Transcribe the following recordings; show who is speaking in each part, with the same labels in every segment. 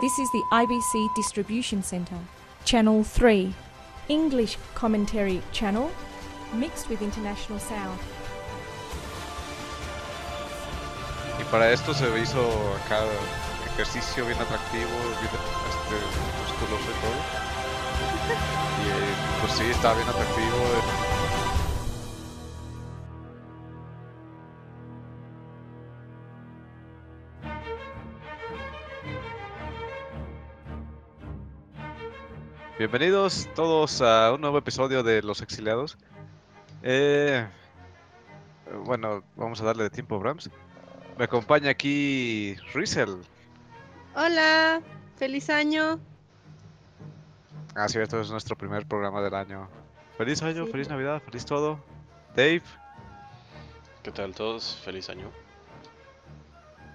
Speaker 1: This is the IBC Distribution Centre. Channel 3 English Commentary Channel mixed with international sound.
Speaker 2: Y para esto se hizo acá ejercicio bien atractivo, bien este, musculoso y todo. Y eh, pues sí, estaba bien atractivo. eh. Bienvenidos todos a un nuevo episodio de Los Exiliados. Eh, bueno, vamos a darle tiempo a Brahms. Me acompaña aquí Rizel.
Speaker 3: Hola, feliz año.
Speaker 2: Ah, cierto, es nuestro primer programa del año. Feliz año,
Speaker 3: Sí.
Speaker 2: feliz Navidad, feliz todo. Dave,
Speaker 4: ¿Qué tal todos? Feliz año.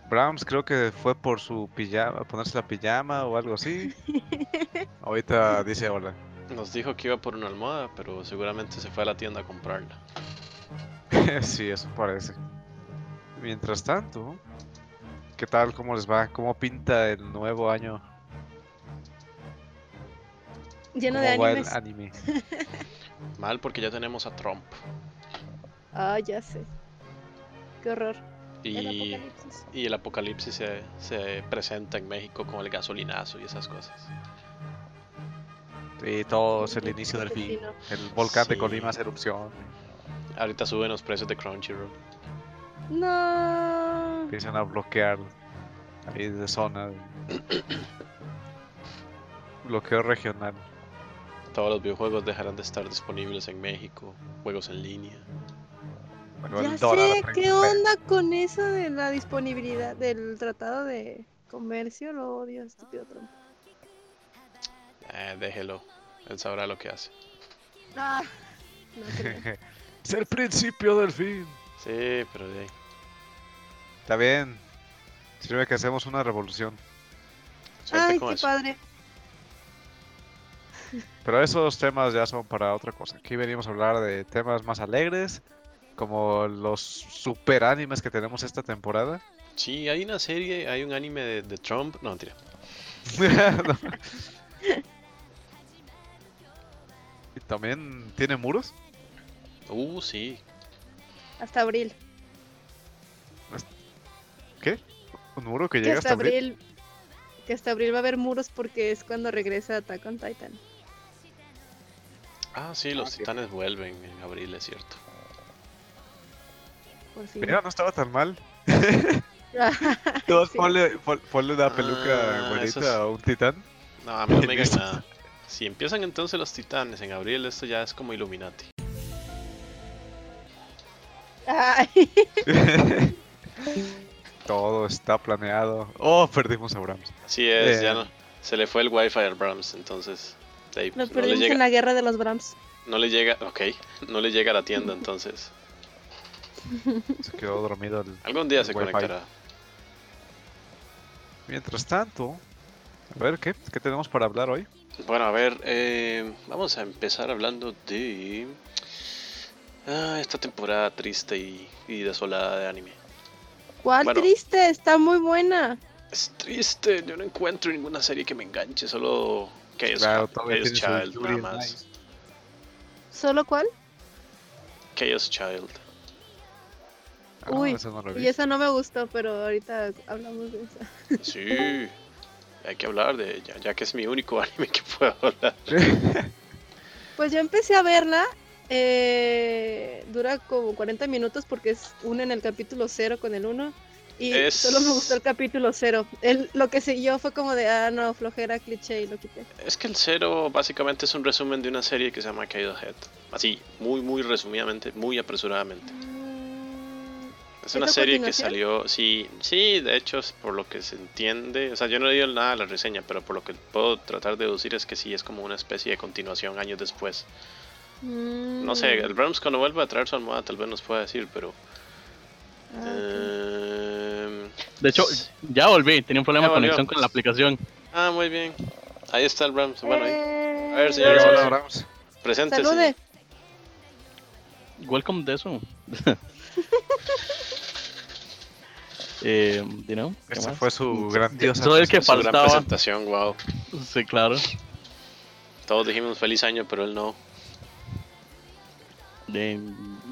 Speaker 2: Brahms creo que fue por su pijama, ponerse la pijama o algo así. Ahorita dice hola.
Speaker 4: Nos dijo que iba por una almohada, pero seguramente se fue a la tienda a comprarla.
Speaker 2: sí, eso parece. Mientras tanto, ¿qué tal? ¿Cómo les va? ¿Cómo pinta el nuevo año?
Speaker 3: Lleno
Speaker 2: ¿Cómo
Speaker 3: de
Speaker 2: va
Speaker 3: animes.
Speaker 2: el anime?
Speaker 4: Mal porque ya tenemos a Trump.
Speaker 3: Ah, ya sé. Qué horror. El
Speaker 4: Y,
Speaker 3: apocalipsis.
Speaker 4: y el apocalipsis se, se presenta en México con el gasolinazo y esas cosas.
Speaker 2: Sí, todo oh, es el inicio del fin.
Speaker 3: Asesino.
Speaker 2: El volcán de
Speaker 4: Sí.
Speaker 2: Colima hace erupción.
Speaker 4: Ahorita suben los precios de Crunchyroll.
Speaker 3: No.
Speaker 2: Empiezan a bloquear ahí de zona. Bloqueo regional.
Speaker 4: Todos los videojuegos dejarán de estar disponibles en México. Juegos en línea.
Speaker 2: Luego el
Speaker 3: Ya
Speaker 2: dólar a
Speaker 3: sé,
Speaker 2: 30
Speaker 3: ¿qué
Speaker 2: pesos.
Speaker 3: onda con eso de la disponibilidad del tratado de comercio? Lo odio, estúpido Trump.
Speaker 4: Eh, déjelo. Él sabrá lo que hace.
Speaker 3: Ah, no creo.
Speaker 2: es el principio del fin.
Speaker 4: Sí, pero de ahí.
Speaker 2: Está bien. Sirve que hacemos una revolución.
Speaker 4: Suerte
Speaker 3: Ay,
Speaker 4: con
Speaker 3: qué
Speaker 4: eso.
Speaker 3: padre.
Speaker 2: Pero esos temas ya son para otra cosa. Aquí venimos a hablar de temas más alegres, como los super animes que tenemos esta temporada.
Speaker 4: Sí, hay una serie, hay un anime de, de Trump. No, mentira.
Speaker 2: No. Y también tiene muros.
Speaker 4: Uh, sí.
Speaker 3: Hasta abril.
Speaker 2: Un muro que
Speaker 3: Que
Speaker 2: llega hasta
Speaker 3: hasta
Speaker 2: abril.
Speaker 3: abril. Que hasta abril va a haber muros porque es cuando regresa Attack on Titan.
Speaker 4: Ah, sí, los titanes vuelven en abril, es cierto.
Speaker 3: Por fin.
Speaker 2: Mira, no estaba tan mal. Todos
Speaker 3: Sí.
Speaker 2: ponle, pon- ponle una peluca
Speaker 4: Ah,
Speaker 2: bonita
Speaker 4: eso es-
Speaker 2: a un titán.
Speaker 4: No, a mí no me digan
Speaker 2: Listo.
Speaker 4: nada. Si empiezan entonces los titanes en abril, esto ya es como Illuminati.
Speaker 3: Ay.
Speaker 2: Todo está planeado. Oh, perdimos a Brahms.
Speaker 4: Así es,
Speaker 2: Eh.
Speaker 4: ya no. Se le fue el wifi al Brahms, entonces. de ahí,
Speaker 3: Nos
Speaker 4: no, le
Speaker 3: perdimos en
Speaker 4: llega,
Speaker 3: la guerra de los Brahms.
Speaker 4: no le llega. Ok, no le llega a la tienda entonces.
Speaker 2: Se quedó dormido. el-
Speaker 4: Algún día
Speaker 2: El
Speaker 4: se
Speaker 2: wifi.
Speaker 4: conectará.
Speaker 2: Mientras tanto, a ver, ¿qué? ¿Qué tenemos para hablar hoy?
Speaker 4: Bueno, a ver, eh, vamos a empezar hablando de. ah, esta temporada triste y, y desolada de anime.
Speaker 3: ¿Cuál
Speaker 4: Bueno.
Speaker 3: triste? Está muy buena.
Speaker 4: Es triste, yo no encuentro ninguna serie que me enganche, solo. Que es
Speaker 2: Claro, todavía tiene su
Speaker 4: Child, nada
Speaker 2: Yuri on
Speaker 4: más.
Speaker 2: Ice.
Speaker 3: ¿Solo cuál?
Speaker 4: Chaos Child.
Speaker 2: Ah,
Speaker 3: Uy,
Speaker 2: eso no lo
Speaker 3: Y
Speaker 2: vi.
Speaker 3: esa no me gustó, pero ahorita hablamos de esa.
Speaker 4: Sí, hay que hablar de ella, ya que es mi único anime que puedo hablar.
Speaker 3: este. Pues yo empecé a verla. eh, dura como 40 minutos porque es uno en el capítulo 0 con el 1. Y
Speaker 4: Es-
Speaker 3: solo me gustó el capítulo 0. Lo que siguió fue como de, ah, no, flojera, cliché y lo quité.
Speaker 4: Es que el cero básicamente es un resumen de una serie que se llama Chaos Head. Así, muy, muy resumidamente, muy apresuradamente. Es
Speaker 3: ¿Es
Speaker 4: una
Speaker 3: la
Speaker 4: serie que
Speaker 3: continuación?
Speaker 4: salió, sí, sí, de hecho, es por lo que se entiende. O sea, yo no he leído nada a la reseña, pero por lo que puedo tratar de deducir es que sí, es como una especie de continuación años después.
Speaker 3: Mm,
Speaker 4: No sé, el Brahms cuando vuelva a traer su almohada tal vez nos pueda decir, pero...
Speaker 3: Ah,
Speaker 4: eh, em,
Speaker 5: De hecho, ya volví, tenía un problema
Speaker 4: Ya
Speaker 5: de
Speaker 4: volvió.
Speaker 5: conexión con la aplicación.
Speaker 4: Ah, muy bien. Ahí está el Brahms. Bueno, ahí.
Speaker 3: A
Speaker 4: ver,
Speaker 2: Hola,
Speaker 4: señores,
Speaker 2: hola,
Speaker 4: eh,
Speaker 2: Brahms.
Speaker 4: Presente.
Speaker 3: Eh, Salude.
Speaker 5: Welcome de eso. Eh, you know, ¿qué
Speaker 2: Esa
Speaker 5: más?
Speaker 2: fue su grandiosa.
Speaker 5: Todo el que
Speaker 4: Su gran
Speaker 5: faltaba.
Speaker 4: presentación, wow.
Speaker 5: Sí, claro.
Speaker 4: Todos dijimos feliz año, pero él no.
Speaker 5: De-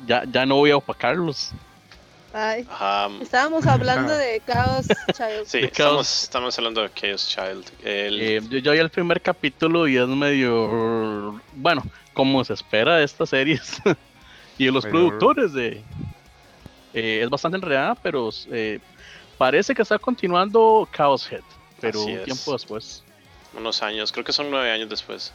Speaker 5: ya, ya no voy a opacarlos.
Speaker 3: Ay,
Speaker 4: Ajá.
Speaker 3: estábamos hablando de caos, Child.
Speaker 4: Sí,
Speaker 5: Because-
Speaker 4: estamos, estamos hablando de Chaos Child. El-
Speaker 5: Eh, yo, yo vi el primer capítulo y es medio. Bueno, como se espera de estas series y de los
Speaker 2: Medio-
Speaker 5: productores de. eh, es bastante enredada, pero eh, parece que está continuando Chaos Head, pero
Speaker 4: Así
Speaker 5: un
Speaker 4: es.
Speaker 5: tiempo después.
Speaker 4: unos años, creo que son nueve años después.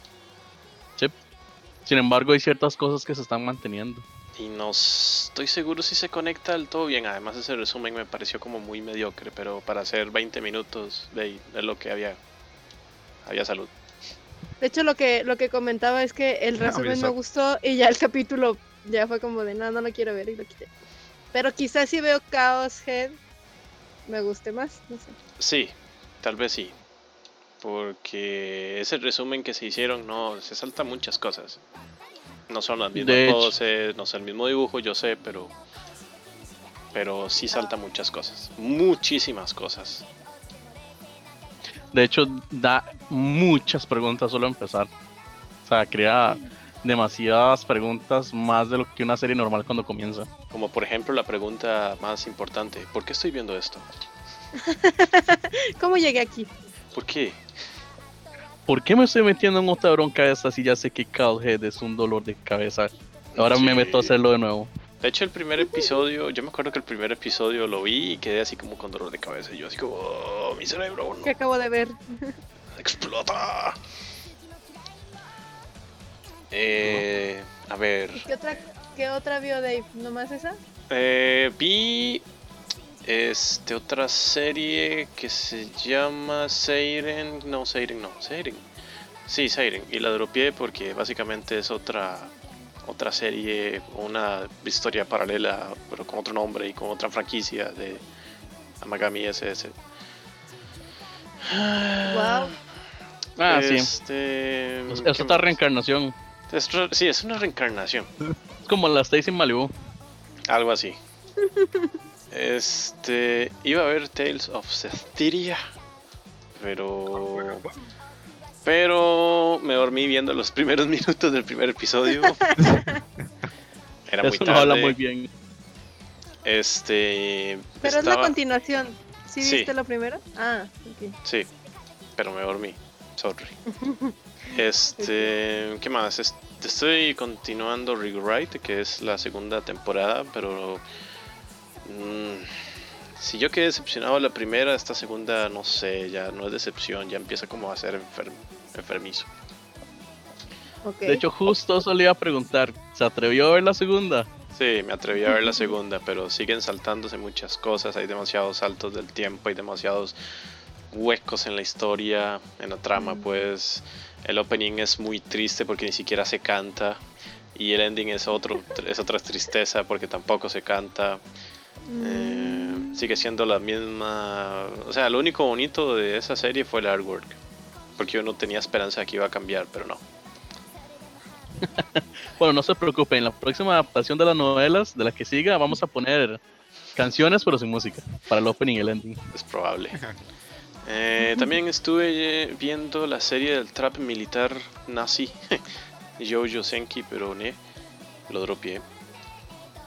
Speaker 5: Sin embargo, hay ciertas cosas que se están manteniendo.
Speaker 4: Y no s- estoy seguro si se conecta del todo bien. Además, ese resumen me pareció como muy mediocre, pero para hacer 20 minutos de, ahí, de lo que había. Había salud.
Speaker 3: De hecho, lo que, lo que comentaba es que el
Speaker 2: Ah, mira,
Speaker 3: resumen me
Speaker 2: exacto.
Speaker 3: gustó y ya el capítulo ya fue como de nada, no lo quiero ver y lo quité. Pero quizás si veo Chaos Head me guste más, no sé.
Speaker 4: Sí, tal vez sí. Porque ese resumen que se hicieron, no, se saltan muchas cosas. No son las mismas
Speaker 5: De hecho.
Speaker 4: poses, no es el mismo dibujo, yo sé, pero. Pero sí saltan muchas cosas. Muchísimas cosas.
Speaker 5: De hecho, da muchas preguntas solo a empezar. O sea, crea demasiadas preguntas más de lo que una serie normal cuando comienza.
Speaker 4: Como por ejemplo la pregunta más importante: ¿Por qué estoy viendo esto?
Speaker 3: ¿Cómo llegué aquí?
Speaker 4: ¿Por qué?
Speaker 5: ¿Por qué me estoy metiendo en otra bronca de esta si ya sé que Cowhead es un dolor de cabeza? Ahora me
Speaker 4: Sí.
Speaker 5: meto a hacerlo de nuevo.
Speaker 4: De hecho, el primer episodio, yo me acuerdo que el primer episodio lo vi y quedé así como con dolor de cabeza. Y yo así como, "Oh, mi cerebro
Speaker 3: ¿Qué
Speaker 4: no,
Speaker 3: acabo de ver?
Speaker 4: explota. Eh, a ver,
Speaker 3: ¿Qué otra, qué otra vio Dave? ¿Nomás esa?
Speaker 4: eh, vi este otra serie que se llama Seiren, no Seiren, no Seiren, sí Seiren y la dropié porque básicamente es otra otra serie, una historia paralela pero con otro nombre y con otra franquicia de Amagami SS.
Speaker 3: Wow.
Speaker 5: Ah, sí.
Speaker 4: este,
Speaker 5: Es,
Speaker 4: ¿qué
Speaker 5: es otra
Speaker 4: más?
Speaker 5: reencarnación.
Speaker 4: Es re- sí, es una reencarnación.
Speaker 5: Es como la Stacy en Malibu.
Speaker 4: Algo así. Este. Iba a ver Tales of Cestiria. Pero. Pero me dormí viendo los primeros minutos del primer episodio. Era muy
Speaker 5: Eso no habla
Speaker 4: tarde.
Speaker 5: muy bien.
Speaker 4: Este.
Speaker 3: Pero es la
Speaker 4: estaba-
Speaker 3: continuación. ¿Sí,
Speaker 4: Sí.
Speaker 3: viste lo primero? Ah, ok.
Speaker 4: Sí, pero me dormí. Sorry. Este, ¿qué más? Est- Estoy continuando Rewrite, que es la segunda temporada, pero mm, si yo quedé decepcionado de la primera, esta segunda no sé, ya no es decepción, ya empieza como a ser enfer- enfermizo.
Speaker 3: ok.
Speaker 5: De hecho, justo eso le iba a preguntar. ¿Se atrevió a ver la segunda?
Speaker 4: Sí, me atreví a ver la segunda, pero siguen saltándose muchas cosas, hay demasiados saltos del tiempo, hay demasiados huecos en la historia, en la trama,
Speaker 3: Mm.
Speaker 4: pues el opening es muy triste porque ni siquiera se canta y el ending es otro es otra tristeza porque tampoco se canta. Eh,
Speaker 3: Mm,
Speaker 4: sigue siendo la misma, o sea, lo único bonito de esa serie fue el artwork, porque yo no tenía esperanza de que iba a cambiar, pero no.
Speaker 5: Bueno, no se preocupen. En la próxima adaptación de las novelas, de la que siga, vamos a poner canciones pero sin música. Para el opening y el ending.
Speaker 4: Es probable. Eh, también estuve eh, viendo la serie del trap militar nazi, Jojo Senki, pero ne, lo dropié.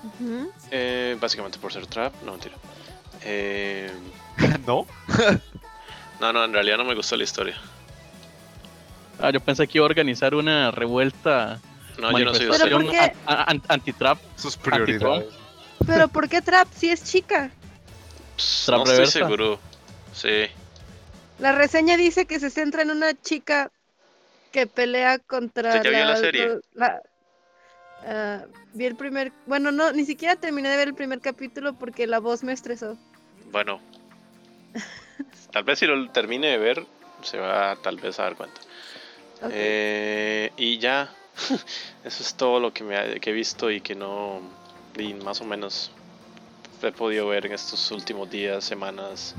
Speaker 3: ujú.
Speaker 4: Eh, básicamente por ser trap, no mentira. Eh,
Speaker 2: ¿No?
Speaker 4: no, no, en realidad no me gustó la historia.
Speaker 5: Ah, yo pensé que iba a organizar una revuelta.
Speaker 4: No, yo no soy de
Speaker 3: Pero
Speaker 5: manifestación
Speaker 3: ¿por
Speaker 4: trap.
Speaker 3: qué?
Speaker 5: a- a- an- anti-trap.
Speaker 2: Sus prioridades.
Speaker 3: Pero ¿por qué Trap si es chica?
Speaker 5: Trap
Speaker 4: No estoy
Speaker 5: reversa.
Speaker 4: seguro. Sí,
Speaker 3: La reseña dice que se centra en una chica que pelea contra.
Speaker 4: ¿Usted ya vio la serie?
Speaker 3: la- Ah, vi el primer. Bueno, no, ni siquiera terminé de ver el primer capítulo porque la voz me estresó.
Speaker 4: bueno. Tal vez si lo termine de ver, se va tal vez a dar cuenta.
Speaker 3: Ok.
Speaker 4: Eh, y ya, eso es todo lo que, me ha- que he visto y que no, y más o menos he podido ver en estos últimos días, semanas.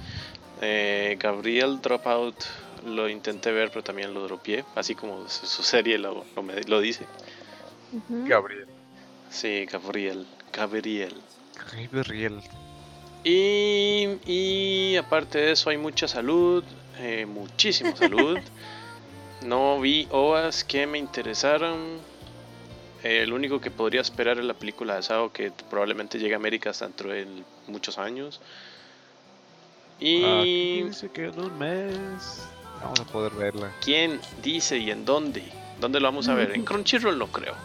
Speaker 4: Eh, Gabriel Dropout lo intenté ver, pero también lo dropié, así como su, su serie lo, lo me- lo dice.
Speaker 3: Ujú.
Speaker 2: Gabriel.
Speaker 4: Sí, Gabriel, Gabriel.
Speaker 2: Gabriel.
Speaker 4: Y, y aparte de eso hay mucha salud, eh, muchísima salud. No vi OAS que me interesaran. Eh, el único que podría esperar es la película de Sao que probablemente llegue a América hasta dentro de muchos años. Y
Speaker 2: Ah, Aquí dice que en un mes vamos a poder verla.
Speaker 4: quién dice y en dónde. ¿Dónde lo vamos a ver? En Crunchyroll no creo.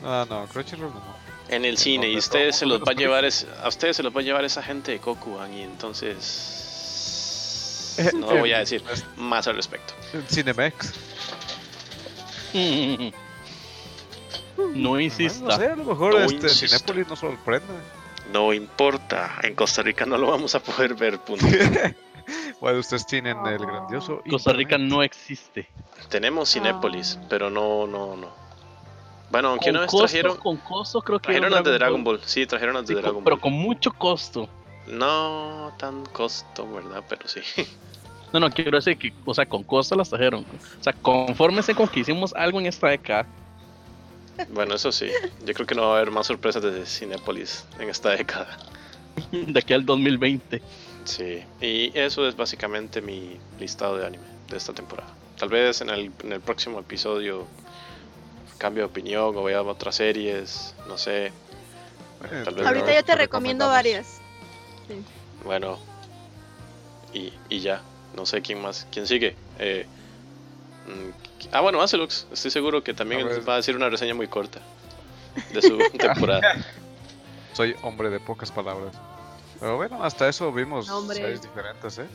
Speaker 2: No, Ah, no, Crunchyroll no.
Speaker 4: En el cine y
Speaker 2: donde
Speaker 4: ustedes se
Speaker 2: todo
Speaker 4: los va a
Speaker 2: mundo
Speaker 4: llevar es- a ustedes se los va a llevar esa gente de Kokuban y entonces
Speaker 5: Eh,
Speaker 4: no voy a decir más al respecto.
Speaker 2: En Cinemex.
Speaker 5: No
Speaker 2: No
Speaker 5: insista.
Speaker 2: sé, a lo mejor
Speaker 4: No
Speaker 2: este,
Speaker 4: insista.
Speaker 2: Cinépolis nos sorprende.
Speaker 4: No importa, en Costa Rica no lo vamos a poder ver, punto.
Speaker 2: Bueno, ustedes tienen el grandioso.
Speaker 5: Costa Rica
Speaker 2: internet.
Speaker 5: no existe.
Speaker 4: Tenemos Cinépolis,
Speaker 1: Ah.
Speaker 4: pero no, no, no. Bueno, aunque
Speaker 5: Con
Speaker 4: una vez
Speaker 5: costo-
Speaker 4: trajeron,
Speaker 5: con costo creo que
Speaker 4: trajeron
Speaker 5: era
Speaker 4: las de Dragon Ball. Sí, trajeron las
Speaker 5: Sí,
Speaker 4: de
Speaker 5: con-
Speaker 4: Dragon
Speaker 5: pero
Speaker 4: Ball.
Speaker 5: con mucho costo.
Speaker 4: No tan costo, ¿verdad? Pero sí.
Speaker 5: No, no, quiero decir que, o sea, con costo las trajeron. O sea, confórmense con que hicimos algo en esta década.
Speaker 4: Bueno, eso sí. Yo creo que no va a haber más sorpresas de Cinépolis en esta década.
Speaker 5: De aquí al 2020.
Speaker 4: Sí, y eso es básicamente mi listado de anime de esta temporada. Tal vez en el, en el próximo episodio cambio de opinión o vea otras series, no sé.
Speaker 2: Eh,
Speaker 4: Tal vez
Speaker 2: pero
Speaker 4: no.
Speaker 3: Ahorita yo te recomiendo
Speaker 2: recomendamos.
Speaker 3: varias.
Speaker 4: Bueno, y, y ya. No sé quién más, quién sigue. Eh, mm, qui- ah, bueno, Acelux. Estoy seguro que
Speaker 2: A
Speaker 4: también
Speaker 2: ver.
Speaker 4: va a decir una reseña muy corta de su temporada.
Speaker 2: Soy hombre de pocas palabras. Pero bueno, hasta eso vimos
Speaker 3: Hombre.
Speaker 2: series diferentes, ¿eh?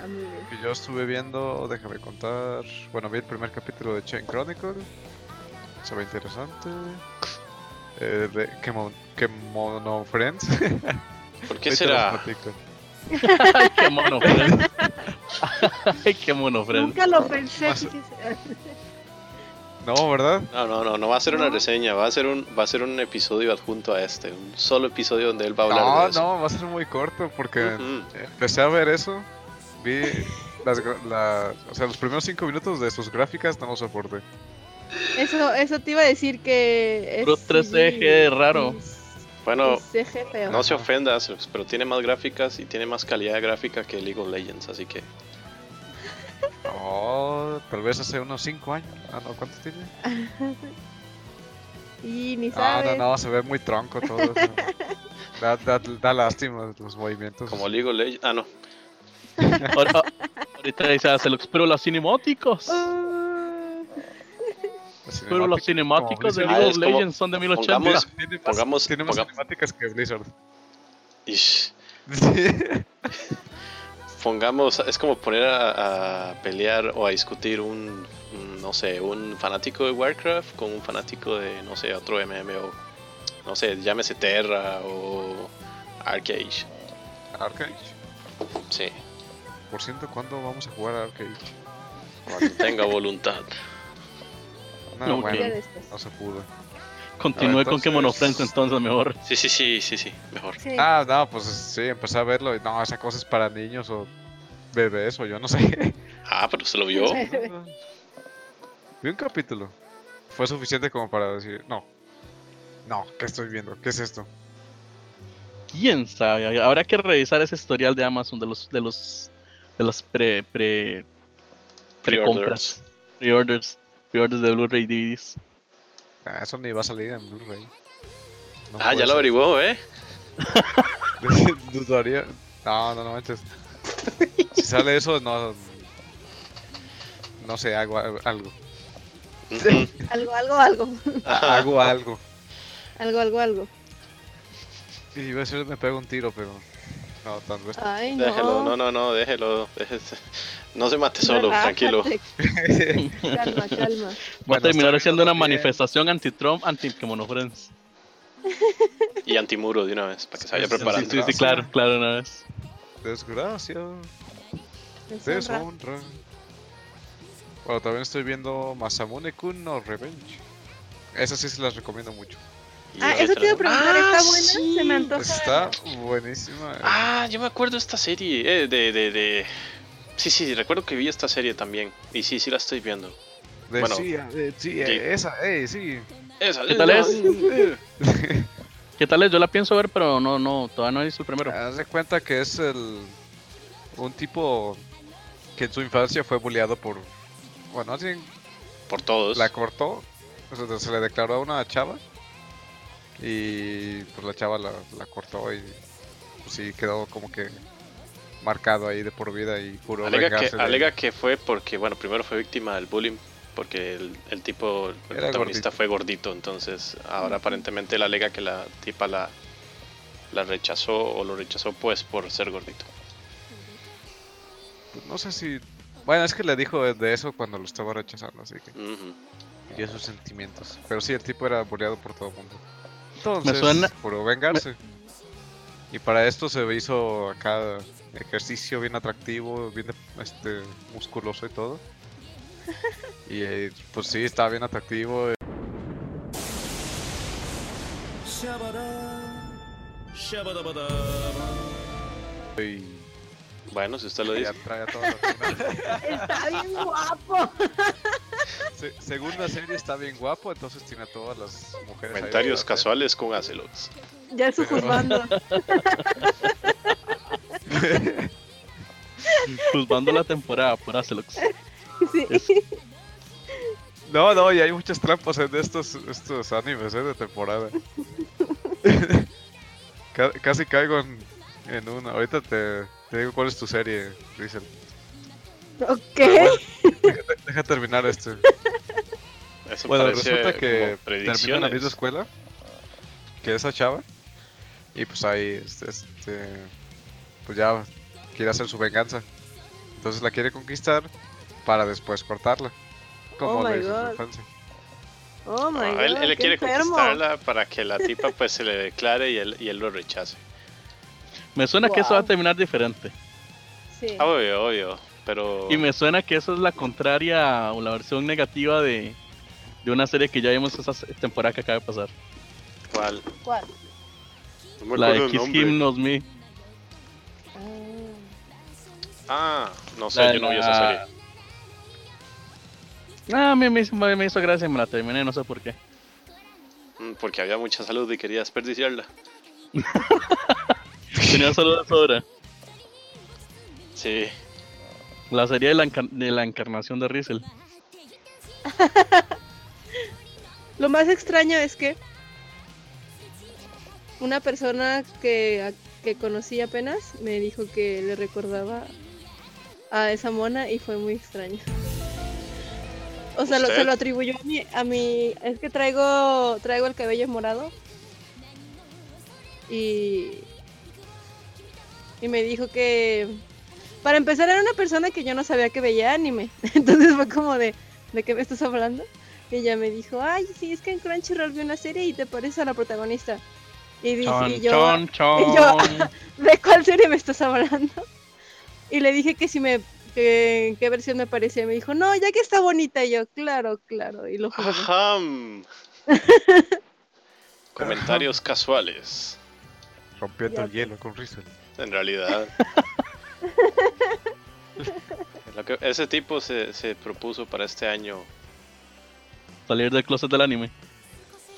Speaker 3: Ah, muy bien.
Speaker 2: Que yo estuve viendo, déjame contar. Bueno, vi el primer capítulo de Chain Chronicle. Se ve interesante. Eh, de Kemo- Kemono Friends.
Speaker 4: ¿Por
Speaker 2: Ahorita
Speaker 4: qué
Speaker 2: les
Speaker 4: será?
Speaker 2: platico.
Speaker 5: Ay, qué mono, Fred. Ay, qué mono, Fred.
Speaker 3: Nunca lo pensé.
Speaker 2: Más-
Speaker 3: fíjese.
Speaker 2: No, ¿verdad?
Speaker 4: No, no, no, no va a ser una
Speaker 3: No.
Speaker 4: reseña, va a ser un, va a ser un episodio adjunto a este, un solo episodio donde él va a hablar
Speaker 2: No,
Speaker 4: de eso. Mm.
Speaker 2: no, va a ser muy corto porque
Speaker 4: Ujú.
Speaker 2: empecé a ver eso. Vi las, gra- la- o sea, los primeros cinco minutos de sus gráficas no lo soporté.
Speaker 3: Eso, eso te iba a decir que.
Speaker 5: Puro 3DG raro.
Speaker 4: Bueno,
Speaker 3: 3DG feo.
Speaker 4: No se
Speaker 2: Ajá.
Speaker 4: ofenda, Asus, pero tiene más gráficas y tiene más calidad gráfica que League of Legends, así que
Speaker 2: Oh, tal vez hace unos cinco años. Ah, no, ¿cuánto tiene?
Speaker 3: Y ni
Speaker 2: Ah,
Speaker 3: sabes.
Speaker 2: no, no, se ve muy tronco todo eso. Da, da, da lástima los movimientos.
Speaker 4: como League of Legends... Ah, no.
Speaker 5: Ahora- ahorita dice "Ah, Acelux, pero las cinemáticas.
Speaker 3: Ah,
Speaker 2: Las
Speaker 5: Pero las
Speaker 2: cinemáticas,
Speaker 5: cinemáticas de
Speaker 2: como
Speaker 5: League
Speaker 4: Ah,
Speaker 5: of
Speaker 4: es como-
Speaker 5: Legends son de 1080.
Speaker 4: pongamos-
Speaker 2: Blizzard. Tiene más-
Speaker 4: pongamos-
Speaker 2: tiene más
Speaker 4: ponga-
Speaker 2: cinemáticas que Blizzard.
Speaker 4: Ish.
Speaker 2: Sí.
Speaker 4: Pongamos, es como poner a, a pelear o a discutir un, un, no sé, un fanático de Warcraft con un fanático de, no sé, otro MMO. No sé, llámese Terra o Arcade.
Speaker 2: Arcade.
Speaker 4: Sí,
Speaker 2: Por cierto, ¿cuándo vamos a jugar a Arcade?
Speaker 4: cuando tenga voluntad.
Speaker 2: No,
Speaker 5: No,
Speaker 2: Ah, bueno,
Speaker 3: ya
Speaker 5: ok.
Speaker 3: después.
Speaker 2: no se pudo.
Speaker 5: Continúe
Speaker 2: A ver,
Speaker 5: con que
Speaker 2: entonces-
Speaker 5: Monofriends entonces mejor.
Speaker 4: Sí, sí, sí, sí, sí, mejor.
Speaker 3: Sí.
Speaker 2: Ah, no, pues sí, empecé a verlo y no, esa cosa es para niños o bebés o yo no sé.
Speaker 4: Ah, pero se lo vio.
Speaker 2: Vi un capítulo. Fue suficiente como para decir, no. No, ¿qué estoy viendo? ¿Qué es esto?
Speaker 5: quién sabe, habrá que revisar ese historial de Amazon de los de los de las pre pre
Speaker 4: Pre-orders.
Speaker 5: precompras, pre-orders, pre-orders de Blu-ray DVDs.
Speaker 2: Ah, eso ni va a salir en Blu-ray. No
Speaker 4: Ah, ya
Speaker 2: puede
Speaker 4: lo
Speaker 2: ser.
Speaker 4: averiguó, ¿eh?
Speaker 2: Dudaría. No, no, no manches. Si sale eso, no. No sé, hago a- algo.
Speaker 4: Ujú.
Speaker 3: Algo, algo, algo.
Speaker 4: Ajá.
Speaker 2: Hago algo.
Speaker 3: Algo, algo, algo.
Speaker 2: Y iba a decir, me pego un tiro, pero. No, tal vez.
Speaker 3: Ay, no.
Speaker 4: Déjelo, no, no, no, déjelo. déjese. No se mate solo,
Speaker 3: Relájate.
Speaker 4: tranquilo.
Speaker 3: Calma, calma.
Speaker 5: Va
Speaker 2: Bueno,
Speaker 5: a terminar
Speaker 2: está
Speaker 5: haciendo
Speaker 2: bien,
Speaker 5: una
Speaker 2: bien.
Speaker 5: manifestación anti-Trump, anti-Monofriends.
Speaker 4: Y antimuro de una vez, para que se vaya
Speaker 2: Sí, sí,
Speaker 5: Sí,
Speaker 4: preparando.
Speaker 5: sí, sí, claro, claro, una vez.
Speaker 2: Desgracia.
Speaker 3: Deshonra.
Speaker 2: Deshonra. Bueno, también estoy viendo Masamune Kun no Revenge. Esas sí se las recomiendo mucho.
Speaker 4: Y
Speaker 3: Ah,
Speaker 4: otra.
Speaker 3: eso te iba a preguntar,
Speaker 4: Ah,
Speaker 3: ¿está buena?
Speaker 4: sí.
Speaker 3: Se me antoja.
Speaker 2: Está buenísima.
Speaker 4: Ah, yo me acuerdo de esta serie. eh, de, de, de. Sí, sí, recuerdo que vi esta serie también. Y sí, sí la estoy viendo.
Speaker 2: De
Speaker 4: bueno.
Speaker 2: sí, eh, sí,
Speaker 4: Sí.
Speaker 2: eh, esa, eh, sí.
Speaker 4: Esa,
Speaker 5: ¿Qué tal es?
Speaker 4: eh,
Speaker 5: ¿Qué tal es? Yo la pienso ver, pero no, no, todavía no he visto el primero.
Speaker 4: Ah.
Speaker 2: Haz de cuenta que es el un tipo que en su infancia fue bulleado por. Bueno, alguien
Speaker 4: Por todos.
Speaker 2: la cortó, o sea, se le declaró a una chava y pues la chava la, la cortó y pues, sí quedó como que marcado ahí de por vida y juró
Speaker 4: Alega que,
Speaker 2: vengarse de-
Speaker 4: alega que fue porque, bueno, primero fue víctima del bullying, porque el, el tipo, el
Speaker 2: Era
Speaker 4: protagonista
Speaker 2: gordito.
Speaker 4: fue gordito, entonces ahora aparentemente la alega que la tipa la, la rechazó o lo rechazó pues por ser gordito.
Speaker 2: No sé si. Bueno, es que le dijo de eso cuando lo estaba rechazando, así que.
Speaker 4: Ujú.
Speaker 2: Y sus sentimientos. Pero sí, el tipo era boleado por todo el mundo. Entonces,
Speaker 5: suena-
Speaker 2: juró vengarse. Y para esto se hizo acá ejercicio bien atractivo, bien este, musculoso y todo. Y eh, pues sí, estaba bien atractivo. eh,
Speaker 6: Shabada, shabadabadaba.
Speaker 2: Y
Speaker 4: Bueno, si usted lo
Speaker 2: traía,
Speaker 4: dice.
Speaker 2: traía todo lo que-
Speaker 3: Está bien guapo.
Speaker 2: Se- Según la serie, está bien guapo, entonces tiene a todas las mujeres. ahí
Speaker 4: Comentarios
Speaker 2: atrás, ¿eh?
Speaker 4: casuales con Acelots.
Speaker 3: Ya estoy
Speaker 2: Pero-
Speaker 3: juzgando.
Speaker 5: Juzgando la temporada, pura Celux.
Speaker 3: Sí.
Speaker 2: No, no, y hay muchas trampas en estos, estos animes ¿eh? de temporada. Ca- Casi caigo en, en una. Ahorita te, te digo cuál es tu serie, Rizel.
Speaker 3: Ok.
Speaker 2: Deja terminar esto.
Speaker 4: Eso
Speaker 2: Bueno,
Speaker 4: parece
Speaker 2: resulta
Speaker 4: como
Speaker 2: que termina en la
Speaker 4: predicciones.
Speaker 2: misma escuela que esa chava. Y pues ahí, este, este, pues ya quiere hacer su venganza. Entonces la quiere conquistar para después cortarla. Como
Speaker 3: Oh
Speaker 2: le
Speaker 3: my
Speaker 2: hizo en su
Speaker 3: God.
Speaker 2: infancia.
Speaker 3: Oh my
Speaker 4: Ah,
Speaker 3: god.
Speaker 4: él, él le
Speaker 3: qué
Speaker 4: quiere
Speaker 3: enfermo.
Speaker 4: conquistarla para que la tipa pues se le declare y él, y él lo rechace.
Speaker 5: Me suena que eso va
Speaker 3: Wow.
Speaker 5: a terminar diferente.
Speaker 3: Sí.
Speaker 4: Ah, Obvio, obvio, pero...
Speaker 5: Y me suena que eso es la contraria o la versión negativa de, de una serie que ya vimos esa se- temporada que acaba de pasar.
Speaker 4: ¿Cuál?
Speaker 3: ¿Cuál?
Speaker 4: No me
Speaker 5: la
Speaker 4: acuerdo el
Speaker 5: de Kiss
Speaker 4: nombre.
Speaker 5: Him Knows Me.
Speaker 3: Ah.
Speaker 4: Ah, no sé,
Speaker 5: La-
Speaker 4: yo no vi esa
Speaker 5: la-
Speaker 4: serie.
Speaker 5: Ah, me, me, hizo- me hizo gracia, me la terminé, no sé por qué.
Speaker 4: Mm, Porque había mucha salud y quería desperdiciarla.
Speaker 5: Tenía solo la sobra.
Speaker 4: Sí,
Speaker 5: La serie de la, encar- de la encarnación de Rizel.
Speaker 3: Lo más extraño es que una persona que, a- que conocí apenas me dijo que le recordaba a esa mona y fue muy extraño. O sea, lo- se
Speaker 4: ¿Usted?
Speaker 3: lo atribuyó a mi, a mi... Es que traigo, traigo el cabello morado. Y... Y me dijo que... Para empezar era una persona que yo no sabía que veía anime. Entonces fue como de... ¿De qué me estás hablando? Y ella me dijo, ay, sí, es que en Crunchyroll vi una serie y te pareces a la protagonista. Y dije,
Speaker 5: Chon,
Speaker 3: y yo,
Speaker 5: chon, chon.
Speaker 3: ¿de cuál serie me estás hablando? Y le dije que si me, que, qué versión me parecía. Y me dijo, no, ya que está bonita. Y yo, claro, claro. Y lo jugué.
Speaker 4: Ajam. Comentarios casuales.
Speaker 2: Rompiendo
Speaker 3: Ya
Speaker 2: el
Speaker 3: te-
Speaker 2: hielo con Rizel.
Speaker 4: En realidad. Lo que- ese tipo se, se propuso para este año.
Speaker 5: Salir del closet del anime.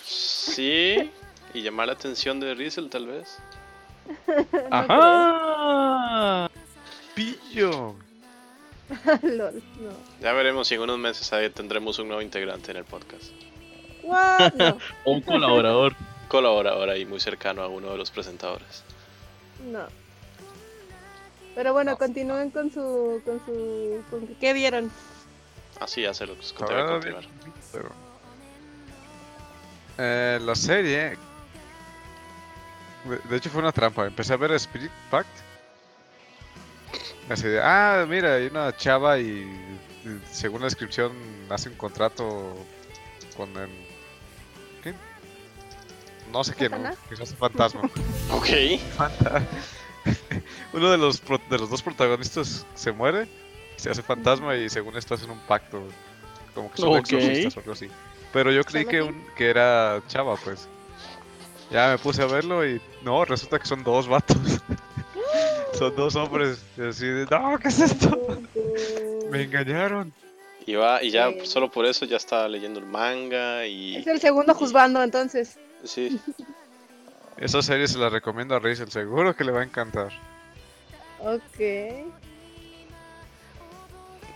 Speaker 4: Sí. Y llamar la atención de Rizel tal vez.
Speaker 5: Ajá.
Speaker 2: ¡Pillo!
Speaker 3: Lol, no.
Speaker 4: Ya veremos si en unos meses ahí tendremos un nuevo integrante en el podcast.
Speaker 3: What? No,
Speaker 5: Un colaborador.
Speaker 4: Colaborador ahí muy cercano a uno de los presentadores.
Speaker 3: no. Pero bueno, continúen con su, con su, con que- ¿qué vieron?
Speaker 4: Así ya se los conté, voy a
Speaker 2: Ahora bien,
Speaker 4: continuar.
Speaker 2: pero- Eh, la serie. De, de hecho, fue una trampa. Empecé a ver Spirit Pact. Así de, ah, mira, hay una chava y, y según la descripción hace un contrato con el. ¿Qué? No sé quién,
Speaker 3: ¿Satanás?
Speaker 2: quizás un fantasma.
Speaker 4: Ok.
Speaker 2: Fanta- Uno de los, pro- de los dos protagonistas se muere, se hace fantasma y según esto hacen un pacto. Como que son
Speaker 5: Ok.
Speaker 2: exorcistas o algo así. Pero yo creí que, un, que era chava, pues. Ya me puse a verlo y no, resulta que son dos vatos. son dos hombres. Y así de, no, ¿qué es esto? Me engañaron.
Speaker 4: Y, va, y ya
Speaker 3: Sí.
Speaker 4: solo por eso ya está leyendo el manga y...
Speaker 3: Es el segundo juzgando, entonces.
Speaker 4: Sí,
Speaker 2: Esa serie se la recomiendo a Rizel, seguro que le va a encantar.
Speaker 3: Ok.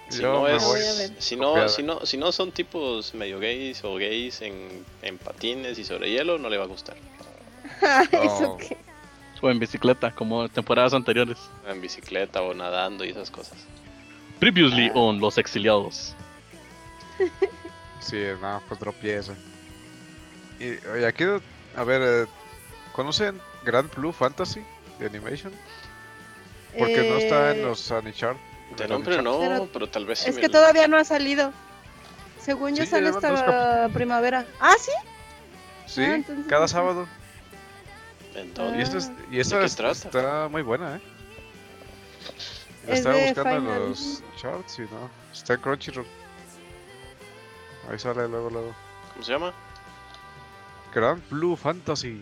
Speaker 4: Si
Speaker 2: Yo
Speaker 4: no,
Speaker 2: me
Speaker 4: es-
Speaker 2: voy
Speaker 3: Voy a ver.
Speaker 4: si, no,
Speaker 2: copiada.
Speaker 4: si, no, si no son tipos medio gays o gays en, en patines y sobre hielo, no le va a gustar.
Speaker 3: ¿Eso
Speaker 2: Oh.
Speaker 3: qué?
Speaker 5: O en bicicleta, como temporadas anteriores.
Speaker 4: En bicicleta o nadando y esas cosas.
Speaker 5: Previously on Los Exiliados.
Speaker 2: Sí, nada, pues tropieza. Y oye, aquí, a ver, eh, ¿conocen Grand Blue Fantasy de Animation? Porque no está en
Speaker 3: Eh,
Speaker 2: los Anichart.
Speaker 4: De nombre no,
Speaker 3: Pero-
Speaker 4: pero tal vez sí
Speaker 3: Es
Speaker 4: me-
Speaker 3: que todavía no ha salido. Según yo
Speaker 2: Sí,
Speaker 3: sale
Speaker 2: ya llevan dos
Speaker 3: esta primavera. Ah, sí.
Speaker 2: Sí,
Speaker 3: Ah, entonces
Speaker 2: cada
Speaker 3: no sé.
Speaker 2: sábado. Y,
Speaker 4: Entonces,
Speaker 2: esto es, y esta
Speaker 4: qué
Speaker 2: es-
Speaker 4: trata?
Speaker 2: está muy buena, ¿eh? La
Speaker 3: Es
Speaker 2: estaba
Speaker 3: de
Speaker 2: buscando
Speaker 3: Final
Speaker 2: en los charts y no. Está en Crunchyroll. Ahí sale luego, luego.
Speaker 4: ¿cómo se llama?
Speaker 2: Grand Blue Fantasy.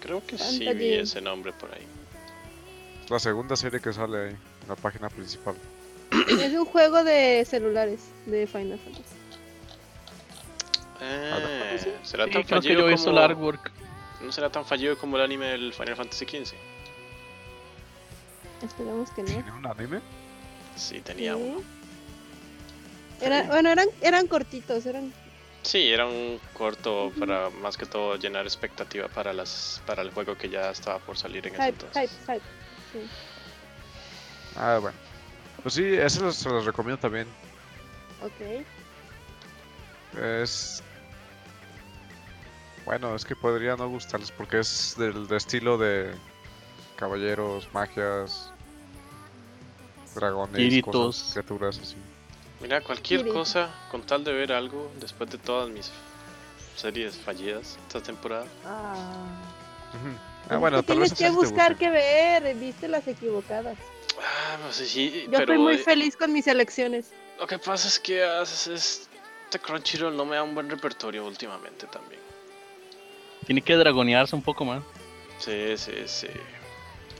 Speaker 4: Creo que sí vi
Speaker 3: Fantasy.
Speaker 4: ese nombre por ahí.
Speaker 2: Es la segunda serie que sale ahí, en la página principal.
Speaker 3: Es un juego de celulares de Final Fantasy.
Speaker 4: Ah,
Speaker 2: sí.
Speaker 4: ¿será
Speaker 5: Sí,
Speaker 4: tan
Speaker 5: creo que
Speaker 4: fallido
Speaker 5: yo he
Speaker 4: como...
Speaker 5: visto el artwork.
Speaker 4: ¿No será tan fallido como el anime del Final Fantasy XV?
Speaker 3: Esperamos que no.
Speaker 2: ¿Tiene un anime?
Speaker 4: Sí, tenía
Speaker 3: Sí.
Speaker 4: uno.
Speaker 3: Era- bueno, eran, eran cortitos, eran.
Speaker 4: Sí, era un corto para más que todo llenar expectativa para las para el juego que ya estaba por salir en ese
Speaker 3: Hype, hype,
Speaker 4: entonces.
Speaker 3: hype.
Speaker 2: Ah, bueno. Pues sí, eso se los recomiendo también.
Speaker 3: Ok.
Speaker 2: Es. Bueno, es que podría no gustarles porque es del de estilo de caballeros, magias, dragones,
Speaker 5: Kiritos.
Speaker 2: cosas, criaturas así.
Speaker 4: Mira, cualquier
Speaker 3: Mire.
Speaker 4: cosa con tal de ver algo después de todas mis series fallidas esta temporada.
Speaker 3: Ah,
Speaker 2: Ujú. Ah, bueno, tal vez
Speaker 3: tienes
Speaker 2: a Cel
Speaker 3: que
Speaker 2: te
Speaker 3: buscar
Speaker 2: guste.
Speaker 3: qué ver, viste las equivocadas.
Speaker 4: Ah, no sé si
Speaker 3: Yo
Speaker 4: pero
Speaker 3: estoy muy
Speaker 4: eh,
Speaker 3: feliz con mis elecciones.
Speaker 4: lo que pasa es que haces es este Crunchyroll no me da un buen repertorio últimamente también.
Speaker 5: Tiene que dragonearse un poco más.
Speaker 4: Sí, sí, sí.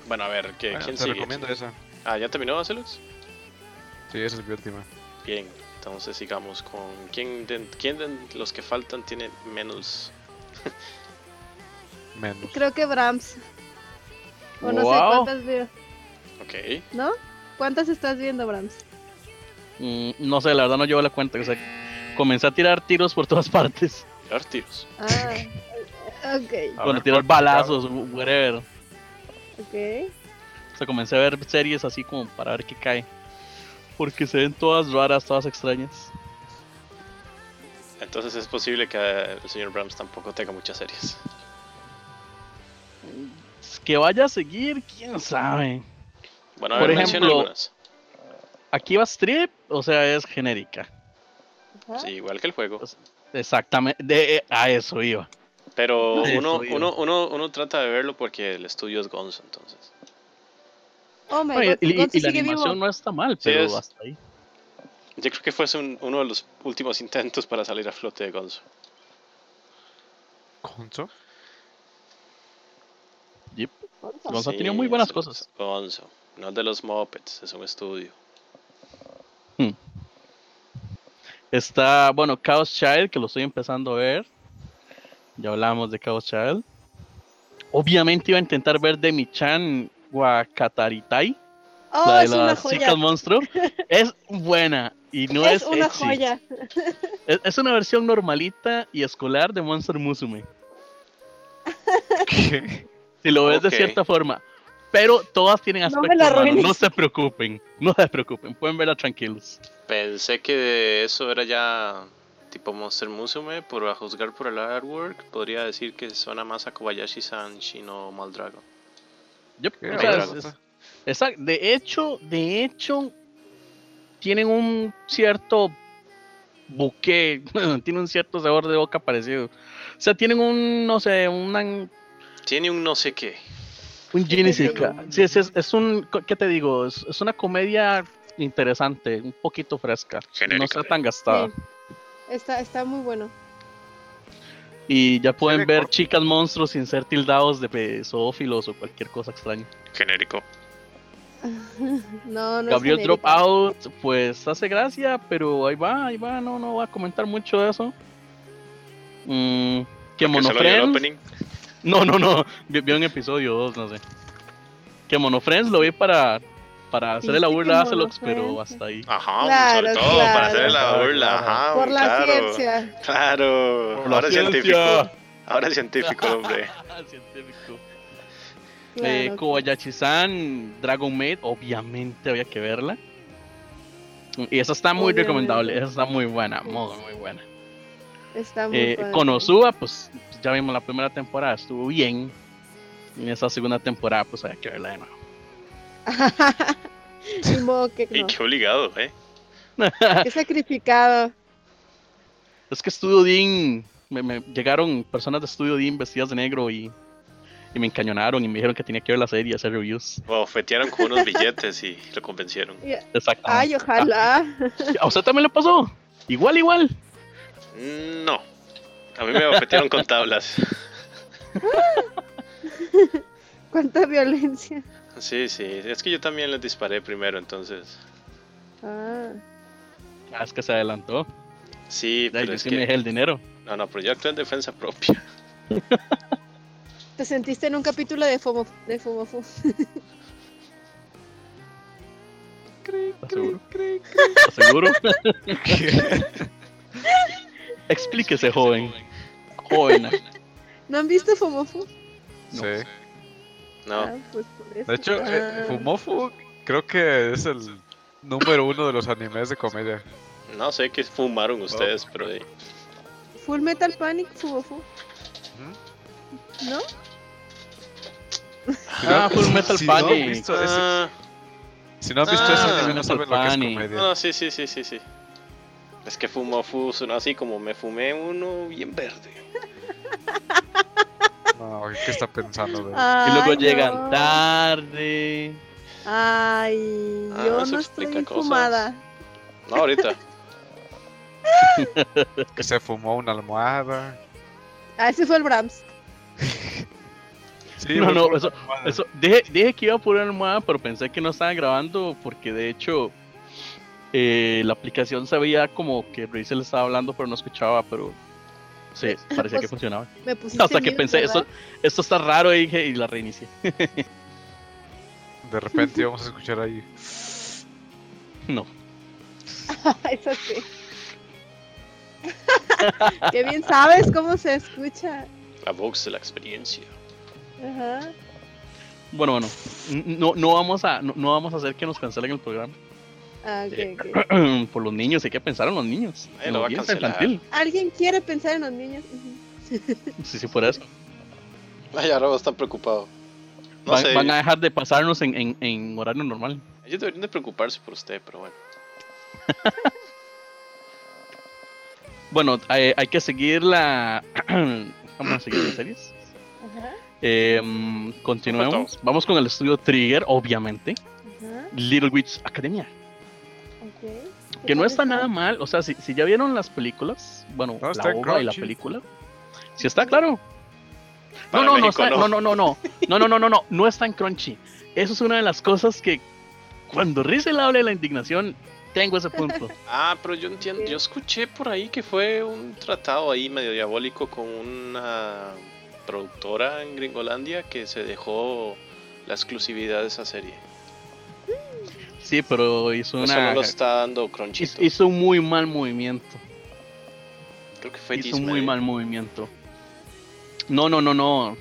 Speaker 4: Bueno, a ver, ¿qué,
Speaker 2: Bueno,
Speaker 4: ¿quién
Speaker 2: te
Speaker 4: sigue?
Speaker 2: recomiendo esa.
Speaker 4: Ah, ¿ya terminó Celux?
Speaker 2: Sí, esa es mi última.
Speaker 4: Bien, entonces sigamos con quién de, quién de los que faltan tiene menos.
Speaker 2: Menos.
Speaker 3: Creo que Brahms. O no sé
Speaker 5: Wow.
Speaker 3: cuántas veo.
Speaker 4: Ok.
Speaker 3: ¿No? ¿Cuántas estás viendo, Brahms?
Speaker 5: Mm, no sé, la verdad no llevo la cuenta. O sea, comencé a tirar tiros por todas partes.
Speaker 4: Tirar tiros.
Speaker 3: Ah, ok,
Speaker 2: A
Speaker 5: bueno,
Speaker 2: ver,
Speaker 5: tirar
Speaker 2: ¿cuál-
Speaker 5: balazos, whatever. O
Speaker 3: ok.
Speaker 5: sea, comencé a ver series así como para ver qué cae. Porque se ven todas raras, todas extrañas.
Speaker 4: Entonces es posible que eh, el señor Brahms tampoco tenga muchas series.
Speaker 5: Pues, Que vaya a seguir, quién sabe.
Speaker 4: Bueno, a
Speaker 5: Por
Speaker 4: ver, menciona
Speaker 5: ejemplo-
Speaker 4: algunas.
Speaker 5: Aquí va Strip, o sea, es genérica.
Speaker 3: Ajá.
Speaker 4: Sí, igual que el juego.
Speaker 5: Exactamente, de, eh, a eso iba.
Speaker 4: Pero
Speaker 5: Sí,
Speaker 4: uno,
Speaker 5: estoy-
Speaker 4: uno, uno, uno trata de verlo porque el estudio es Gonzo, entonces.
Speaker 3: Oh my
Speaker 5: No, y,
Speaker 3: god,
Speaker 5: y-
Speaker 3: Gonzo
Speaker 5: y la
Speaker 3: sigue vivo.
Speaker 5: animación no está mal,
Speaker 4: Sí,
Speaker 5: pero
Speaker 4: es-
Speaker 5: hasta ahí.
Speaker 4: Yo creo que fue uno de los últimos intentos para salir a flote de Gonzo.
Speaker 2: ¿Conso?
Speaker 5: Gonzo ha
Speaker 4: Sí,
Speaker 5: tenido muy buenas
Speaker 4: es
Speaker 5: cosas.
Speaker 4: Gonzo, no es de los Muppets, es un estudio.
Speaker 5: Está, bueno, Chaos Child, que lo estoy empezando a ver. Ya hablamos de Chaos Child. Obviamente iba a intentar ver de Michan Wakataritai,
Speaker 3: Oh,
Speaker 5: la de
Speaker 3: es una
Speaker 5: las
Speaker 3: joya.
Speaker 5: chicas monstruo. Es buena y no
Speaker 3: es
Speaker 5: es,
Speaker 3: una
Speaker 5: ecchi.
Speaker 3: joya.
Speaker 5: Es, es una versión normalita y escolar de Monster Musume.
Speaker 2: ¿Qué?
Speaker 5: Si lo ves
Speaker 4: Ok.
Speaker 5: de cierta forma. Pero todas tienen
Speaker 3: No me
Speaker 5: aspectos
Speaker 3: la
Speaker 5: raros,
Speaker 3: arruines.
Speaker 5: No se preocupen. No se preocupen. Pueden verla tranquilos.
Speaker 4: Pensé que eso era ya tipo Monster Musume, pero a juzgar por el artwork, podría decir que suena más a Kobayashi-san, Shino Maldrago.
Speaker 5: Yup,
Speaker 2: ¿Qué?
Speaker 5: o sea,
Speaker 4: Ahora,
Speaker 5: es- es- exact- de hecho, de hecho, tienen un cierto buque, tiene un cierto sabor de boca parecido. O sea, tienen un, no sé, una- un
Speaker 4: Tiene un no sé qué.
Speaker 5: Genesis. Sí, es, es- es un, ¿qué te digo? Es, es una comedia interesante, un poquito fresca. No
Speaker 4: Genérica.
Speaker 5: está tan gastada.
Speaker 3: Sí. Está, está muy bueno.
Speaker 5: Y ya pueden
Speaker 2: Serie
Speaker 5: ver
Speaker 2: corta.
Speaker 5: chicas monstruos sin ser tildados de pe- zoófilos o cualquier cosa extraña.
Speaker 4: Genérico.
Speaker 3: No, no
Speaker 5: Gabriel
Speaker 3: es genérico.
Speaker 5: Dropout, pues hace gracia, pero ahí va, ahí va, no, no voy a comentar mucho de eso. Mm, que
Speaker 4: Que solo oyó el
Speaker 5: Monofren,
Speaker 4: opening.
Speaker 5: No, no, no. Vi, vi un episodio 2, no sé. Que Monofriends lo vi para, para hacerle la
Speaker 3: Viste que
Speaker 5: burla a Celox, pero
Speaker 3: Monofriends.
Speaker 5: hasta ahí.
Speaker 4: Ajá,
Speaker 3: Claro,
Speaker 4: sobre todo para
Speaker 3: claro.
Speaker 4: hacerle la
Speaker 2: Claro,
Speaker 4: burla.
Speaker 2: claro.
Speaker 4: Ajá,
Speaker 3: Por la
Speaker 4: claro.
Speaker 3: ciencia.
Speaker 4: Claro,
Speaker 5: Por la
Speaker 4: ahora es
Speaker 5: ciencia.
Speaker 4: científico. Ahora es científico, el hombre.
Speaker 5: Ah, Científico. Eh,
Speaker 3: claro.
Speaker 5: Kobayashi-san, Dragon Maid, obviamente había que verla. Y esa está muy
Speaker 3: Obviamente.
Speaker 5: recomendable, esa está muy buena,
Speaker 3: Sí.
Speaker 5: muy, muy buena.
Speaker 3: Está muy
Speaker 5: Eh,
Speaker 3: padre.
Speaker 5: Konosuba, pues ya vimos la primera temporada, estuvo bien. En esa segunda temporada, pues había que verla de nuevo.
Speaker 3: Ni modo que
Speaker 4: Y
Speaker 3: no.
Speaker 4: qué obligado, ¿eh?
Speaker 3: Qué sacrificado.
Speaker 5: Es que Studio Dean, me, me llegaron personas de Studio Dean vestidas de negro y, y me encañonaron y me dijeron que tenía que ver la serie y hacer reviews.
Speaker 4: Bofetearon con unos billetes y lo convencieron.
Speaker 3: Y-
Speaker 5: Exactamente. Ah,
Speaker 3: Ay, ojalá.
Speaker 5: ¿A usted también le pasó? Igual, igual.
Speaker 4: No. A mí me bofetearon con tablas.
Speaker 3: Cuánta violencia.
Speaker 4: Sí, sí. Es que yo también les disparé primero, entonces.
Speaker 3: Ah.
Speaker 5: Ah, es que se adelantó.
Speaker 4: Sí,
Speaker 5: Ya,
Speaker 4: pero
Speaker 5: yo
Speaker 4: es
Speaker 5: sí me
Speaker 4: que.
Speaker 5: dejé el dinero.
Speaker 4: No, no, pero yo actué en defensa propia.
Speaker 3: Te sentiste en un capítulo de FOMO, de FOMOFU.
Speaker 5: ¿Estás seguro? ¿Estás seguro? Explíquese, joven. Joven.
Speaker 3: ¿No han visto FOMOFU?
Speaker 5: No.
Speaker 2: Sí.
Speaker 4: No.
Speaker 3: Ah, pues por eso.
Speaker 2: De hecho, eh,
Speaker 3: Ah.
Speaker 2: Fumofu creo que es el número uno de los animes de comedia.
Speaker 4: No sé qué
Speaker 5: Oh.
Speaker 4: fumaron ustedes, pero eh,
Speaker 3: Full Metal Panic, FOMOFU. ¿No?
Speaker 5: Ah, Full Metal
Speaker 2: si No
Speaker 5: Panic.
Speaker 2: han visto ese,
Speaker 4: ah,
Speaker 2: si no han visto ese
Speaker 4: Ah,
Speaker 2: anime, no
Speaker 5: Full
Speaker 2: saben lo que es
Speaker 5: Panic.
Speaker 4: no,
Speaker 2: comedia.
Speaker 4: no, sí, sí, sí, sí, sí. Es que fumo fuso, ¿no? así como me fumé uno bien verde.
Speaker 2: No, ¿qué está pensando? güey?
Speaker 5: Y luego
Speaker 3: Ay,
Speaker 5: llegan
Speaker 3: no.
Speaker 5: tarde.
Speaker 3: Ay,
Speaker 4: Ah,
Speaker 3: yo
Speaker 4: eso
Speaker 3: no
Speaker 4: explica
Speaker 3: estoy
Speaker 4: cosas.
Speaker 3: fumada.
Speaker 4: No, ahorita.
Speaker 2: Que se fumó una almohada.
Speaker 3: Ah, ese fue el Brahms.
Speaker 2: Sí,
Speaker 5: No,
Speaker 2: fue
Speaker 5: no,
Speaker 2: por
Speaker 5: eso-
Speaker 2: una almohada.
Speaker 5: Eso, dije, dije que iba por una almohada, pero pensé que no estaba grabando porque de hecho eh, la aplicación sabía como que Ray se le estaba hablando, pero no escuchaba, pero sí, parecía que
Speaker 3: Pues,
Speaker 5: funcionaba.
Speaker 3: Me pusiste
Speaker 5: Hasta que
Speaker 3: miedo,
Speaker 5: pensé,
Speaker 3: ¿verdad?
Speaker 5: esto, esto está raro, y dije, y la reinicié.
Speaker 2: De repente vamos a escuchar ahí.
Speaker 5: No.
Speaker 3: Eso sí. Qué bien sabes cómo se escucha.
Speaker 4: La box de la experiencia.
Speaker 3: Ajá.
Speaker 5: Bueno, bueno, n- no, no, vamos a, no, no vamos a hacer que nos cancelen el programa.
Speaker 3: Ah, ok,
Speaker 4: Sí.
Speaker 3: ok.
Speaker 5: por los niños, hay que pensar en los niños.
Speaker 4: Nadie
Speaker 5: en
Speaker 4: lo
Speaker 5: la
Speaker 4: va a
Speaker 5: audiencia
Speaker 4: cancelar.
Speaker 5: infantil,
Speaker 3: ¿Alguien quiere pensar en los niños? Ujú.
Speaker 5: si, si fuera eso.
Speaker 4: Ay, ahora va a estar preocupado. No
Speaker 5: Van,
Speaker 4: sé.
Speaker 5: van a dejar de pasarnos en, en, en horario normal.
Speaker 4: Ellos deberían de preocuparse por usted, pero bueno.
Speaker 5: Bueno, hay, hay que seguir la... vamos a seguir las series.
Speaker 3: Ajá.
Speaker 5: Em, continuemos. Vamos con el estudio Trigger, obviamente.
Speaker 3: Ajá.
Speaker 5: Little Witch Academia.
Speaker 3: Ok. ¿Qué
Speaker 5: Que no
Speaker 3: tal
Speaker 5: está nada mal. O sea, si, si ya vieron las películas, bueno,
Speaker 2: No, está
Speaker 5: la
Speaker 2: en
Speaker 5: obra y la
Speaker 2: Crunchy.
Speaker 5: película. Si está claro. No,
Speaker 4: Para
Speaker 5: no, no,
Speaker 4: México,
Speaker 5: está, no, no, no, no, no, no, no, no, no, no está en Crunchy. Eso es una de las cosas que cuando Rizel habla de la indignación, tengo ese punto.
Speaker 4: Ah, pero yo entiendo, yo escuché por ahí que fue un tratado ahí medio diabólico con una productora en Gringolandia que se dejó la exclusividad de esa serie.
Speaker 5: Sí, pero hizo
Speaker 4: Eso no
Speaker 5: una.
Speaker 4: lo está dando Crunchyroll.
Speaker 5: Hizo un muy mal movimiento.
Speaker 4: Creo que fue
Speaker 5: hizo
Speaker 4: Disney.
Speaker 5: muy mal movimiento. No, no, no, no.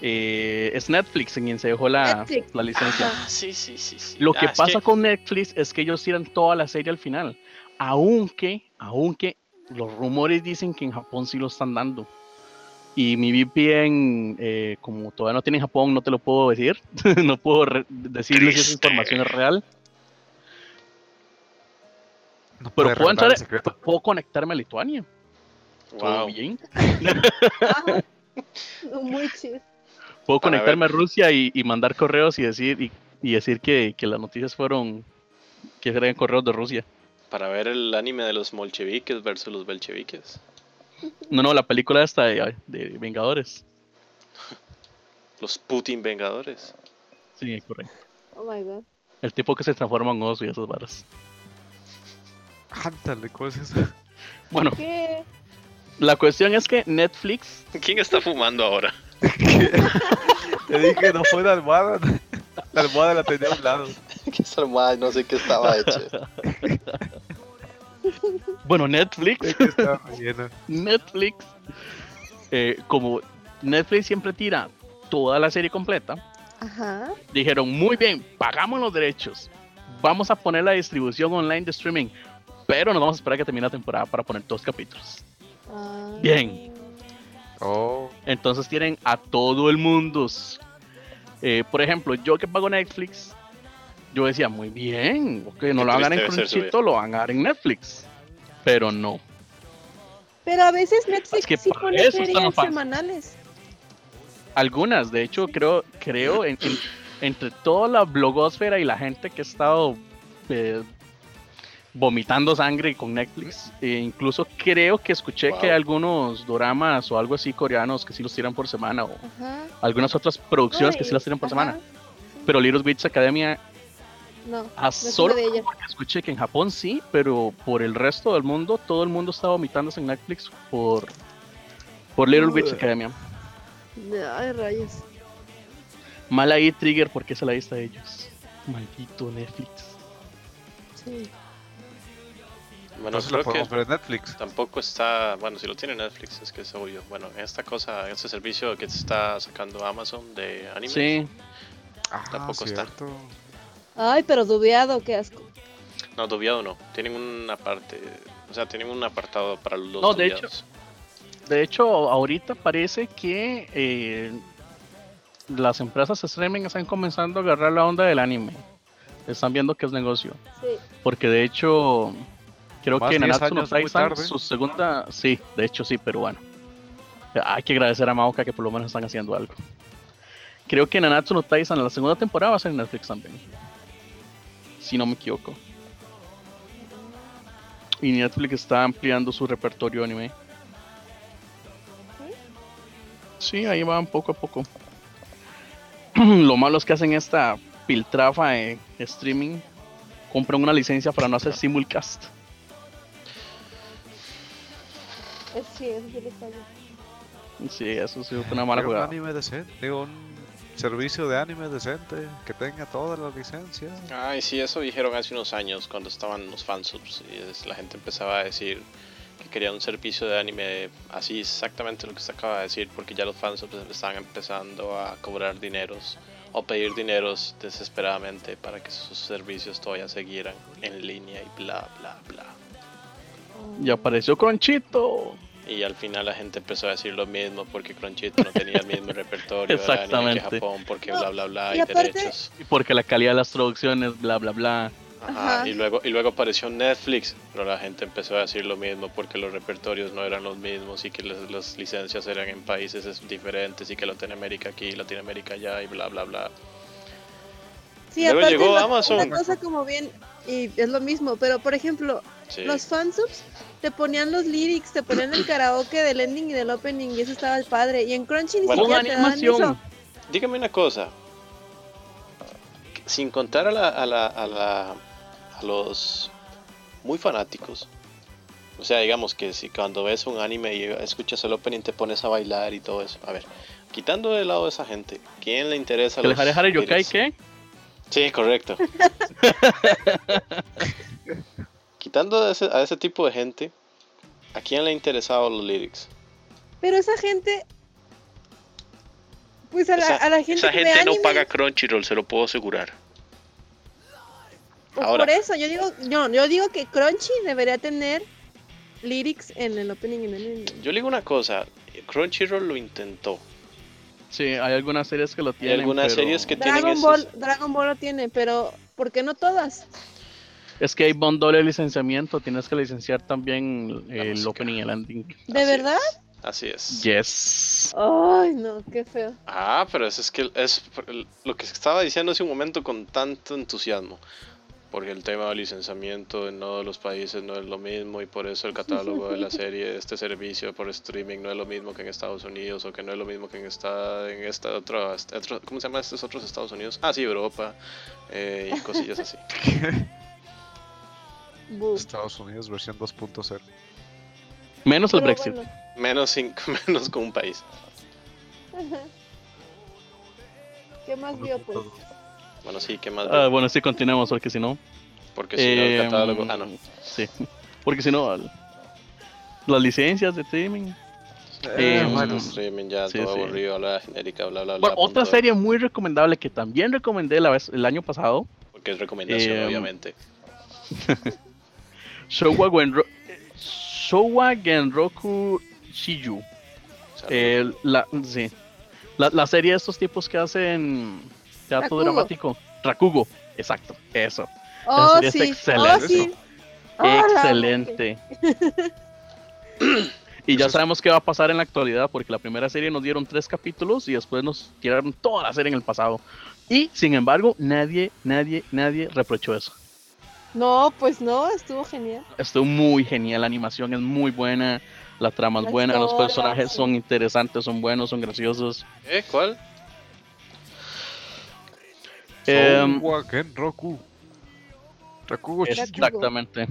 Speaker 5: Eh, es Netflix en quien se dejó la,
Speaker 3: Netflix.
Speaker 5: la licencia.
Speaker 4: Ah, sí, sí, sí, sí.
Speaker 5: Lo
Speaker 4: Ah,
Speaker 5: que
Speaker 4: es
Speaker 5: pasa con Netflix es que ellos tiran toda la serie al final. Aunque, aunque los rumores dicen que en Japón sí lo están dando. Y mi VPN, eh, como todavía no tiene en Japón, no te lo puedo decir. no puedo re- decirle si esa
Speaker 4: Triste.
Speaker 5: información es real.
Speaker 2: No
Speaker 5: Pero
Speaker 2: puede
Speaker 5: puedo
Speaker 2: revelar
Speaker 5: entrar,
Speaker 2: el secreto.
Speaker 5: puedo conectarme a Lituania. Todo
Speaker 4: Wow.
Speaker 5: bien.
Speaker 3: Ajá. No, Muy chido.
Speaker 5: Puedo
Speaker 4: Para
Speaker 5: conectarme a Rusia y, y mandar correos y decir, y, y decir que, que las noticias fueron que eran correos de Rusia.
Speaker 4: Para ver el anime de los molcheviques versus los bolcheviques.
Speaker 5: No, no, la película esta de, de Vengadores.
Speaker 4: Los Putin Vengadores.
Speaker 5: Sí, correcto.
Speaker 3: Oh my god.
Speaker 5: El tipo que se transforma en oso y esas varas.
Speaker 2: Ándale, ¿cuál es eso?
Speaker 5: Bueno,
Speaker 3: ¿Qué?
Speaker 5: La cuestión es que Netflix.
Speaker 4: ¿Quién está fumando ahora?
Speaker 2: Te dije, no fue la almohada. La almohada la tenía a un lado.
Speaker 6: Que esa almohada no sé qué estaba hecha.
Speaker 5: Bueno, Netflix.
Speaker 2: De que estaba rellena.
Speaker 5: Netflix. eh, como Netflix siempre tira toda la serie completa,
Speaker 3: Ajá.
Speaker 5: dijeron: Muy bien, pagamos los derechos. Vamos a poner la distribución online de streaming. Pero nos vamos a esperar a que termine la temporada para poner dos capítulos.
Speaker 3: Ah.
Speaker 5: Bien.
Speaker 2: Oh,
Speaker 5: Entonces tienen a todo el mundo. Eh, por ejemplo, yo que pago Netflix, yo decía, muy bien, ok, no lo van a dar en
Speaker 4: triste debe ser su
Speaker 5: Crunchyroll, lo van a dar en Netflix. Pero no.
Speaker 3: Pero a veces Netflix
Speaker 5: Es que
Speaker 3: sí
Speaker 5: para
Speaker 3: pone
Speaker 5: eso están
Speaker 3: series
Speaker 5: los fans.
Speaker 3: semanales.
Speaker 5: Algunas, de hecho, creo, creo en- en- entre toda la blogosfera y la gente que ha estado eh, vomitando sangre con Netflix, eh, incluso creo que escuché que
Speaker 6: Wow.
Speaker 5: algunos doramas o algo así coreanos que sí los tiran por semana o
Speaker 3: Ajá.
Speaker 5: algunas otras producciones que sí
Speaker 3: Ay,
Speaker 5: las tiran por
Speaker 3: ajá.
Speaker 5: semana. Pero Little Witch Academia
Speaker 3: No.
Speaker 5: Ah,
Speaker 3: No
Speaker 5: solo
Speaker 3: supe de ella.
Speaker 5: porque escuché que en Japón sí, pero por el resto del mundo, todo el mundo está vomitándose en Netflix por, por Little Witch Academia.
Speaker 3: Ay, rayos.
Speaker 5: Mal ahí, Trigger, porque se la diste a ellos. Maldito Netflix.
Speaker 3: Sí.
Speaker 4: Bueno,
Speaker 2: entonces lo
Speaker 4: creo que
Speaker 2: podemos ver en Netflix.
Speaker 4: tampoco está. Bueno, si lo tiene Netflix, es que es obvio. Bueno, esta cosa, este servicio que se está sacando Amazon de anime.
Speaker 5: Sí,
Speaker 2: Ah,
Speaker 4: Tampoco está.
Speaker 2: cierto.
Speaker 3: Ay, pero dubiado, qué asco.
Speaker 4: No, dubiado no. Tienen una parte. O sea, tienen un apartado para los.
Speaker 5: No, de
Speaker 4: dubiados.
Speaker 5: de hecho, ahorita parece que eh, las empresas de streaming están comenzando a agarrar la onda del anime. Están viendo que es negocio.
Speaker 3: Sí.
Speaker 5: Porque de hecho, creo
Speaker 2: Más
Speaker 5: que
Speaker 2: 10
Speaker 5: Nanatsu no
Speaker 2: años muy
Speaker 5: Taizan,
Speaker 2: tarde.
Speaker 5: su segunda. Sí, de hecho sí, pero bueno. Hay que agradecer a Maoka que por lo menos están haciendo algo. Creo que Nanatsu no Taizan, la segunda temporada va a ser en Netflix también. Si no me equivoco. Y Netflix está ampliando su repertorio anime. Sí, ahí van poco a poco. lo malo es que hacen esta piltrafa de streaming compran una licencia para no hacer simulcast.
Speaker 3: Es, sí, eso sí le falla.
Speaker 5: Sí, eso sí fue una mala
Speaker 2: Pero un
Speaker 5: jugada.
Speaker 2: anime decente, digo, un servicio de anime decente que tenga todas las licencias.
Speaker 4: Ay, sí, eso dijeron hace unos años cuando estaban los fansubs. Y es- la gente empezaba a decir que quería un servicio de anime así, exactamente lo que usted acaba de decir, porque ya los fansubs estaban empezando a cobrar dineros o pedir dineros desesperadamente para que sus servicios todavía siguieran en línea y bla, bla, bla.
Speaker 5: Y apareció Cronchito.
Speaker 4: Y al final la gente empezó a decir lo mismo porque Crunchyroll no tenía el mismo repertorio de anime
Speaker 5: Exactamente.
Speaker 4: que Japón, porque
Speaker 3: No,
Speaker 4: bla, bla, bla,
Speaker 3: y
Speaker 4: y,
Speaker 3: aparte-
Speaker 4: derechos.
Speaker 5: Y porque la calidad de las traducciones, bla, bla, bla.
Speaker 4: Ajá,
Speaker 3: Ajá.
Speaker 4: Y, luego, y luego apareció Netflix, pero la gente empezó a decir lo mismo porque los repertorios no eran los mismos y que las, las licencias eran en países es- diferentes y que Latinoamérica aquí, Latinoamérica allá y bla, bla, bla.
Speaker 3: Sí,
Speaker 4: Luego
Speaker 3: aparte
Speaker 4: llegó
Speaker 3: una-
Speaker 4: Amazon.
Speaker 3: Una cosa como bien, y es lo mismo, pero por ejemplo,
Speaker 4: Sí.
Speaker 3: los fansubs te ponían los lyrics, te ponían el karaoke del ending y del opening, y eso estaba el padre. Y en Crunchy ni
Speaker 4: Bueno,
Speaker 5: Con
Speaker 3: siquiera te daban eso.
Speaker 5: animación.
Speaker 4: Dígame una cosa, sin contar a, la, a, la, a, la- a los muy fanáticos, o sea, digamos que si cuando ves un anime y escuchas el opening te pones a bailar y todo eso, a ver, quitando de lado a esa gente, ¿quién le interesa
Speaker 5: Que el
Speaker 4: los
Speaker 5: Hare Hare Yokai,
Speaker 4: lyrics?
Speaker 5: ¿qué?
Speaker 4: Sí, correcto. Quitando a ese, a ese tipo de gente, ¿a quién le han interesado los lyrics?
Speaker 3: Pero esa gente. Pues a la, a la gente que ve anime,
Speaker 4: Crunchyroll, se lo puedo asegurar.
Speaker 3: pues
Speaker 4: ahora.
Speaker 3: Por eso, yo digo, no, yo digo que Crunchy debería tener lyrics en el opening y en el ending.
Speaker 4: Yo le digo una cosa, Crunchyroll lo intentó.
Speaker 5: Sí, hay algunas series que lo
Speaker 4: Hay
Speaker 5: tienen.
Speaker 4: algunas
Speaker 5: pero
Speaker 4: series que tienen
Speaker 3: Dragon
Speaker 4: esos-
Speaker 3: Ball, Dragon Ball lo tiene, pero ¿por qué no todas?
Speaker 5: Es que hay un doble licenciamiento. Tienes que licenciar también el
Speaker 4: música.
Speaker 5: opening y el ending.
Speaker 3: ¿De
Speaker 4: Así
Speaker 3: verdad?
Speaker 4: es, Así es.
Speaker 5: Yes.
Speaker 3: Ay, no, qué feo.
Speaker 4: Ah, pero eso es que es lo que estaba diciendo hace un momento con tanto entusiasmo. Porque el tema del licenciamiento en todos los países no es lo mismo y por eso el catálogo de la serie, este servicio por streaming no es lo mismo que en Estados Unidos o que no es lo mismo que en esta, en esta otra, este otro- ¿cómo se llama estos otros Estados Unidos? Ah, sí, Europa eh, y cosillas así.
Speaker 3: Bu.
Speaker 2: Estados Unidos versión 2.0.
Speaker 5: Menos el
Speaker 3: Pero
Speaker 5: Brexit.
Speaker 3: bueno.
Speaker 4: Menos cinco, menos con un país.
Speaker 3: ¿Qué más vio, pues?
Speaker 4: Bueno, sí, ¿qué más?
Speaker 5: Ah, bueno, sí, continuemos porque si no.
Speaker 4: Porque si no, el
Speaker 5: eh,
Speaker 4: catálogo. Ah, no.
Speaker 5: Sí. Porque si no, al- las licencias de streaming.
Speaker 2: Eh,
Speaker 5: Eh,
Speaker 2: bueno,
Speaker 4: streaming ya,
Speaker 5: sí,
Speaker 4: todo
Speaker 5: sí.
Speaker 4: aburrido, habla genérica, bla, bla, bla.
Speaker 5: Bueno, otra
Speaker 4: punto.
Speaker 5: serie muy recomendable que también recomendé la vez, el año pasado.
Speaker 4: Porque es recomendación,
Speaker 5: Eh,
Speaker 4: obviamente.
Speaker 5: Showa Genro- Showa Genroku Shiyu.
Speaker 4: O sea,
Speaker 5: El- la, sí. la, la serie de estos tipos que hacen teatro
Speaker 3: Rakugo.
Speaker 5: dramático. Rakugo, exacto, eso.
Speaker 3: Oh,
Speaker 5: serie
Speaker 3: sí.
Speaker 5: está
Speaker 3: Oh,
Speaker 5: excelente.
Speaker 3: sí. Ah, la-
Speaker 5: Excelente. y
Speaker 2: Eso
Speaker 5: ya
Speaker 2: es-
Speaker 5: sabemos qué va a pasar en la actualidad, porque la primera serie nos dieron tres capítulos y después nos tiraron toda la serie en el pasado. Y sin embargo, nadie, nadie, nadie reprochó eso.
Speaker 3: No, pues no, estuvo genial.
Speaker 5: Estuvo muy genial, la animación es muy buena, la trama es
Speaker 3: La
Speaker 5: buena, los
Speaker 3: historia.
Speaker 5: personajes son interesantes, son buenos, son graciosos.
Speaker 4: ¿Eh? ¿Cuál?
Speaker 5: Em,
Speaker 2: Wagen Roku. Rakugo
Speaker 3: Rakugo.
Speaker 5: exactamente.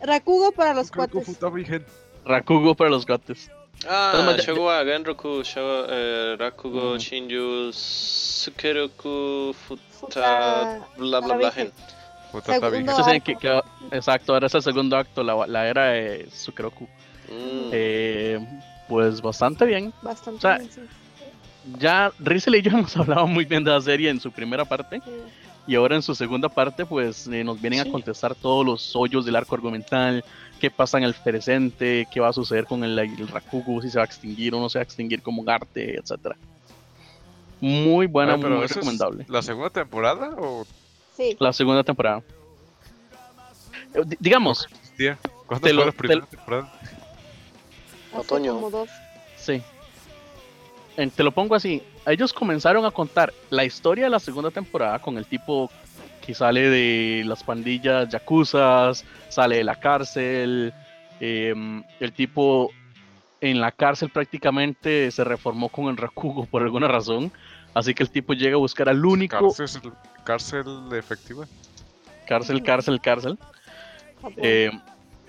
Speaker 3: Rakugo para los
Speaker 2: Rakugo
Speaker 3: cuates.
Speaker 2: puta virgen.
Speaker 5: Rakugo para los gatos. Pero
Speaker 4: Ah,
Speaker 5: manda-
Speaker 4: Showa, Genroku, Showa, eh, Rakugo,
Speaker 5: Mm.
Speaker 4: Shinju, Sukeroku, Futa,
Speaker 3: Futa-
Speaker 4: bla, bla, bla, gen.
Speaker 2: Puta ta
Speaker 3: Segundo.
Speaker 2: virgen.
Speaker 5: Entonces, que- que- exacto, ahora es el segundo acto, la, la era de Sukeroku.
Speaker 4: Mm.
Speaker 5: Eh, pues bastante bien.
Speaker 3: Bastante.
Speaker 5: O sea,
Speaker 3: bien, sí,
Speaker 5: Ya Rizel y yo hemos hablado muy bien de la serie en su primera parte
Speaker 3: sí.
Speaker 5: y ahora en su segunda parte pues eh, nos vienen
Speaker 4: Sí.
Speaker 5: a contestar todos los hoyos del arco argumental, qué pasa en el presente, qué va a suceder con el, el Rakugo, si se va a extinguir o no se va a extinguir como un arte, etcétera. Muy buena,
Speaker 2: Oye, pero ¿eso
Speaker 5: muy
Speaker 2: es
Speaker 5: recomendable.
Speaker 2: ¿La segunda temporada o
Speaker 3: Sí.
Speaker 5: La segunda temporada. Eh, di- digamos,
Speaker 2: tía? ¿Cuándo
Speaker 5: Te
Speaker 2: fue
Speaker 5: lo-
Speaker 2: la
Speaker 5: te
Speaker 2: primera
Speaker 5: lo-
Speaker 2: temporada?
Speaker 3: hace
Speaker 6: Otoño.
Speaker 3: como dos.
Speaker 5: Sí. En- te lo pongo así. Ellos comenzaron a contar la historia de la segunda temporada con el tipo que sale de las pandillas yacuzas, sale de la cárcel. em, el tipo en la cárcel prácticamente se reformó con el Rakugo por alguna razón. Así que el tipo llega a buscar al único.
Speaker 2: Cárcel, cárcel efectiva.
Speaker 5: Cárcel, cárcel, cárcel.
Speaker 3: Japón.
Speaker 5: Eh,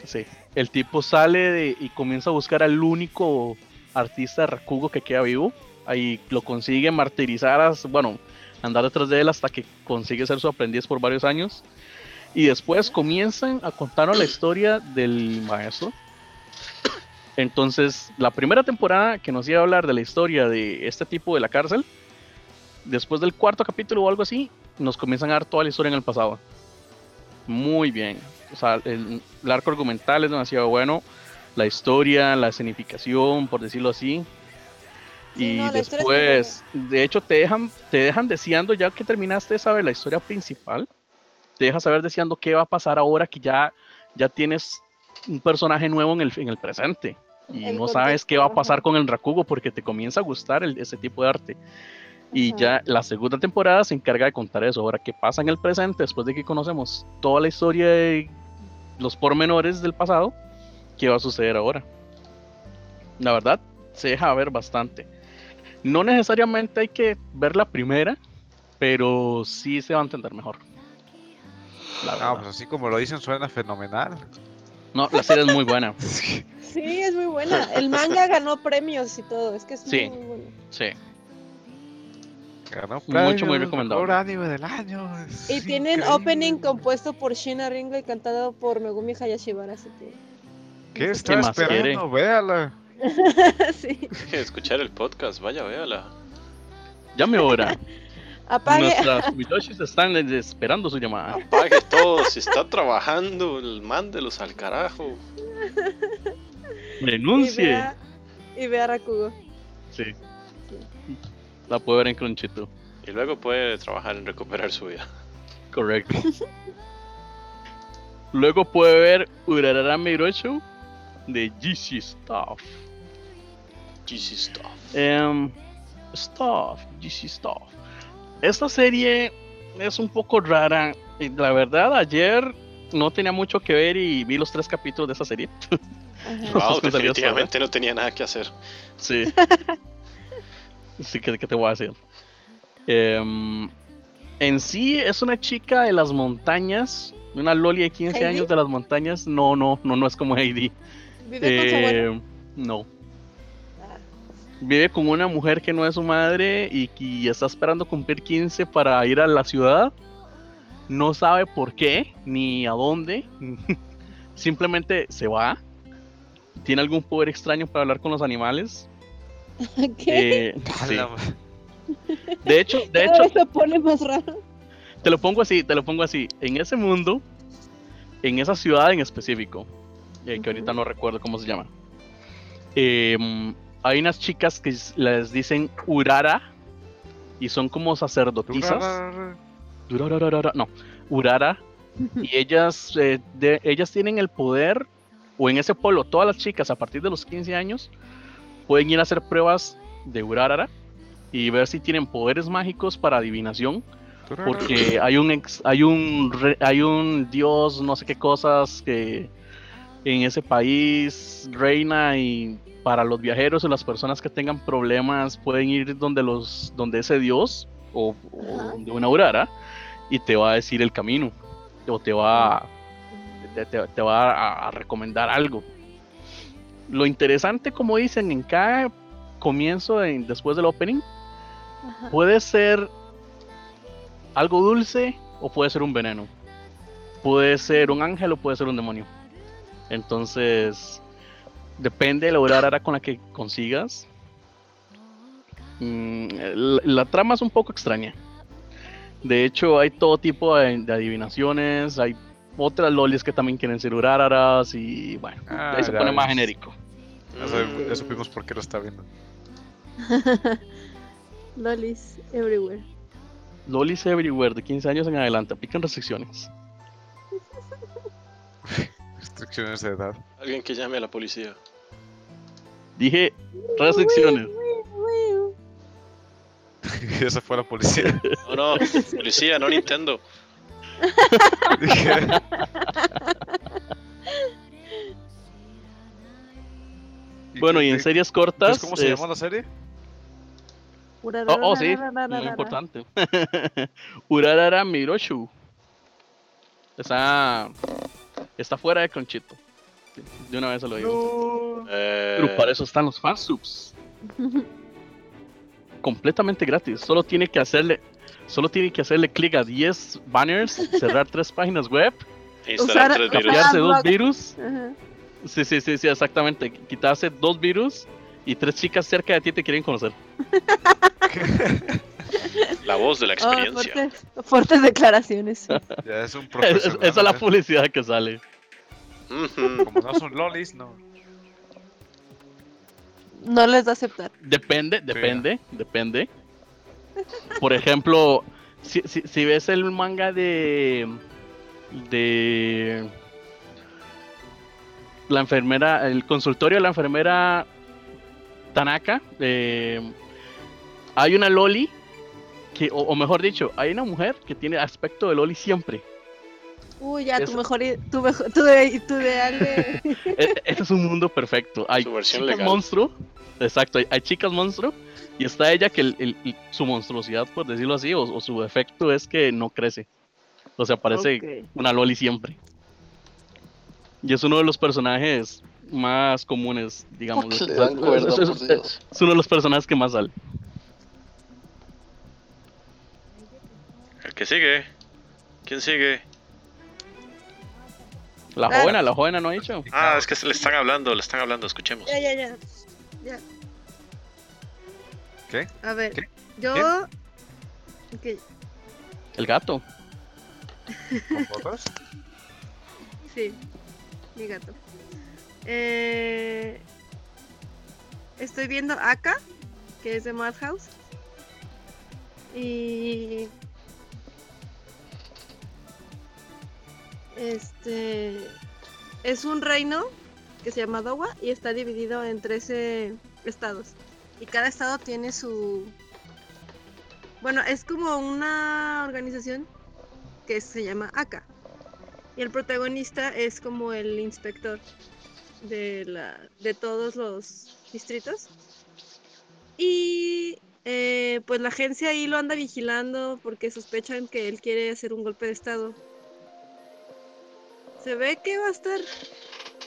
Speaker 5: sí. El tipo sale de- y comienza a buscar al único artista Rakugo que queda vivo. Ahí lo consigue martirizar, as- bueno, andar detrás de él hasta que consigue ser su aprendiz por varios años. Y después comienzan a contarnos la historia del maestro. Entonces, la primera temporada que nos iba a hablar de la historia de este tipo de la cárcel, después del cuarto capítulo o algo así, nos comienzan a dar toda la historia en el pasado. Muy bien. O sea, el, el arco argumental es demasiado bueno. La historia, la escenificación, por decirlo así.
Speaker 3: Sí,
Speaker 5: y
Speaker 3: no, la historia está
Speaker 5: después, de hecho, te dejan, te dejan deseando, ya que terminaste de saber la historia principal, te deja saber deseando qué va a pasar ahora que ya, ya tienes un personaje nuevo en el, en el presente. Y
Speaker 3: El
Speaker 5: no sabes qué va a
Speaker 3: contexto,
Speaker 5: pasar
Speaker 3: ajá.
Speaker 5: con el Rakugo porque te comienza a gustar el- ese tipo de arte. Y
Speaker 3: Ajá.
Speaker 5: ya la segunda temporada se encarga de contar eso. Ahora, ¿qué pasa en el presente después de que conocemos toda la historia de los pormenores del pasado? ¿Qué va a suceder ahora? La verdad, se deja ver bastante. No necesariamente hay que ver la primera, pero sí se va a entender mejor. La
Speaker 2: Ah,
Speaker 5: verdad.
Speaker 2: pues así como lo dicen suena fenomenal.
Speaker 5: No, la serie es muy buena.
Speaker 3: Sí, es muy buena. El manga ganó premios y todo. Es que es
Speaker 5: Sí.
Speaker 3: muy, muy bueno.
Speaker 5: Sí.
Speaker 2: Ganó
Speaker 5: Mucho, muy
Speaker 2: premio,
Speaker 5: recomendable.
Speaker 2: mejor anime del año. es
Speaker 3: Y tienen
Speaker 2: increíble.
Speaker 3: opening compuesto por Shina Ringo y cantado por Megumi Hayashibara. Así que.
Speaker 2: ¿Qué
Speaker 3: no sé
Speaker 2: está
Speaker 5: ¿Qué más quiere?
Speaker 2: esperando? Véala.
Speaker 3: sí.
Speaker 4: Escuchar el podcast, vaya, véala.
Speaker 5: Ya me hora.
Speaker 3: Apague.
Speaker 5: Nuestras Miloshis están esperando su llamada.
Speaker 4: Pague todo, si está trabajando, el- mándelos al carajo.
Speaker 3: Y
Speaker 5: Renuncie.
Speaker 3: vea, y vea Rakugo.
Speaker 5: Sí. La puedo ver en Cronchito.
Speaker 4: Y luego puede trabajar en recuperar su vida.
Speaker 5: Correcto. Luego puede ver Urarara Mirocho de GC Stuff.
Speaker 4: GC stuff.
Speaker 5: Em, Stuff, GC Stuff. Esta serie es un poco rara. y La verdad, ayer no tenía mucho que ver y vi los tres capítulos de esta serie.
Speaker 3: Ajá.
Speaker 4: Wow,
Speaker 5: Entonces, ¿qué salió
Speaker 4: definitivamente no tenía nada que hacer.
Speaker 5: Sí. sí, ¿qué, qué te voy a decir? Em, en sí es una chica de las montañas, una loli de 15
Speaker 3: ¿Heidi?
Speaker 5: años de las montañas. No, no, no, no es como Heidi.
Speaker 3: Vive con su abuela.
Speaker 5: Eh, no.
Speaker 3: Ah.
Speaker 5: Vive con una mujer que no es su madre y que está esperando cumplir 15 para ir a la ciudad. No sabe por qué ni a dónde. Simplemente se va. Tiene algún poder extraño para hablar con los animales.
Speaker 3: ¿Qué?
Speaker 5: Eh,
Speaker 2: A
Speaker 5: sí.
Speaker 2: la ma-
Speaker 5: De hecho, de
Speaker 3: Cada
Speaker 5: hecho,
Speaker 3: vez se pone más raro.
Speaker 5: te lo pongo así, te lo pongo así. En ese mundo, en esa ciudad en específico, eh,
Speaker 3: Ujú.
Speaker 5: que ahorita no recuerdo cómo se llama, em, hay unas chicas que s- les dicen Urara y son como sacerdotisas. Durararara, no, Urara. Y ellas, eh, de- ellas tienen el poder, o en ese pueblo, todas las chicas a partir de los 15 años pueden ir a hacer pruebas de Urarara y ver si tienen poderes mágicos para adivinación porque hay un ex- hay un re- hay un dios no sé qué cosas que en ese país reina y para los viajeros o las personas que tengan problemas pueden ir donde los donde ese dios o, o
Speaker 3: Ajá.
Speaker 5: donde una urara y te va a decir el camino o te va te, te- te va a, a recomendar algo lo interesante como dicen en cada comienzo de- después del opening
Speaker 3: Ajá.
Speaker 5: Puede ser algo dulce o puede ser un veneno. Puede ser un ángel o puede ser un demonio. Entonces, depende de la hora rara con la que consigas. Mm, la, la trama es un poco extraña. De hecho, hay todo tipo de, de adivinaciones, hay otras lolis que también quieren ser uraras y bueno,
Speaker 2: Ah,
Speaker 5: ahí se
Speaker 2: ya
Speaker 5: pone más
Speaker 2: ves.
Speaker 5: genérico.
Speaker 2: Ya, sabe- ya
Speaker 4: Mm,
Speaker 2: supimos por qué lo está viendo.
Speaker 3: Lolis everywhere.
Speaker 5: Lolis Everywhere de 15 años en adelante, aplican restricciones.
Speaker 2: Restricciones de edad.
Speaker 4: Alguien que llame a la policía.
Speaker 5: Dije restricciones.
Speaker 2: Esa fue la policía.
Speaker 4: No, no, policía, no Nintendo.
Speaker 2: Dije,
Speaker 5: Bueno, y en
Speaker 2: serio
Speaker 5: series cortas.
Speaker 2: ¿Cómo se
Speaker 5: es-
Speaker 2: llama la serie?
Speaker 5: Oh, oh, sí, muy importante. Urarara Miroshu. Está. Está fuera de Conchito. De una vez se lo digo.
Speaker 4: Eh,
Speaker 5: Pero para eso están los fansubs. Completamente gratis. Solo tiene que hacerle. Solo tiene que hacerle clic a 10 banners, cerrar tres páginas web,
Speaker 4: instalar
Speaker 3: usar-
Speaker 4: tres virus.
Speaker 5: copiarse dos
Speaker 3: Adblock.
Speaker 5: virus.
Speaker 3: Oh,
Speaker 5: Sí, sí, sí, sí, exactamente. Quitarse dos virus y tres chicas cerca de ti te quieren conocer.
Speaker 4: La voz
Speaker 3: Ah,
Speaker 4: de la experiencia.
Speaker 3: fuertes, fuertes declaraciones.
Speaker 2: Ya es un
Speaker 5: Es-
Speaker 2: profesional.
Speaker 5: es- Esa es la
Speaker 2: ¿eh?
Speaker 5: publicidad que sale.
Speaker 4: Ujú.
Speaker 2: Como no son lolis, no.
Speaker 3: No les da aceptar.
Speaker 5: Depende, depende, depende. Por ejemplo, si, si, si ves el manga de. de. La enfermera, el consultorio de la enfermera Tanaka, eh, hay una Loli, que, o, o mejor dicho, hay una mujer que tiene aspecto de Loli siempre.
Speaker 3: Uy, ya, tu
Speaker 5: Eso-
Speaker 3: mejor, i- tu mejor, tu de, tu ideal de-
Speaker 5: E- Este es un mundo perfecto. Hay
Speaker 4: Su versión
Speaker 5: chicas
Speaker 4: legal.
Speaker 5: monstruo. Exacto, hay, hay chicas monstruo. Y está ella que el- el- el- su monstruosidad, por decirlo así, o, o su defecto es que no crece. O sea, parece
Speaker 3: Ok.
Speaker 5: una Loli siempre. Y es uno de los personajes más comunes, digamos.
Speaker 6: Porque le
Speaker 5: Es-
Speaker 6: dan
Speaker 5: es-
Speaker 6: cuerda,
Speaker 5: es-
Speaker 6: por
Speaker 5: es-
Speaker 6: Dios.
Speaker 5: es uno de los personajes que más sale.
Speaker 4: El que sigue. ¿Quién sigue?
Speaker 5: La
Speaker 3: Ah.
Speaker 5: joven, la joven no ha dicho.
Speaker 4: Ah, es que se le están hablando, le están hablando, escuchemos.
Speaker 3: Ya, ya, ya. Ya.
Speaker 2: ¿Qué?
Speaker 3: A ver,
Speaker 2: ¿Qué?
Speaker 3: yo. Ok,
Speaker 5: El gato.
Speaker 2: ¿Con botas?
Speaker 3: sí. Mi gato. Eh, estoy viendo Aka, que es de Madhouse. Y. Este. Es un reino que se llama Dowa y está dividido en 13 estados. Y cada estado tiene su. Bueno, es como una organización que se llama Aka. Y el protagonista es como el inspector de, la, de todos los distritos. Y eh, pues la agencia ahí lo anda vigilando porque sospechan que él quiere hacer un golpe de estado. Se ve que va a estar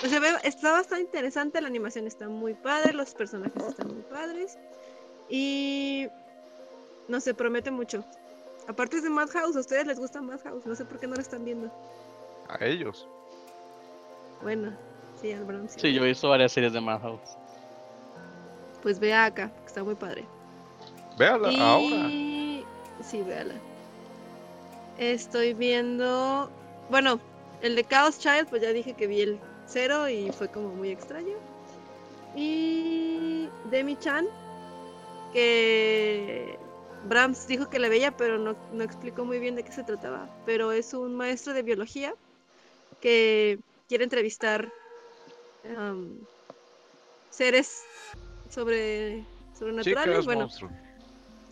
Speaker 3: O sea, ve- está bastante interesante, la animación está muy padre, los personajes están muy padres. Y no sé, promete mucho. Aparte es de Madhouse, a ustedes les gusta Madhouse, no sé por qué no lo están viendo.
Speaker 2: A ellos.
Speaker 3: Bueno, sí, al Bram sí.
Speaker 5: Sí, yo he visto varias series de Madhouse.
Speaker 3: Pues vea acá, que está muy padre.
Speaker 2: Véala
Speaker 3: y...
Speaker 2: ahora.
Speaker 3: Sí, véala. Estoy viendo. Bueno, el de Chaos Child, pues ya dije que vi el cero y fue como muy extraño. Y. Demi Chan, que. Brahms dijo que la veía, pero no, no explicó muy bien de qué se trataba. Pero es un maestro de biología que quiere entrevistar em, seres sobre sobrenaturales.
Speaker 2: Chicas,
Speaker 3: bueno,
Speaker 2: monstruo.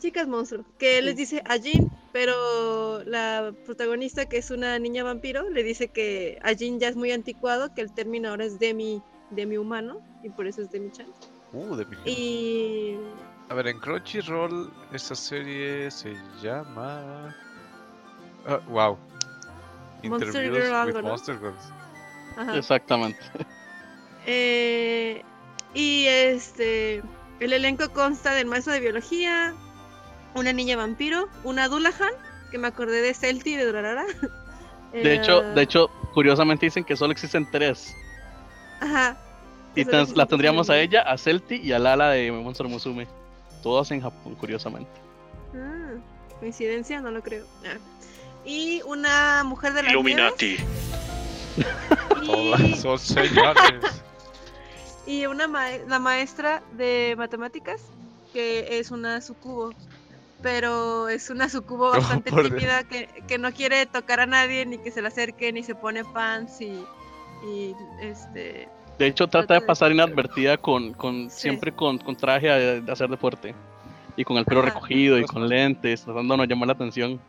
Speaker 3: chicas monstruo, que les dice a Jean, pero la protagonista, que es una niña vampiro, le dice que a Jean ya es muy anticuado, que el término ahora es demi, demi humano, y por eso es demi chan.
Speaker 2: Uh, de mi gente.
Speaker 3: Y
Speaker 2: A ver, en Crunchyroll esta serie se llama. Ah, wow.
Speaker 3: Monster
Speaker 2: Interviews
Speaker 3: Girl algo,
Speaker 2: with
Speaker 3: ¿no?
Speaker 2: Monster Girls.
Speaker 3: ajá.
Speaker 5: Exactamente.
Speaker 3: Eh, y este, el elenco consta del maestro de biología, una niña vampiro, una Dulahan, que me acordé de Celti de Durarara. Eh.
Speaker 5: De hecho, de hecho, curiosamente dicen que solo existen tres.
Speaker 3: Ajá.
Speaker 5: Y
Speaker 3: Solo
Speaker 5: tan-
Speaker 3: existen
Speaker 5: la
Speaker 3: tres
Speaker 5: tendríamos a
Speaker 3: animes.
Speaker 5: ella, a Celti y a Lala de Monster Musume. Todas en Japón, curiosamente.
Speaker 3: Ah, coincidencia, no lo creo. Ah. Y una mujer de la
Speaker 4: Illuminati.
Speaker 2: Todas son señales.
Speaker 3: y una ma- la maestra de matemáticas, que es una sucubo. Pero es una sucubo
Speaker 2: No,
Speaker 3: bastante
Speaker 2: Oh, por Dios.
Speaker 3: tímida que, que no quiere tocar a nadie, ni que se le acerque, ni se pone pants y, y, este.
Speaker 5: De hecho, trata de
Speaker 3: Trata de-
Speaker 5: pasar inadvertida con, con
Speaker 3: Sí.
Speaker 5: siempre con, con traje de, de hacer deporte. Y con el pelo
Speaker 3: Ajá.
Speaker 5: recogido y con lentes, tratando de no llamar la atención.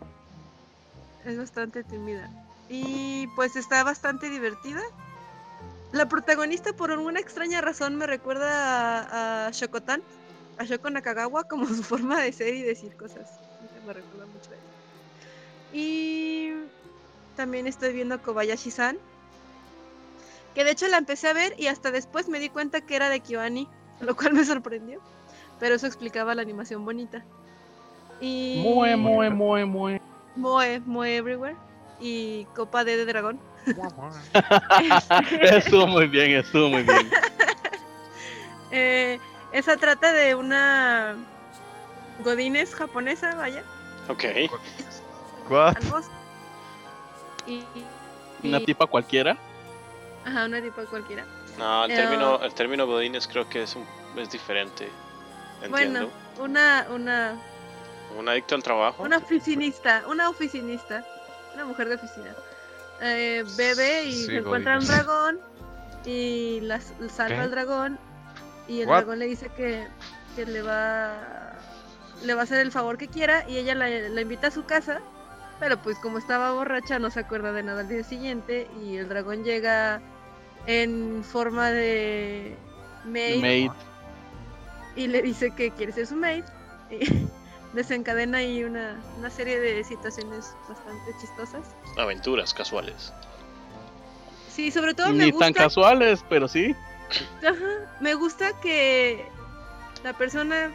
Speaker 3: Es bastante tímida. Y pues está bastante divertida. La protagonista, por alguna extraña razón, me recuerda a, a Shokotan, a Shoko Nakagawa, como su forma de ser y decir cosas. Me recuerda mucho a ella. Y también estoy viendo Kobayashi-san, que de hecho la empecé a ver y hasta después me di cuenta que era de Kyoani, lo cual me sorprendió. Pero eso explicaba la animación bonita. Y...
Speaker 5: Mue, mue, mue, mue.
Speaker 3: Moe, Moe Everywhere y Copa D de Dragón.
Speaker 5: estuvo muy bien, estuvo muy bien.
Speaker 3: Eh, esa trata de una Godines japonesa, vaya,
Speaker 4: Ok.
Speaker 2: ¿Cuál?
Speaker 3: al bosque. Y, y-
Speaker 5: Una tipa cualquiera.
Speaker 3: Ajá, una tipo cualquiera.
Speaker 4: No, el
Speaker 3: Eh,
Speaker 4: término, el término Godines creo que es, un- es diferente.
Speaker 3: Bueno,
Speaker 4: Entiendo.
Speaker 3: una, una,
Speaker 4: Un adicto al trabajo.
Speaker 3: una oficinista, una oficinista, una mujer de oficina. Eh, bebe y
Speaker 2: Sí,
Speaker 3: se encuentra un
Speaker 2: godines.
Speaker 3: dragón y la s- salva
Speaker 2: ¿Qué?
Speaker 3: al dragón y el
Speaker 2: What?
Speaker 3: dragón le dice que, que le va le va a hacer el favor que quiera y ella la, la invita a su casa pero pues como estaba borracha no se acuerda de nada al día siguiente y el dragón llega en forma de maid,
Speaker 5: Maid.
Speaker 3: y le dice que quiere ser su maid y desencadena ahí una, una serie de situaciones bastante chistosas
Speaker 4: Aventuras casuales.
Speaker 3: sí sobre todo me
Speaker 5: Ni
Speaker 3: gusta
Speaker 5: tan casuales, pero sí.
Speaker 3: Ajá, Me gusta que la persona,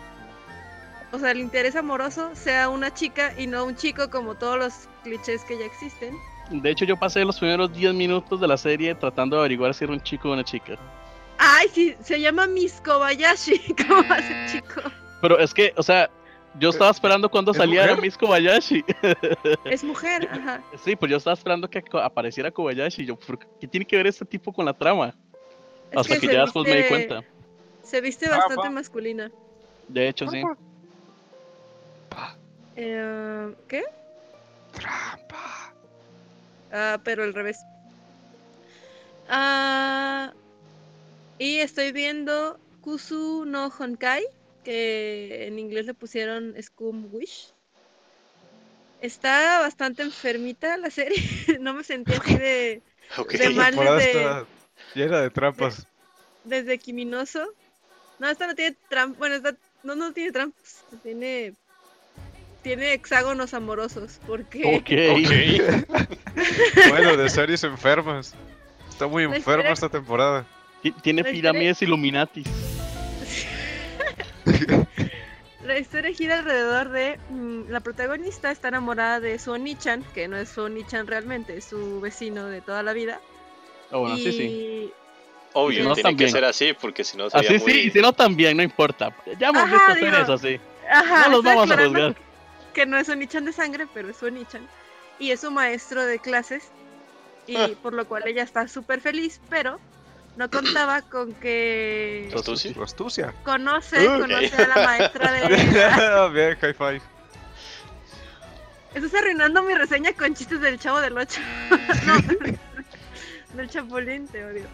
Speaker 3: o sea, el interés amoroso sea una chica y no un chico como todos los clichés que ya existen.
Speaker 5: De hecho, yo pasé los primeros 10 minutos de la serie tratando de averiguar si era un chico o una chica.
Speaker 3: Ay, sí, se llama Miss Kobayashi. ¿Cómo va a
Speaker 2: Ah.
Speaker 3: ser chico?
Speaker 5: Pero es que, o sea, yo estaba esperando cuando
Speaker 2: Eh, ¿es
Speaker 5: salía
Speaker 2: mujer?
Speaker 5: Miss Kobayashi.
Speaker 3: Es mujer, ajá.
Speaker 5: Sí, pues yo estaba esperando que co- apareciera Kobayashi. Yo, ¿por ¿qué tiene que ver este tipo con la trama?
Speaker 3: Es
Speaker 5: Hasta que,
Speaker 3: se
Speaker 5: ya después me di
Speaker 3: viste-
Speaker 5: cuenta.
Speaker 3: Se viste
Speaker 2: Ah,
Speaker 3: bastante
Speaker 2: va.
Speaker 3: masculina.
Speaker 5: De hecho,
Speaker 3: Ah,
Speaker 5: sí.
Speaker 3: Eh, ¿Qué?
Speaker 2: Trampa.
Speaker 3: Ah, pero al revés. Ah, y estoy viendo Kusu no Honkai, que en inglés le pusieron Scum Wish. Está bastante enfermita la serie. No me sentí así de,
Speaker 4: Ok.
Speaker 3: De ma- mal
Speaker 2: temporada
Speaker 3: desde-
Speaker 2: está llena de trampas.
Speaker 3: desde Kiminoso. No, esta no tiene trampas. Bueno, esta no, no tiene trampas. Tiene, tiene hexágonos
Speaker 5: Oh.
Speaker 3: amorosos. Porque.
Speaker 5: Ok.
Speaker 4: Ok.
Speaker 2: Bueno, de series enfermas. Está muy
Speaker 3: No,
Speaker 2: enferma
Speaker 3: espera.
Speaker 2: esta temporada.
Speaker 5: Ti- Tiene
Speaker 3: La historia-
Speaker 5: pirámides Illuminatis.
Speaker 3: La historia gira alrededor de mm, la protagonista está enamorada de su Oni-chan, que no es su Oni-chan realmente, es su vecino de toda la vida.
Speaker 5: Ah, bueno, sí, sí.
Speaker 3: Y-
Speaker 4: Obvio,
Speaker 5: Si no,
Speaker 4: tiene
Speaker 5: también.
Speaker 4: que ser así, porque si no sería
Speaker 5: Así
Speaker 4: muy...
Speaker 5: sí, y si no también, no importa. Ya hemos
Speaker 3: Ajá,
Speaker 5: visto hacer
Speaker 3: digo.
Speaker 5: eso, sí.
Speaker 3: Ajá,
Speaker 5: No los
Speaker 3: está
Speaker 5: vamos a
Speaker 3: aclarando
Speaker 5: juzgar.
Speaker 3: Que no es Oni-chan de sangre, pero es su Oni-chan. Y es su maestro de clases, y
Speaker 5: Ah.
Speaker 3: por lo cual ella está súper feliz, pero no contaba con que
Speaker 4: ¿Astucia?
Speaker 2: Tu astucia.
Speaker 3: conoce,
Speaker 4: Ok.
Speaker 3: conoce a la maestra de...
Speaker 2: Bien, high five.
Speaker 3: Estás arruinando mi reseña con chistes del chavo del 8. no, del chapulín, te odio.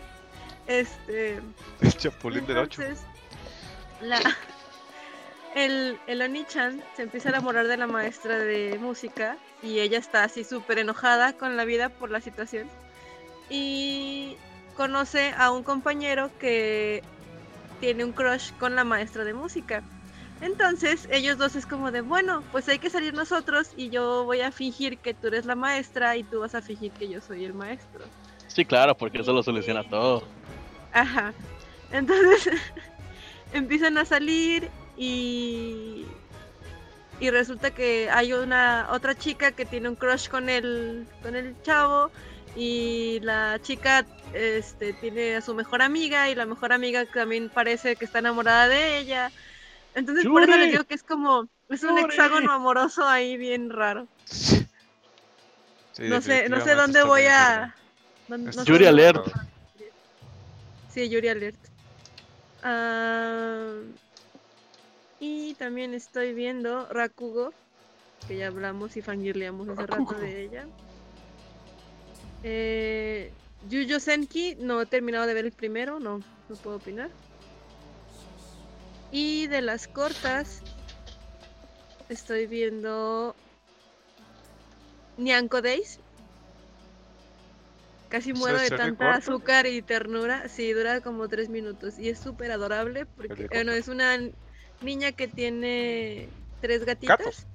Speaker 3: Este.
Speaker 2: El chapulín del 8.
Speaker 3: entonces, La, el, el Oni-chan se empieza a enamorar de la maestra de música y ella está así súper enojada con la vida por la situación. Y conoce a un compañero que tiene un crush con la maestra de música. Entonces ellos dos es como de, bueno, pues hay que salir nosotros y yo voy a fingir que tú eres la maestra y tú vas a fingir que yo soy el maestro.
Speaker 5: Sí, claro, porque eso lo soluciona todo.
Speaker 3: Ajá. Entonces empiezan a salir y y resulta que hay una otra chica que tiene un crush con el con el chavo y la chica este tiene a su mejor amiga y la mejor amiga también parece que está enamorada de ella. Entonces por eso
Speaker 5: ¡Yuri!
Speaker 3: les digo que es como es un
Speaker 5: ¡Yuri!
Speaker 3: hexágono amoroso ahí bien raro.
Speaker 2: Sí,
Speaker 3: no sé no
Speaker 2: definitivamente
Speaker 3: sé dónde
Speaker 2: está
Speaker 3: voy
Speaker 2: muy
Speaker 3: a
Speaker 2: enferma.
Speaker 3: dónde- no
Speaker 2: Está
Speaker 3: sé
Speaker 5: Yuri
Speaker 2: muy
Speaker 3: dónde-
Speaker 5: Alert.
Speaker 2: enferma.
Speaker 3: Sí, Yuri Alert. Ah, y también estoy viendo Rakugo, que ya hablamos y fangirleamos hace rato de ella. Eh, Yuyo Senki, no he terminado de ver el primero, no, no puedo opinar. Y de las cortas, estoy viendo Nyanko Days. Casi
Speaker 2: ¿Esa
Speaker 3: muero de
Speaker 2: serie
Speaker 3: tanta
Speaker 2: corta?
Speaker 3: azúcar y ternura. Sí, dura como tres minutos y es súper adorable porque
Speaker 2: Serie
Speaker 3: bueno,
Speaker 2: corta.
Speaker 3: es una niña que tiene tres gatitas.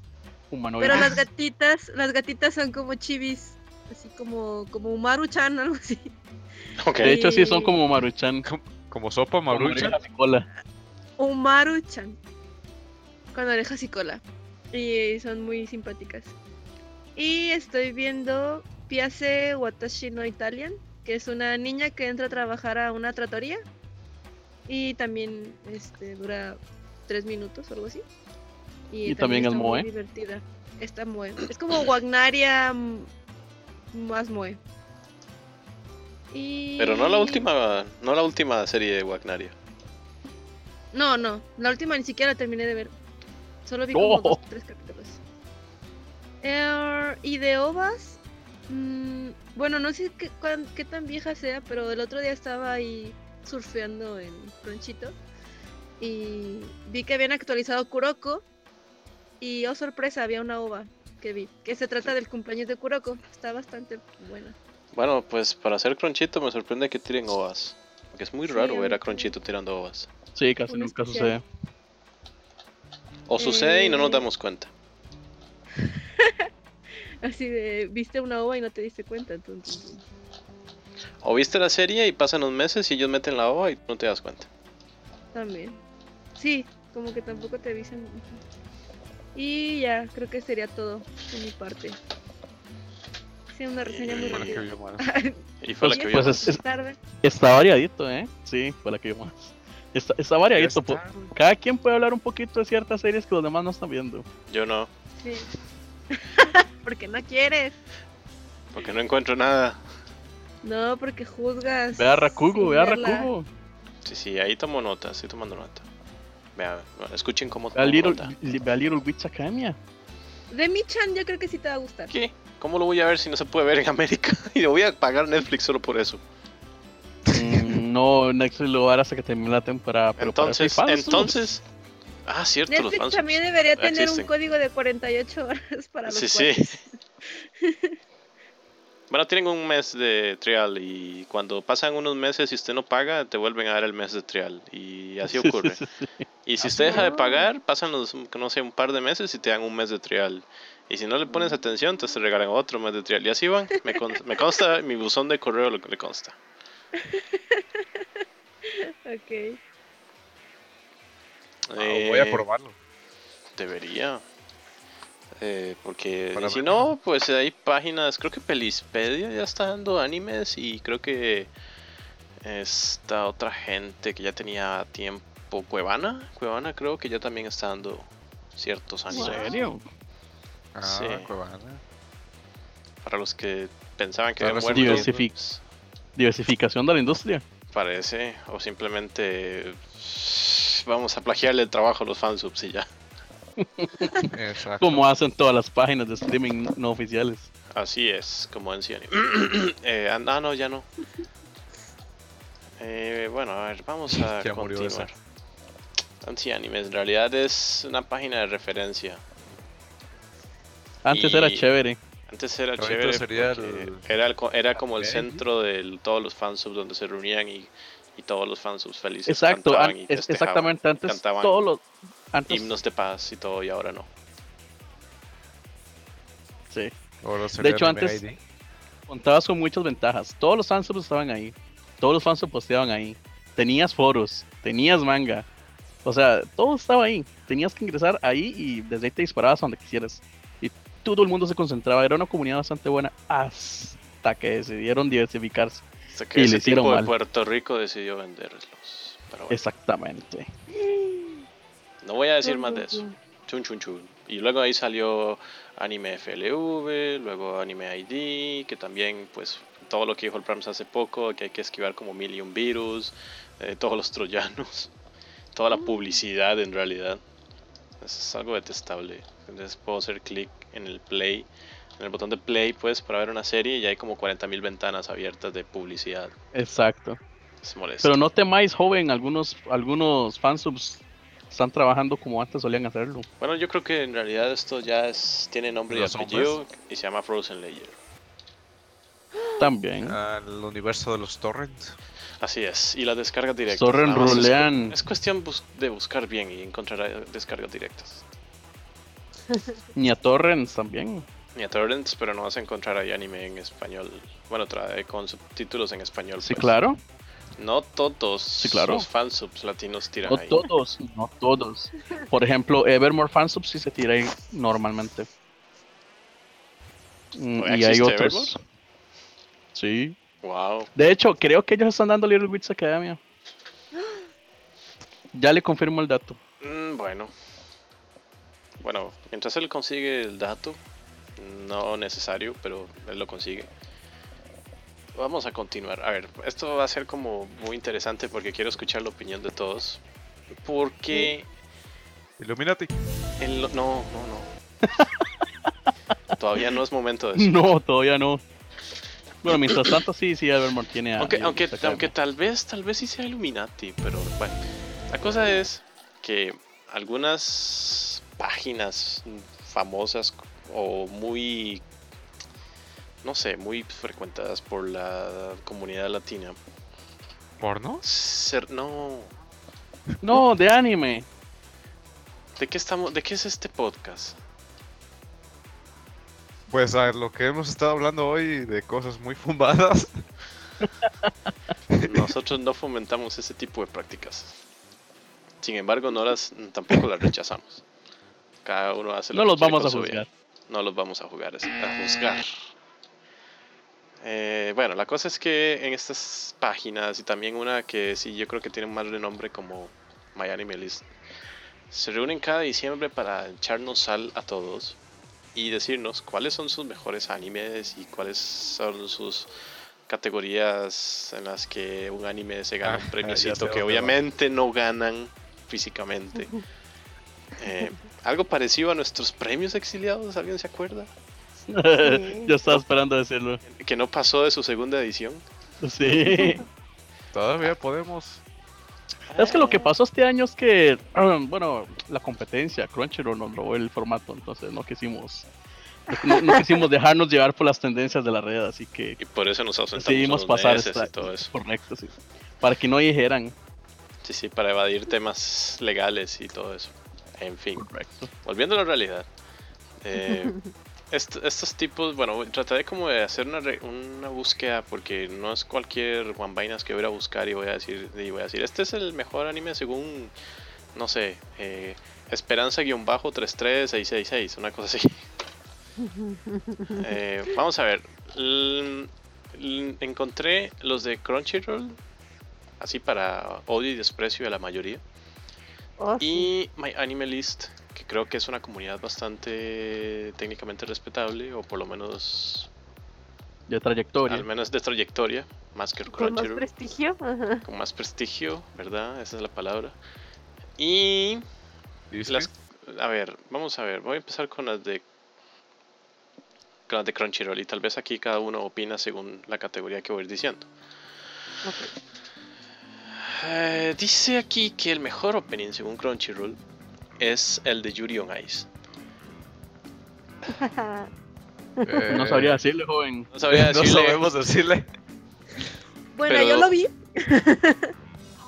Speaker 5: Humanoide.
Speaker 3: Pero las gatitas, las gatitas son como chibis, así como como Maruchan, algo así.
Speaker 4: Ok.
Speaker 5: De hecho, sí, son
Speaker 3: y-
Speaker 5: como Maruchan.
Speaker 2: Como sopa marucha.
Speaker 5: Con cola.
Speaker 3: Umaru-chan. Con orejas y cola. Y son muy simpáticas. Y estoy viendo Piace Watashi no Italian, que es una niña que entra a trabajar a una tratoría. Y también este, dura tres minutos o algo así.
Speaker 5: Y también es
Speaker 3: está muy
Speaker 5: moe.
Speaker 3: divertida. Está moe. Es como Wagnaria mm, más moe. Y...
Speaker 4: Pero no la última, no la última serie de Wagnerio.
Speaker 3: No, no, la última ni siquiera la terminé de ver. Solo vi
Speaker 5: No.
Speaker 3: como dos, tres capítulos. Eh, y de ovas, mm, bueno, no sé qué, cuán- qué tan vieja sea, pero el otro día estaba ahí surfeando en Cronchito y vi que habían actualizado Kuroko y oh sorpresa, había una ova que vi, que se trata del cumpleaños de Kuroko, está bastante buena.
Speaker 4: Bueno, pues para hacer Cronchito me sorprende que tiren ovas. Porque es muy
Speaker 3: Sí,
Speaker 4: raro
Speaker 3: a
Speaker 4: ver
Speaker 3: mí
Speaker 4: a Cronchito tirando ovas.
Speaker 5: Sí, casi
Speaker 3: Un
Speaker 5: nunca
Speaker 3: especial.
Speaker 5: sucede.
Speaker 4: O sucede y no
Speaker 3: Eh.
Speaker 4: nos damos cuenta.
Speaker 3: Así de, viste una ova y no te diste cuenta, entonces...
Speaker 4: O viste la serie y pasan los meses y ellos meten la ova y no te das cuenta.
Speaker 3: También. Sí, como que tampoco te avisan. Y ya, creo que sería todo de mi parte. Sí, una reseña muy
Speaker 2: Fue la que
Speaker 3: rápida.
Speaker 2: vio más.
Speaker 4: Y fue la que
Speaker 3: Pues-
Speaker 4: vio.
Speaker 5: Pues es- es-
Speaker 3: Tarde.
Speaker 5: está variadito, ¿eh? Sí, fue la que yo más. Está, está pues. variadito. po-
Speaker 2: Ya está.
Speaker 5: Cada quien puede hablar un poquito de ciertas series que los demás no están viendo.
Speaker 4: Yo no,
Speaker 3: Sí. porque no quieres.
Speaker 4: porque no encuentro nada.
Speaker 3: No, porque juzgas.
Speaker 5: Ve a Rakugo,
Speaker 3: sin
Speaker 5: ve a
Speaker 3: verla.
Speaker 5: Rakugo.
Speaker 4: Sí, sí, ahí tomo nota, estoy tomando nota. Vea, escuchen cómo
Speaker 5: Ve a
Speaker 4: tomo
Speaker 5: Little,
Speaker 4: nota.
Speaker 5: li- ve a Little Witch Academia.
Speaker 3: De Mi-chan, yo creo que sí te va a gustar.
Speaker 4: ¿Qué? ¿Cómo lo voy a ver si no se puede ver en América? y le voy a pagar Netflix solo por eso.
Speaker 5: Mm, no, Netflix lo hará hasta que termine la temporada. Pero para eso hay
Speaker 4: entonces,
Speaker 5: fans, ¿no?
Speaker 4: entonces. Ah, cierto, los
Speaker 3: Netflix
Speaker 4: fans.
Speaker 3: también debería tener
Speaker 4: existen.
Speaker 3: un código de 48 horas para los
Speaker 4: Sí, sí.
Speaker 3: cuates.
Speaker 4: Bueno, tienen un mes de trial y cuando pasan unos meses y usted no paga, te vuelven a dar el mes de trial y así ocurre. Y si usted deja de
Speaker 3: no.
Speaker 4: pagar, pasan los, no sé, un par de meses y te dan un mes de trial. Y si no le
Speaker 3: Mm.
Speaker 4: pones atención, entonces te regalan otro mes de trial. Y así van. Me, con- me consta, mi buzón de correo lo que le consta.
Speaker 3: Ok.
Speaker 2: Ah, voy a
Speaker 4: Eh,
Speaker 2: probarlo.
Speaker 4: Debería. Eh, porque
Speaker 2: Para
Speaker 4: y si
Speaker 2: ver.
Speaker 4: no, pues hay páginas, creo que Pelispedia ya está dando animes y creo que esta otra gente que ya tenía tiempo, Cuevana, Cuevana creo que ya también está dando ciertos
Speaker 5: ¿En
Speaker 4: animes.
Speaker 3: Wow.
Speaker 5: serio?
Speaker 2: Ah,
Speaker 4: sí.
Speaker 2: Cuevana.
Speaker 4: Para los que pensaban que
Speaker 2: Ahora
Speaker 4: había
Speaker 2: sí
Speaker 4: muerto,
Speaker 5: diversifica.
Speaker 4: pues,
Speaker 5: Diversificación de la industria.
Speaker 4: parece, o simplemente vamos a plagiarle el trabajo a los fansubs y ya.
Speaker 2: Exacto.
Speaker 5: Como hacen todas las páginas de streaming no oficiales.
Speaker 4: Así es, como en cine. eh, ah, no, no, ya no. Eh, bueno, a ver, vamos a
Speaker 2: Ya murió esa.
Speaker 4: continuar. Anti Anime en realidad es una página de referencia.
Speaker 5: Antes
Speaker 4: Y-
Speaker 5: era chévere.
Speaker 4: Antes era
Speaker 2: Ahorita
Speaker 4: chévere
Speaker 2: sería
Speaker 4: porque
Speaker 2: el-
Speaker 4: era, el co- era como el
Speaker 2: Ok.
Speaker 4: centro de l- todos los fansubs donde se reunían y, y todos los fansubs felices
Speaker 5: Exacto,
Speaker 4: cantaban
Speaker 5: an-
Speaker 4: y
Speaker 5: es-
Speaker 4: festejaban
Speaker 5: exactamente. Antes
Speaker 4: cantaban
Speaker 5: todos los. Antes,
Speaker 4: himnos de paz y todo y ahora no.
Speaker 5: sí.
Speaker 2: Ahora sería
Speaker 5: hecho,
Speaker 2: anime
Speaker 5: antes-
Speaker 2: ID.
Speaker 5: Contabas con muchas ventajas. Todos los fansubs estaban ahí. Todos los fansubs posteaban ahí. Tenías foros. Tenías manga. O sea, todo estaba ahí. Tenías que ingresar ahí y desde ahí te disparabas a donde quisieras. Y todo el mundo se concentraba. Era una comunidad bastante buena hasta que decidieron diversificarse.
Speaker 4: Hasta que
Speaker 5: Y le
Speaker 4: ese
Speaker 5: hicieron
Speaker 4: tipo de
Speaker 5: mal.
Speaker 4: Puerto Rico decidió venderlos. Pero bueno,
Speaker 5: Exactamente.
Speaker 4: no voy a decir más de eso. Chun chun chun. Y luego ahí salió Anime FLV, luego Anime ID, que también, pues, todo lo que dijo el Prams hace poco, que hay que esquivar como mil y un virus, eh, todos los troyanos, toda
Speaker 5: Mm.
Speaker 4: la publicidad en realidad. Eso es algo detestable. Entonces puedo hacer clic en el play, en el botón de play, pues, para ver una serie y hay como 40.000 ventanas abiertas de publicidad.
Speaker 5: Exacto.
Speaker 4: Es molesto.
Speaker 5: Pero no temáis, joven, algunos, algunos fansubs están trabajando como antes solían hacerlo.
Speaker 4: Bueno, yo creo que en realidad esto ya es- tiene nombre y
Speaker 2: Los
Speaker 4: apellido y se llama Frozen Layer.
Speaker 5: También.
Speaker 2: Al universo de los torrents.
Speaker 4: Así es, y las descargas directas.
Speaker 5: Sorren
Speaker 4: nada más es cu-
Speaker 5: Rulean.
Speaker 4: Es, cuestión bus- de buscar bien y encontrar eh, descargas directas.
Speaker 5: Ni a Torrents también.
Speaker 4: Ni a torrents, pero no vas a encontrar ahí anime en español. Bueno, trae con subtítulos en español.
Speaker 5: Sí,
Speaker 4: pues.
Speaker 5: claro.
Speaker 4: No todos
Speaker 5: claro.
Speaker 4: los fansubs latinos tiran
Speaker 5: No
Speaker 4: ahí.
Speaker 5: todos, no todos. Por ejemplo, Evermore fansubs sí se tira ahí normalmente. Mm,
Speaker 4: ¿Todavía
Speaker 5: Y hay
Speaker 4: existe
Speaker 5: otros.
Speaker 4: Evermore?
Speaker 5: Sí.
Speaker 4: Wow.
Speaker 5: De hecho, creo que ellos están dando Little Witch Academia. Ya le confirmo el dato.
Speaker 4: Mm, bueno. Bueno, mientras él consigue el dato, no necesario, pero él lo consigue. Vamos a continuar. A ver, esto va a ser como muy interesante porque quiero escuchar la opinión de todos. Porque
Speaker 2: Illuminati.
Speaker 4: el- no, no, no. Todavía no es momento de eso.
Speaker 5: No, todavía no. Bueno, mientras tanto, sí, sí, Evermore tiene a.
Speaker 4: Aunque,
Speaker 5: Little
Speaker 4: aunque,
Speaker 5: Witch Academia.
Speaker 4: aunque tal vez, tal vez sí sea Illuminati, pero bueno. La cosa es que algunas páginas famosas o muy, no sé, muy frecuentadas por la comunidad latina,
Speaker 2: ¿Porno?
Speaker 4: ser- no,
Speaker 5: No, de anime.
Speaker 4: ¿de qué estamos, de qué es este podcast?
Speaker 2: Pues a lo que hemos estado hablando hoy de cosas muy fumbadas.
Speaker 4: Nosotros no fomentamos ese tipo de prácticas. Sin embargo, no las, tampoco las rechazamos. Cada uno hace lo
Speaker 5: No
Speaker 4: que
Speaker 5: los
Speaker 4: quiere
Speaker 5: vamos
Speaker 4: con
Speaker 5: a
Speaker 4: su vida.
Speaker 5: juzgar.
Speaker 4: no los vamos a jugar, es- a juzgar. Eh, bueno, la cosa es que en estas páginas y también una que sí yo creo que tiene más renombre como MyAnimeList, se reúnen cada diciembre para echarnos sal a todos y decirnos cuáles son sus mejores animes y cuáles son sus categorías en las que un anime se gana
Speaker 2: Ah,
Speaker 4: un
Speaker 2: ya sé
Speaker 4: premiocito que
Speaker 2: dónde va.
Speaker 4: obviamente no ganan físicamente. Eh, algo parecido a nuestros premios exiliados, ¿alguien se acuerda?
Speaker 5: Yo estaba esperando decirlo.
Speaker 4: Que no pasó de su segunda edición.
Speaker 5: Sí.
Speaker 2: Todavía podemos.
Speaker 5: Es que
Speaker 2: Ah.
Speaker 5: lo que pasó este año es que, ah, bueno, la competencia, Crunchyroll nos robó el formato, entonces no quisimos, no, no quisimos dejarnos llevar por las tendencias de la red, así que
Speaker 4: Y por eso nos ausentamos
Speaker 5: decidimos
Speaker 4: unos
Speaker 5: pasar
Speaker 4: meses
Speaker 5: esta-
Speaker 4: y todo eso.
Speaker 5: correcto, sí. Para que no dijeran,
Speaker 4: Sí, sí, para evadir temas legales y todo eso. En fin,
Speaker 5: correcto.
Speaker 4: volviendo a la realidad. eh, Est- estos tipos, bueno, trataré como de hacer una, re- una búsqueda porque no es cualquier Juan Vainas que voy a ir a buscar y voy a decir, y voy a decir este es el mejor anime según, no sé, eh, Esperanza-33666, una cosa así. Eh, vamos a ver, l- l- encontré los de Crunchyroll, así para odio y desprecio de la mayoría.
Speaker 3: Oh, sí.
Speaker 4: Y My Anime List, que creo que es una comunidad bastante técnicamente respetable, o por lo menos,
Speaker 5: de trayectoria.
Speaker 4: al menos de trayectoria, más que el
Speaker 3: Con más
Speaker 4: Crunchyroll,
Speaker 3: prestigio. Ajá.
Speaker 4: con más prestigio, ¿verdad? Esa es la palabra. Y
Speaker 2: ¿Dices
Speaker 4: las,
Speaker 2: que?
Speaker 4: a ver, vamos a ver, voy a empezar con las de con las de Crunchyroll y tal vez aquí cada uno opina según la categoría que voy a ir diciendo.
Speaker 3: Ok.
Speaker 4: Eh, dice aquí que el mejor opening según Crunchyroll es el de Yuri on Ice.
Speaker 2: Eh,
Speaker 5: No sabría decirle, joven.
Speaker 4: No sabría
Speaker 2: No
Speaker 4: decirle.
Speaker 2: sabemos decirle.
Speaker 3: bueno,
Speaker 4: Pero-
Speaker 3: yo lo vi.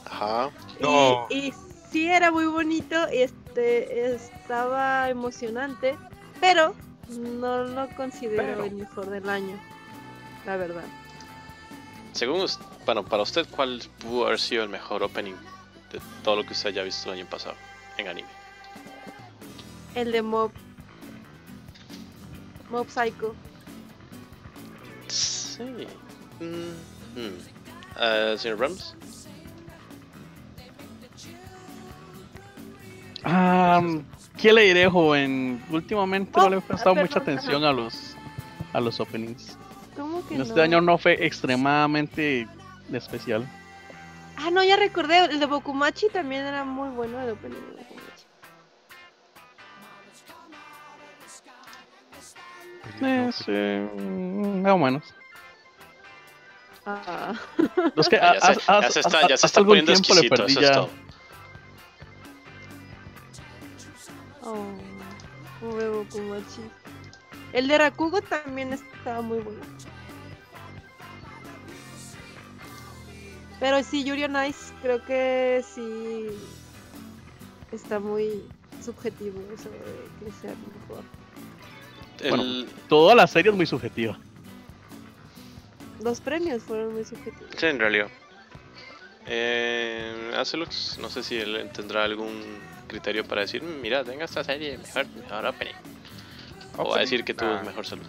Speaker 4: Ajá.
Speaker 2: No.
Speaker 3: Y, y sí era muy bonito, este estaba emocionante, pero no lo considero
Speaker 2: Pero.
Speaker 3: el mejor del año, la verdad.
Speaker 4: Según us- bueno, para usted, ¿cuál pudo haber sido el mejor opening de todo lo que usted haya visto el año pasado en anime?
Speaker 3: El de Mob Mob Psycho.
Speaker 4: Sí. Mm, mm. Eh, señor Rams,
Speaker 5: Ah, ¿Qué le diré, joven? Últimamente
Speaker 3: Oh,
Speaker 5: no le he prestado
Speaker 3: ah,
Speaker 5: mucha
Speaker 3: perdón,
Speaker 5: atención a los, a los openings.
Speaker 3: ¿Cómo que
Speaker 5: En
Speaker 3: no?
Speaker 5: Este año no fue extremadamente especial.
Speaker 3: Ah, no, ya recordé, el de Bokumachi también era muy bueno el opening de Bokumachi.
Speaker 4: Pues,
Speaker 5: Es, eh, más o menos.
Speaker 3: Ah,
Speaker 5: Es que
Speaker 4: ya,
Speaker 5: ha-
Speaker 4: se,
Speaker 5: ha-
Speaker 4: ya se
Speaker 5: ha-
Speaker 4: está,
Speaker 5: ha-
Speaker 4: ya se
Speaker 5: hace
Speaker 4: está
Speaker 5: algún
Speaker 4: poniendo
Speaker 5: tiempo le
Speaker 4: exquisito,
Speaker 5: perdí
Speaker 4: eso es
Speaker 5: ya-
Speaker 4: todo.
Speaker 3: oh, pobre Bokumachi. El de Rakugo también estaba muy bueno. Pero sí, Yuri on Ice creo que sí está muy subjetivo eso de que sea el mejor.
Speaker 5: Bueno.
Speaker 4: El-
Speaker 5: Toda la serie es muy subjetiva.
Speaker 3: Los premios fueron muy subjetivos.
Speaker 4: Sí, en realidad. Eh, Azelux, no sé si él tendrá algún criterio para decir, "Mm, mira, tenga esta serie, mejor, mejor opening. O va a decir que tuvo
Speaker 5: Ah.
Speaker 2: Nah.
Speaker 4: mejor salud.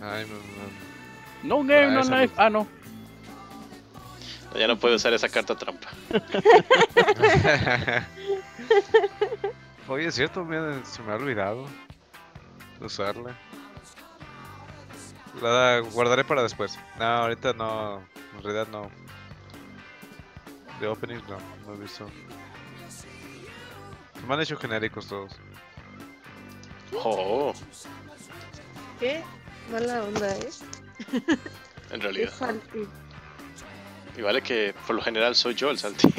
Speaker 2: Ay, me- me-
Speaker 5: No game,
Speaker 2: Ah,
Speaker 5: no
Speaker 2: esa
Speaker 5: life.
Speaker 2: no.
Speaker 5: Ah, no.
Speaker 4: No, ya no puede usar esa carta trampa.
Speaker 2: Oye, es cierto, mira, se me ha olvidado usarla. La guardaré para después. No, ahorita no. En realidad no. De openings no, no he visto. Se me han hecho genéricos todos.
Speaker 4: Oh,
Speaker 3: ¿Qué? Mala onda, ¿eh?
Speaker 4: en
Speaker 3: Qué
Speaker 4: realidad.
Speaker 3: salty.
Speaker 4: Y vale que por lo general soy yo el salti.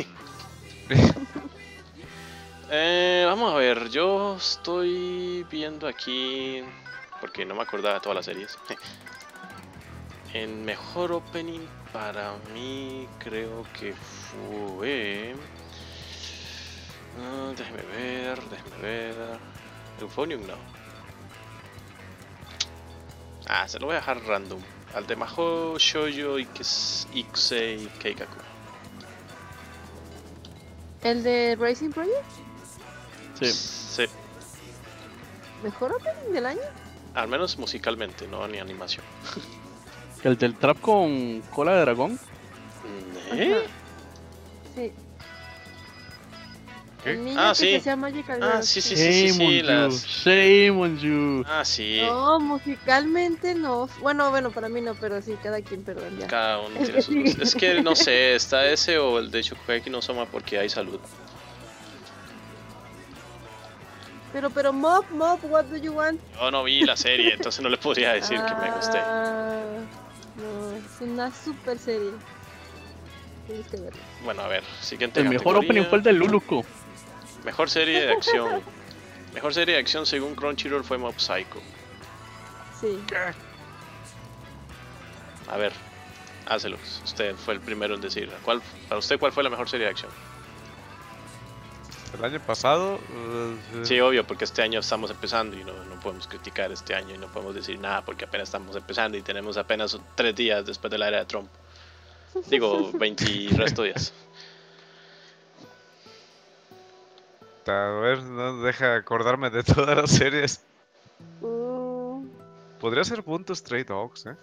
Speaker 4: Eh, vamos a ver, yo estoy viendo aquí, porque no me acordaba de todas las series. El mejor opening para mí creo que fue... Ah, déjeme ver, déjeme ver. Euphonium no. Ah, se lo voy a dejar random. Al de Majo, Shoujo, Ikes- Ikusei, Keikaku.
Speaker 3: ¿El de Racing Project?
Speaker 5: Sí.
Speaker 4: Sí,
Speaker 3: ¿Mejor opening del año?
Speaker 4: al menos musicalmente, no ni animación.
Speaker 5: El del trap con cola de dragón. Mm,
Speaker 4: ¿Eh?
Speaker 3: Ajá. Sí.
Speaker 2: ¿Qué?
Speaker 3: El niño
Speaker 4: Ah,
Speaker 3: que
Speaker 4: sí.
Speaker 3: se hacía Magical
Speaker 4: Ah,
Speaker 3: Girl,
Speaker 4: sí, sí, sí.
Speaker 5: Shame on you.
Speaker 4: las-
Speaker 5: Shame on you.
Speaker 4: Ah, sí.
Speaker 3: No, musicalmente no. Bueno, bueno, para mí no, pero sí, cada quien, perdón, ya.
Speaker 4: Cada uno
Speaker 3: El
Speaker 4: tiene
Speaker 3: que
Speaker 4: su gusto.
Speaker 3: sigue.
Speaker 4: Es que no sé, está ese o el de Shokugeki no Soma porque hay salud.
Speaker 3: Pero, pero, Mob, Mob, what do you want?
Speaker 4: Yo no vi la serie, entonces no le podría decir que me gusté.
Speaker 3: Ah, No, es una super serie. Tienes que verla.
Speaker 4: Bueno, a ver, siguiente
Speaker 5: El mejor
Speaker 4: categoría.
Speaker 5: opening fue el de Luluco.
Speaker 4: Mejor serie de acción. Mejor serie de acción según Crunchyroll fue Mob Psycho.
Speaker 3: Sí.
Speaker 4: A ver, hácelos. Usted fue el primero en decir. ¿Cuál, para usted, ¿cuál fue la mejor serie de acción?
Speaker 2: El año pasado. eh,
Speaker 4: Sí, obvio, porque este año estamos empezando y no, no podemos criticar este año y no podemos decir nada porque apenas estamos empezando y tenemos apenas tres días después de la era de Trump. Digo, 20 y resto días.
Speaker 2: A ver, no deja acordarme de todas las series.
Speaker 3: Uh,
Speaker 2: Podría ser punto Stray Dogs, ¿eh?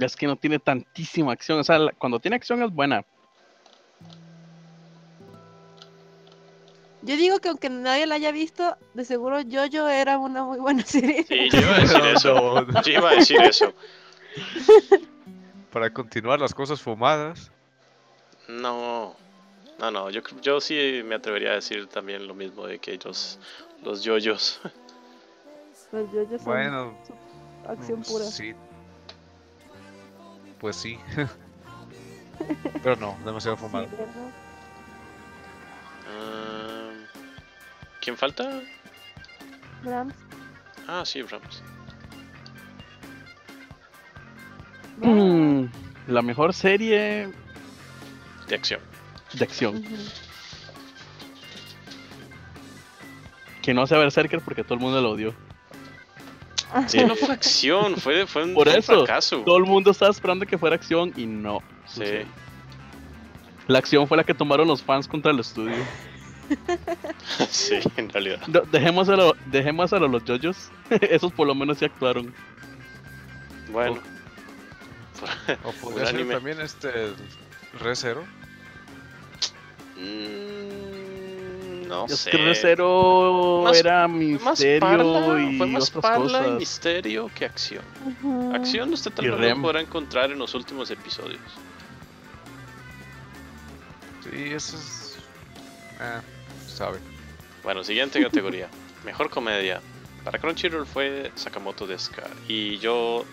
Speaker 5: Es que no tiene tantísima acción. O sea, la- cuando tiene acción es buena.
Speaker 3: yo digo que aunque nadie la haya visto, de seguro Jojo era una muy buena serie.
Speaker 4: Sí, yo iba a decir eso. Yo iba a decir eso.
Speaker 2: Para continuar las cosas fumadas.
Speaker 4: No, no, no. Yo, cre- yo sí me atrevería a decir también lo mismo de que ellos, los yoyos.
Speaker 3: Los Jojo son
Speaker 2: Bueno,
Speaker 3: acción
Speaker 2: mm,
Speaker 3: pura.
Speaker 2: sí. Pues sí. Pero no, demasiado fumado.
Speaker 3: Sí, ¿verdad?
Speaker 4: Ah, ¿Quién falta?
Speaker 3: Brahms,
Speaker 4: Ah, sí, Ramos.
Speaker 3: Brahms.
Speaker 5: Mm, la mejor serie
Speaker 4: De acción.
Speaker 5: de acción.
Speaker 3: Ujú.
Speaker 5: Que no sea Berserker porque todo el mundo lo odió.
Speaker 4: Sí, no fue acción, fue, fue un,
Speaker 5: Por
Speaker 4: fue un
Speaker 5: eso,
Speaker 4: fracaso.
Speaker 5: Todo el mundo estaba esperando que fuera acción y no.
Speaker 4: Sí.
Speaker 5: La acción fue la que tomaron los fans contra el estudio.
Speaker 4: Sí, en realidad.
Speaker 5: No, dejémoselo, dejémoselo a los yoyos. Esos por lo menos sí actuaron.
Speaker 4: Bueno.
Speaker 2: O podría ser
Speaker 4: anime.
Speaker 2: también este. Resero.
Speaker 4: Mm, no
Speaker 5: Yo
Speaker 4: sé.
Speaker 5: creo que Zero
Speaker 4: Más-
Speaker 5: era
Speaker 4: Fue más
Speaker 5: misterio
Speaker 4: parla,
Speaker 5: y
Speaker 4: fue más
Speaker 5: otras
Speaker 4: parla y
Speaker 5: cosas.
Speaker 4: misterio que acción.
Speaker 3: Ujú.
Speaker 4: Acción usted
Speaker 5: Y
Speaker 4: también lo
Speaker 5: rem.
Speaker 4: podrá encontrar en los últimos episodios.
Speaker 2: Sí, eso es. Ah, sabe.
Speaker 4: Bueno, siguiente categoría. Mejor comedia. Para Crunchyroll fue Sakamoto Deska y yo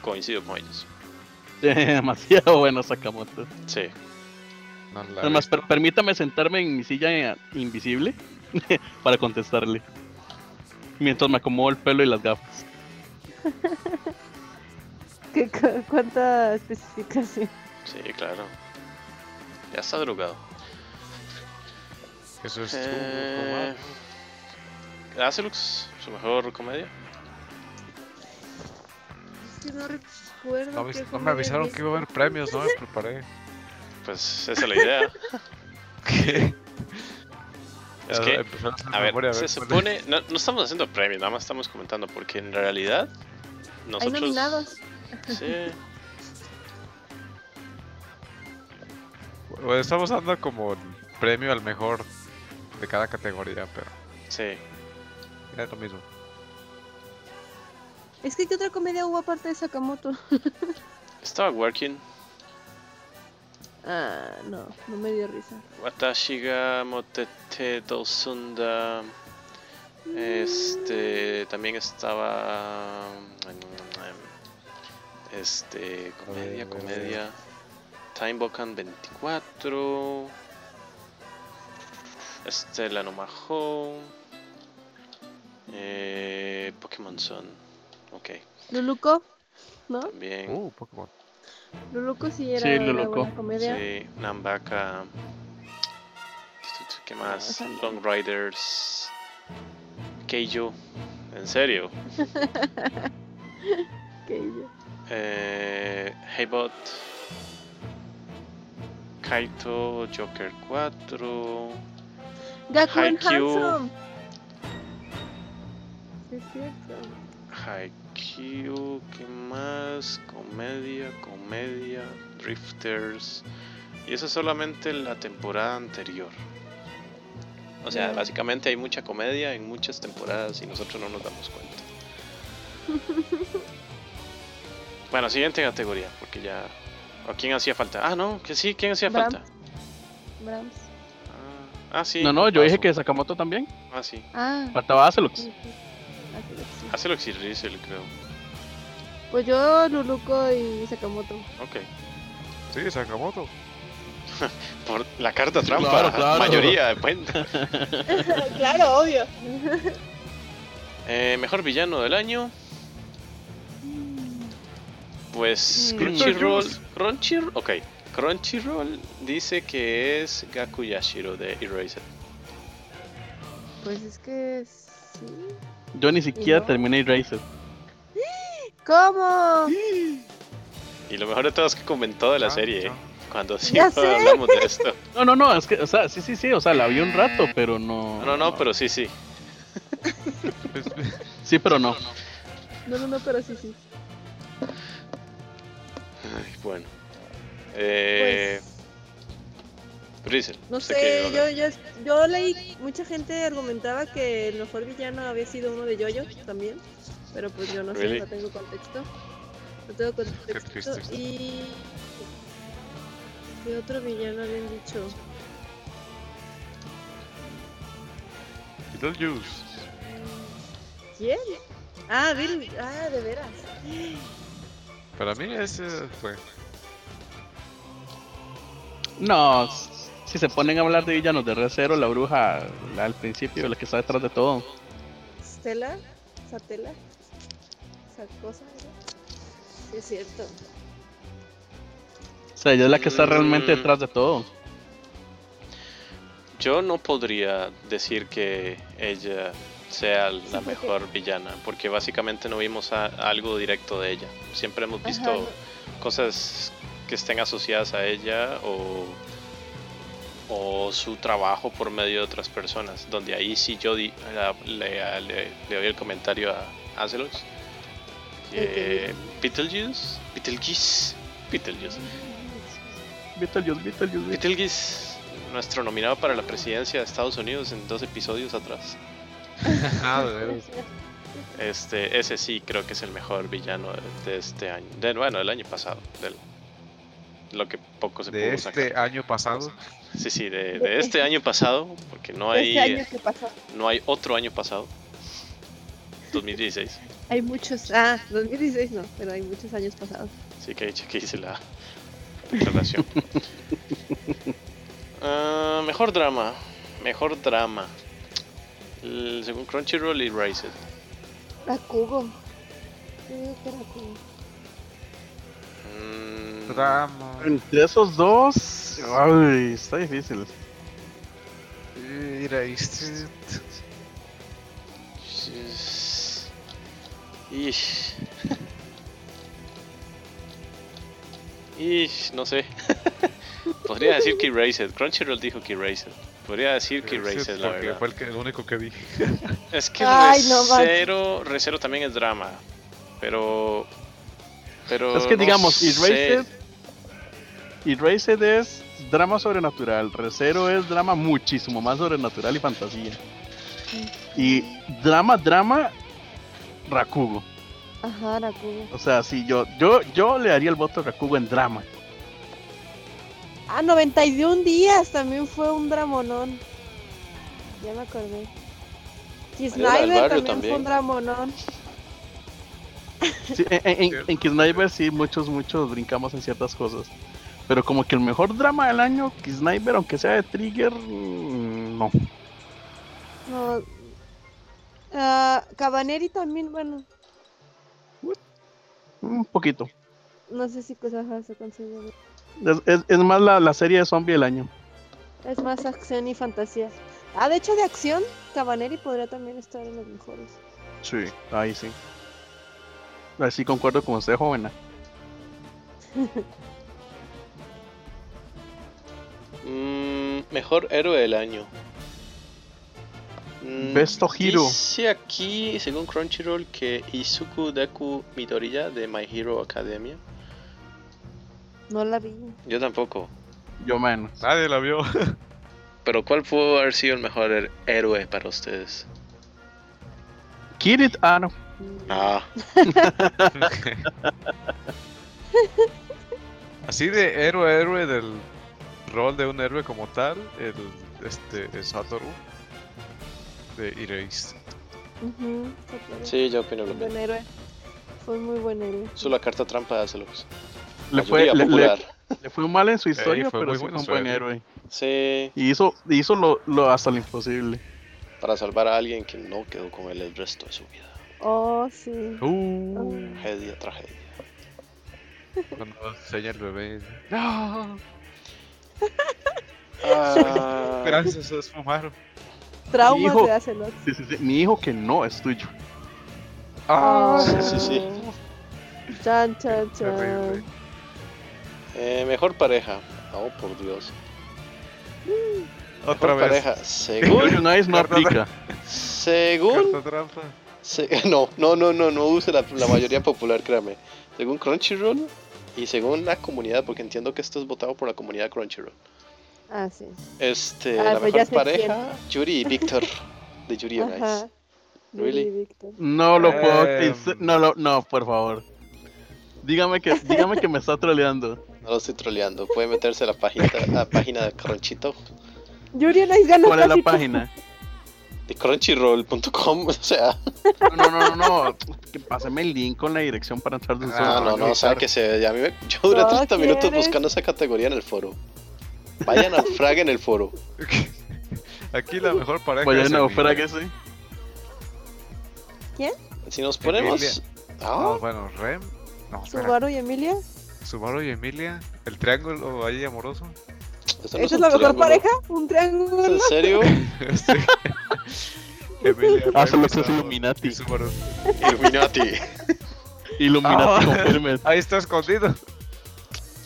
Speaker 4: coincido con ellos.
Speaker 5: Demasiado bueno Sakamoto.
Speaker 4: Sí.
Speaker 2: No la
Speaker 5: Además, per- permítame sentarme en mi silla eh, invisible para contestarle. Mientras me acomodo el pelo y las gafas.
Speaker 3: ¿Qué, cu- ¿Cuánta especificación?
Speaker 4: Sí, claro. Ya está drogado.
Speaker 2: vi. Eso es.
Speaker 4: Eh, Acelux, su mejor comedia.
Speaker 3: No recuerdo.
Speaker 2: No, avis- no me avisaron que iba a haber premios, no me preparé.
Speaker 4: Pues esa es la idea.
Speaker 2: ¿Qué?
Speaker 4: Es
Speaker 2: Ya,
Speaker 4: que,
Speaker 2: empezó hacer
Speaker 4: A ver,
Speaker 2: memoria, pues,
Speaker 4: se
Speaker 2: cuál es.
Speaker 4: supone. No, no estamos haciendo premios, nada más estamos comentando, porque en realidad.
Speaker 3: Hay
Speaker 4: Nosotros,
Speaker 3: nominados.
Speaker 4: Sí.
Speaker 2: Bueno, pues, estamos dando como el premio al mejor de cada categoría, pero
Speaker 4: Sí.
Speaker 2: ya es lo mismo.
Speaker 3: Es que ¿qué otra comedia hubo aparte de Sakamoto?
Speaker 4: Estaba working.
Speaker 3: Ah, no, no me dio risa.
Speaker 4: Watashi ga motete dosunda. Este. También estaba. em, Este. Comedia, comedia. Time Bokan 24. Estela no Majo. Eh, Pokémon Sun. Ok,
Speaker 3: Luluco, ¿no?
Speaker 4: también.
Speaker 2: Uh, Pokémon.
Speaker 3: Luluco sí era
Speaker 5: Sí,
Speaker 3: una
Speaker 5: Luluco.
Speaker 3: buena comedia.
Speaker 4: Sí, Nambaka. ¿Qué más? Long Riders. Keijo. En serio.
Speaker 3: que yo-
Speaker 4: Eh, Heybot. Kaito. Joker 4.
Speaker 3: Gakuen
Speaker 4: Haikyuu.
Speaker 3: Handsome. Sí, es cierto.
Speaker 4: Haikyuu. ¿Qué más? Comedia, comedia. Drifters. Y eso es solamente la temporada anterior. O sea,
Speaker 3: Mm.
Speaker 4: básicamente hay mucha comedia en muchas temporadas y nosotros no nos damos cuenta. bueno, siguiente categoría, porque ya. ¿A quién hacía falta? Ah, no, que sí, ¿quién hacía
Speaker 3: Bram.
Speaker 4: falta?
Speaker 3: Brahms.
Speaker 4: Ah, ah, sí.
Speaker 5: No, no, yo dije que
Speaker 4: Paso.
Speaker 5: Sakamoto también.
Speaker 4: Ah, sí.
Speaker 3: Ah,
Speaker 5: Faltaba Azelux.
Speaker 3: sí, sí. Así es, sí.
Speaker 4: Hace lo que Rizel, creo.
Speaker 3: Pues yo, Luluco y Sakamoto.
Speaker 4: Ok.
Speaker 2: Sí, Sakamoto.
Speaker 4: Por la carta trampa,
Speaker 5: Claro, claro.
Speaker 4: mayoría de cuenta.
Speaker 3: claro, obvio.
Speaker 4: Eh, mejor villano del año. Pues
Speaker 5: Mm.
Speaker 4: Crunchyroll.
Speaker 5: Beetlejuice.
Speaker 4: Pues, Crunchyroll. Ok. Crunchyroll dice que es Gakuyashiro de Eraser.
Speaker 3: Pues es que sí.
Speaker 5: Yo ni siquiera
Speaker 3: no.
Speaker 5: terminé Eraser.
Speaker 3: ¿Cómo?
Speaker 4: Y lo mejor de todo es que comentó de la
Speaker 2: Ah,
Speaker 4: serie. eh.
Speaker 2: no.
Speaker 4: Cuando sí
Speaker 3: Ya sé.
Speaker 4: hablamos de esto.
Speaker 5: No, no, no, es que, o sea, sí, sí, sí, o sea, la vi un rato, pero no.
Speaker 4: No, no,
Speaker 5: Ah.
Speaker 4: no, pero sí, sí.
Speaker 2: Pues,
Speaker 5: Sí, pero no.
Speaker 3: No, no, no, pero sí, sí.
Speaker 4: Ay, bueno. Eh,
Speaker 3: Pues,
Speaker 4: Freezer,
Speaker 3: no
Speaker 4: usted quiere
Speaker 3: sé,
Speaker 4: hablar.
Speaker 3: yo, yo, yo leí, mucha gente argumentaba que el mejor villano había sido uno de Yoyo también, pero pues yo no
Speaker 4: Really?
Speaker 3: sé, no tengo contexto. No tengo contexto.
Speaker 2: triste.
Speaker 3: Y... ¿Qué otro villano habían dicho?
Speaker 2: Beetlejuice.
Speaker 3: ¿Quién? Ah, Bill, ah, de veras.
Speaker 2: Para mí ese fue.
Speaker 5: No, s- si se ponen a hablar de villanos de Recero, la bruja la, al principio, la que está detrás de todo.
Speaker 3: Stella, Satela, esa cosa. ¿no? Sí, es cierto.
Speaker 5: O sea, ella es la que está realmente
Speaker 4: Mm.
Speaker 5: detrás de todo.
Speaker 4: Yo no podría decir que ella sea la
Speaker 3: porque-
Speaker 4: mejor villana, porque básicamente no vimos a- algo directo de ella. Siempre hemos visto
Speaker 3: Ajá, no.
Speaker 4: cosas que estén asociadas a ella o, o su trabajo por medio de otras personas, donde ahí sí yo di- la- le, le- le doy el comentario a Azelox. que Beetlejuice, Beetlejuice, Beetlejuice.
Speaker 5: Beetlejuice, Beetlejuice, Beetlejuice.
Speaker 4: Beetlejuice, nuestro nominado para la presidencia de Estados Unidos en dos episodios atrás.
Speaker 2: Ah, de veras.
Speaker 4: Este, ese sí creo que es el mejor villano de, de este año. De, bueno, del año pasado. Del, lo que poco se
Speaker 2: De
Speaker 4: pudo
Speaker 2: este
Speaker 4: sacar.
Speaker 2: año pasado.
Speaker 4: Sí, sí, de, de este año pasado, porque no hay,
Speaker 3: Este año que pasó.
Speaker 4: no hay otro año pasado. 2016.
Speaker 3: Hay muchos. Ah, 2016 no, pero hay muchos años pasados.
Speaker 4: Así que ahí que hice la relación. Ah, mejor drama. Mejor drama. El- según Crunchyroll y Raised.
Speaker 3: Rakugo. Yo digo que Rakugo.
Speaker 4: Mm,
Speaker 2: Drama.
Speaker 5: Entre esos dos, ay, está difícil.
Speaker 2: Mira, y sí,
Speaker 4: Yes. Ish. Ish, no sé. Podría decir que Erased. Crunchyroll dijo que Erased. Podría decir que Erased, la
Speaker 2: porque
Speaker 4: verdad.
Speaker 2: fue el, que- el único que vi.
Speaker 4: Es que
Speaker 3: Ay, no manches.
Speaker 4: Recero, Recero también es drama. Pero. Pero.
Speaker 5: Es que
Speaker 4: no
Speaker 5: digamos,
Speaker 4: sé.
Speaker 5: Erased, Erased es drama sobrenatural, Recero es drama muchísimo más sobrenatural y fantasía. Y drama, drama, Rakugo.
Speaker 3: Ajá, Rakugo.
Speaker 5: O sea, sí, yo, yo, yo le daría el voto a Rakugo en drama.
Speaker 3: Ah, 91 días también fue un dramonón. Ya me acordé. Y
Speaker 4: Mariana del
Speaker 3: Sniper también,
Speaker 4: Barrio también.
Speaker 3: fue un dramonón.
Speaker 5: Sí, en- en, en, en Kisnaiver sí, muchos, muchos brincamos en ciertas cosas. Pero como que el mejor drama del año, Kisnaiver, aunque sea de Trigger, mm, no.
Speaker 3: No. Ah, Cabaneri también, bueno,
Speaker 5: Un poquito.
Speaker 3: no sé si cosas se considera.
Speaker 5: Es, es- es más la, la serie de zombie del año.
Speaker 3: Es más acción y fantasía. Ah, de hecho de acción, Cabaneri podría también estar en los mejores.
Speaker 5: Sí, ahí sí. Ahí sí concuerdo con usted, joven.
Speaker 4: Mm, mejor héroe del año. Mm,
Speaker 5: Best of Hero.
Speaker 4: Dice aquí, según Crunchyroll, que Izuku Deku Midoriya de My Hero Academia.
Speaker 3: No la vi.
Speaker 4: Yo tampoco.
Speaker 5: Yo menos.
Speaker 2: Nadie la vio.
Speaker 4: Pero ¿cuál pudo haber sido el mejor her- héroe para ustedes?
Speaker 5: Kirit, ah, no.
Speaker 4: Ah,
Speaker 2: Así de héroe héroe del rol de un héroe como tal, el este el Satoru de Erased.
Speaker 3: Ujú, sí.
Speaker 4: sí, yo opino
Speaker 3: Fue
Speaker 4: lo
Speaker 3: un buen
Speaker 4: mismo.
Speaker 3: héroe. Fue un muy buen héroe.
Speaker 4: Eso la carta trampa de Azelux.
Speaker 5: Le fue, le,
Speaker 4: popular.
Speaker 5: le- le fue mal en su historia,
Speaker 2: fue
Speaker 5: pero
Speaker 2: muy
Speaker 5: sí fue
Speaker 2: bueno
Speaker 5: un
Speaker 2: su
Speaker 5: buen
Speaker 2: héroe.
Speaker 5: héroe.
Speaker 4: Sí,
Speaker 5: Y hizo, hizo lo, lo hasta lo imposible.
Speaker 4: para salvar a alguien que no quedó con él el resto de su vida.
Speaker 3: Oh, sí.
Speaker 2: Uh,
Speaker 5: Mm.
Speaker 4: Tragedia, tragedia.
Speaker 2: Cuando enseña el bebé. dice,
Speaker 5: No.
Speaker 4: Ah,
Speaker 2: Gracias, ustedes fumaron.
Speaker 3: Traumas
Speaker 5: Hijo.
Speaker 3: de Acelot.
Speaker 5: Sí, sí, sí, Mi hijo que no es tuyo.
Speaker 4: Ah,
Speaker 3: Oh.
Speaker 4: sí, sí.
Speaker 3: Chan, chan,
Speaker 2: Terrible.
Speaker 3: chan.
Speaker 4: eh, mejor pareja. Oh, por Dios.
Speaker 2: Otra
Speaker 4: mejor
Speaker 2: vez.
Speaker 4: pareja. Según.
Speaker 5: Unice no aplica.
Speaker 4: según.
Speaker 2: Carta trampa.
Speaker 4: se- no, no, no, no, no use la, la mayoría popular, créame. Según Crunchyroll y según la comunidad, porque entiendo que esto es votado por la comunidad Crunchyroll.
Speaker 3: Ah, sí.
Speaker 4: Este,
Speaker 3: Ah,
Speaker 4: la
Speaker 3: pues ya
Speaker 4: mejor
Speaker 3: sé
Speaker 4: pareja, Yuri y Víctor, de Yuri on Ice.
Speaker 3: Ajá.
Speaker 4: Really?
Speaker 3: Lili Víctor.
Speaker 5: No lo puedo.
Speaker 2: Em.
Speaker 5: es- No, lo, no, por favor. Dígame que, dígame que me está troleando.
Speaker 4: No lo estoy troleando. Puede meterse a la página, a la página de Cronchito,
Speaker 3: Yuri Nice ganó
Speaker 5: ¿Cuál es la
Speaker 3: casi todo.
Speaker 5: página?
Speaker 4: de crunchyroll.com. O sea,
Speaker 5: No, no, no, no. Que pásame el link con la dirección para entrar de un solo.
Speaker 2: Ah,
Speaker 4: no, no, no, o sea, que se. ya a mí me- yo duré
Speaker 3: No
Speaker 4: 30 minutos
Speaker 3: quieres.
Speaker 4: buscando esa categoría en el foro. Vayan a frag en el foro.
Speaker 2: Aquí la mejor pareja.
Speaker 5: Vaya,
Speaker 2: es
Speaker 5: Pues, no,
Speaker 2: Emilia.
Speaker 5: fuera que sí.
Speaker 4: Si nos ponemos.
Speaker 2: No,
Speaker 4: Ah,
Speaker 2: bueno, Rem. No, espera.
Speaker 3: Subaru y Emilia.
Speaker 2: Subaru y Emilia. El triángulo ahí amoroso.
Speaker 4: esto no
Speaker 3: ¿Esa es
Speaker 4: un
Speaker 3: la mejor
Speaker 4: triángulo.
Speaker 3: pareja? ¿Un
Speaker 4: ¿Es
Speaker 3: triángulo?
Speaker 4: ¿En serio?
Speaker 2: Sí. Este, Emilia.
Speaker 5: Ah, solo
Speaker 2: Rem,
Speaker 5: eso es
Speaker 2: Subaru
Speaker 5: Illuminati.
Speaker 2: y Subaru.
Speaker 4: Illuminati.
Speaker 5: Illuminati
Speaker 2: Ah.
Speaker 5: confirme.
Speaker 2: Ahí está escondido.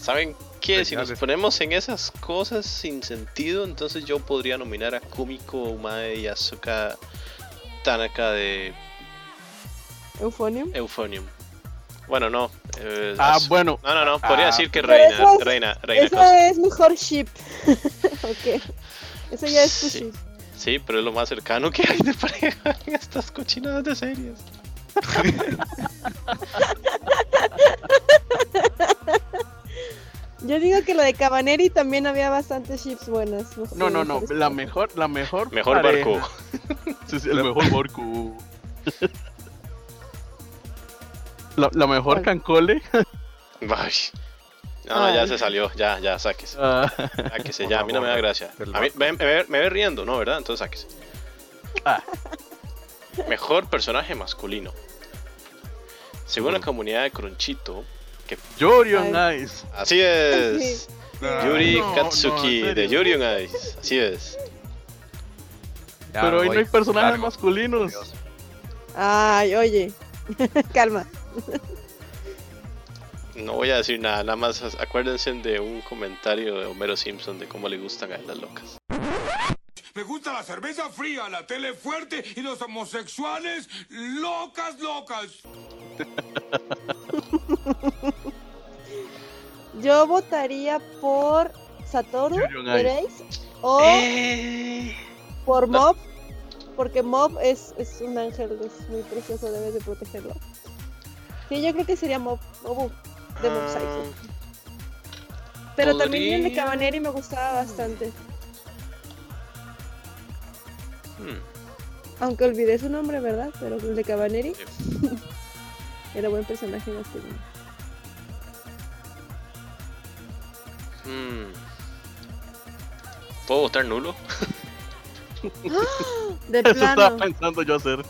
Speaker 4: ¿Saben qué? Si nos
Speaker 2: Señales.
Speaker 4: ponemos en esas cosas sin sentido, entonces yo podría nominar a Kumiko Umae y Asuka Tanaka de
Speaker 3: Eufonium.
Speaker 4: Euphonium. Bueno, no. eh,
Speaker 5: Ah,
Speaker 4: Asu-
Speaker 5: bueno.
Speaker 4: No, no, no, podría
Speaker 2: Ah.
Speaker 4: decir que
Speaker 3: Pero
Speaker 4: reina,
Speaker 3: eso es-
Speaker 4: reina, reina.
Speaker 3: Eso
Speaker 4: cosa.
Speaker 3: es mejor ship. ok. Eso ya es tu
Speaker 4: Sí.
Speaker 3: ship.
Speaker 4: Sí, pero es lo más cercano que hay de pareja en estas cochinadas de series.
Speaker 3: Yo digo que lo de Cabaneri también había bastantes ships buenas.
Speaker 5: No, no, no.
Speaker 3: mejores
Speaker 5: La
Speaker 3: parejas.
Speaker 5: mejor, la mejor.
Speaker 4: Mejor
Speaker 5: pareja.
Speaker 4: barco.
Speaker 5: Sí, sí, el mejor barco. La, la mejor
Speaker 3: Ay.
Speaker 5: cancole.
Speaker 4: Ay. No, no, Ah, ya
Speaker 3: Ay.
Speaker 4: se salió, ya, ya, sáquese.
Speaker 5: Ah,
Speaker 4: Sáquese,
Speaker 2: Por
Speaker 4: ya, a mí no me da
Speaker 2: favor,
Speaker 4: gracia.
Speaker 2: del
Speaker 4: A mí,
Speaker 2: barco.
Speaker 4: me, me ve- me ve riendo, ¿no? ¿Verdad? Entonces sáquese.
Speaker 5: Ah.
Speaker 4: Mejor personaje masculino. Según la comunidad de Cronchito,
Speaker 5: Yuri on Ice.
Speaker 4: así es.
Speaker 2: Ah,
Speaker 4: Yuri
Speaker 5: No, no,
Speaker 4: Katsuki
Speaker 5: en
Speaker 4: de
Speaker 5: serio.
Speaker 4: Yuri on Ice, así es.
Speaker 2: Ya,
Speaker 5: Pero hoy no
Speaker 2: voy.
Speaker 5: hay personajes
Speaker 2: Largo.
Speaker 5: masculinos.
Speaker 2: Dios.
Speaker 3: Ay, oye. Calma.
Speaker 4: No voy a decir nada, nada más acuérdense de un comentario de Homero Simpson de cómo le gustan a él las locas.
Speaker 7: Me gusta la cerveza fría, la tele fuerte y los homosexuales locas, locas.
Speaker 3: Yo votaría por Satoru,
Speaker 5: Yuri Eh. on Ice.
Speaker 3: ¿veréis? O por
Speaker 4: No.
Speaker 3: Mob. Porque Mob es, es un ángel, es muy precioso, debes de protegerlo. Sí, yo creo que sería Mob. Mobu, de
Speaker 5: Ah.
Speaker 3: Mob Psycho. Pero también el de
Speaker 4: podría-
Speaker 3: Cabaneri me gustaba bastante.
Speaker 4: Hmm.
Speaker 3: Aunque olvidé su nombre, ¿verdad? Pero el de Cabaneri era buen personaje masculino.
Speaker 4: Mm. ¿Puedo votar nulo?
Speaker 3: De
Speaker 5: Eso estaba
Speaker 3: plano.
Speaker 5: pensando yo hacer.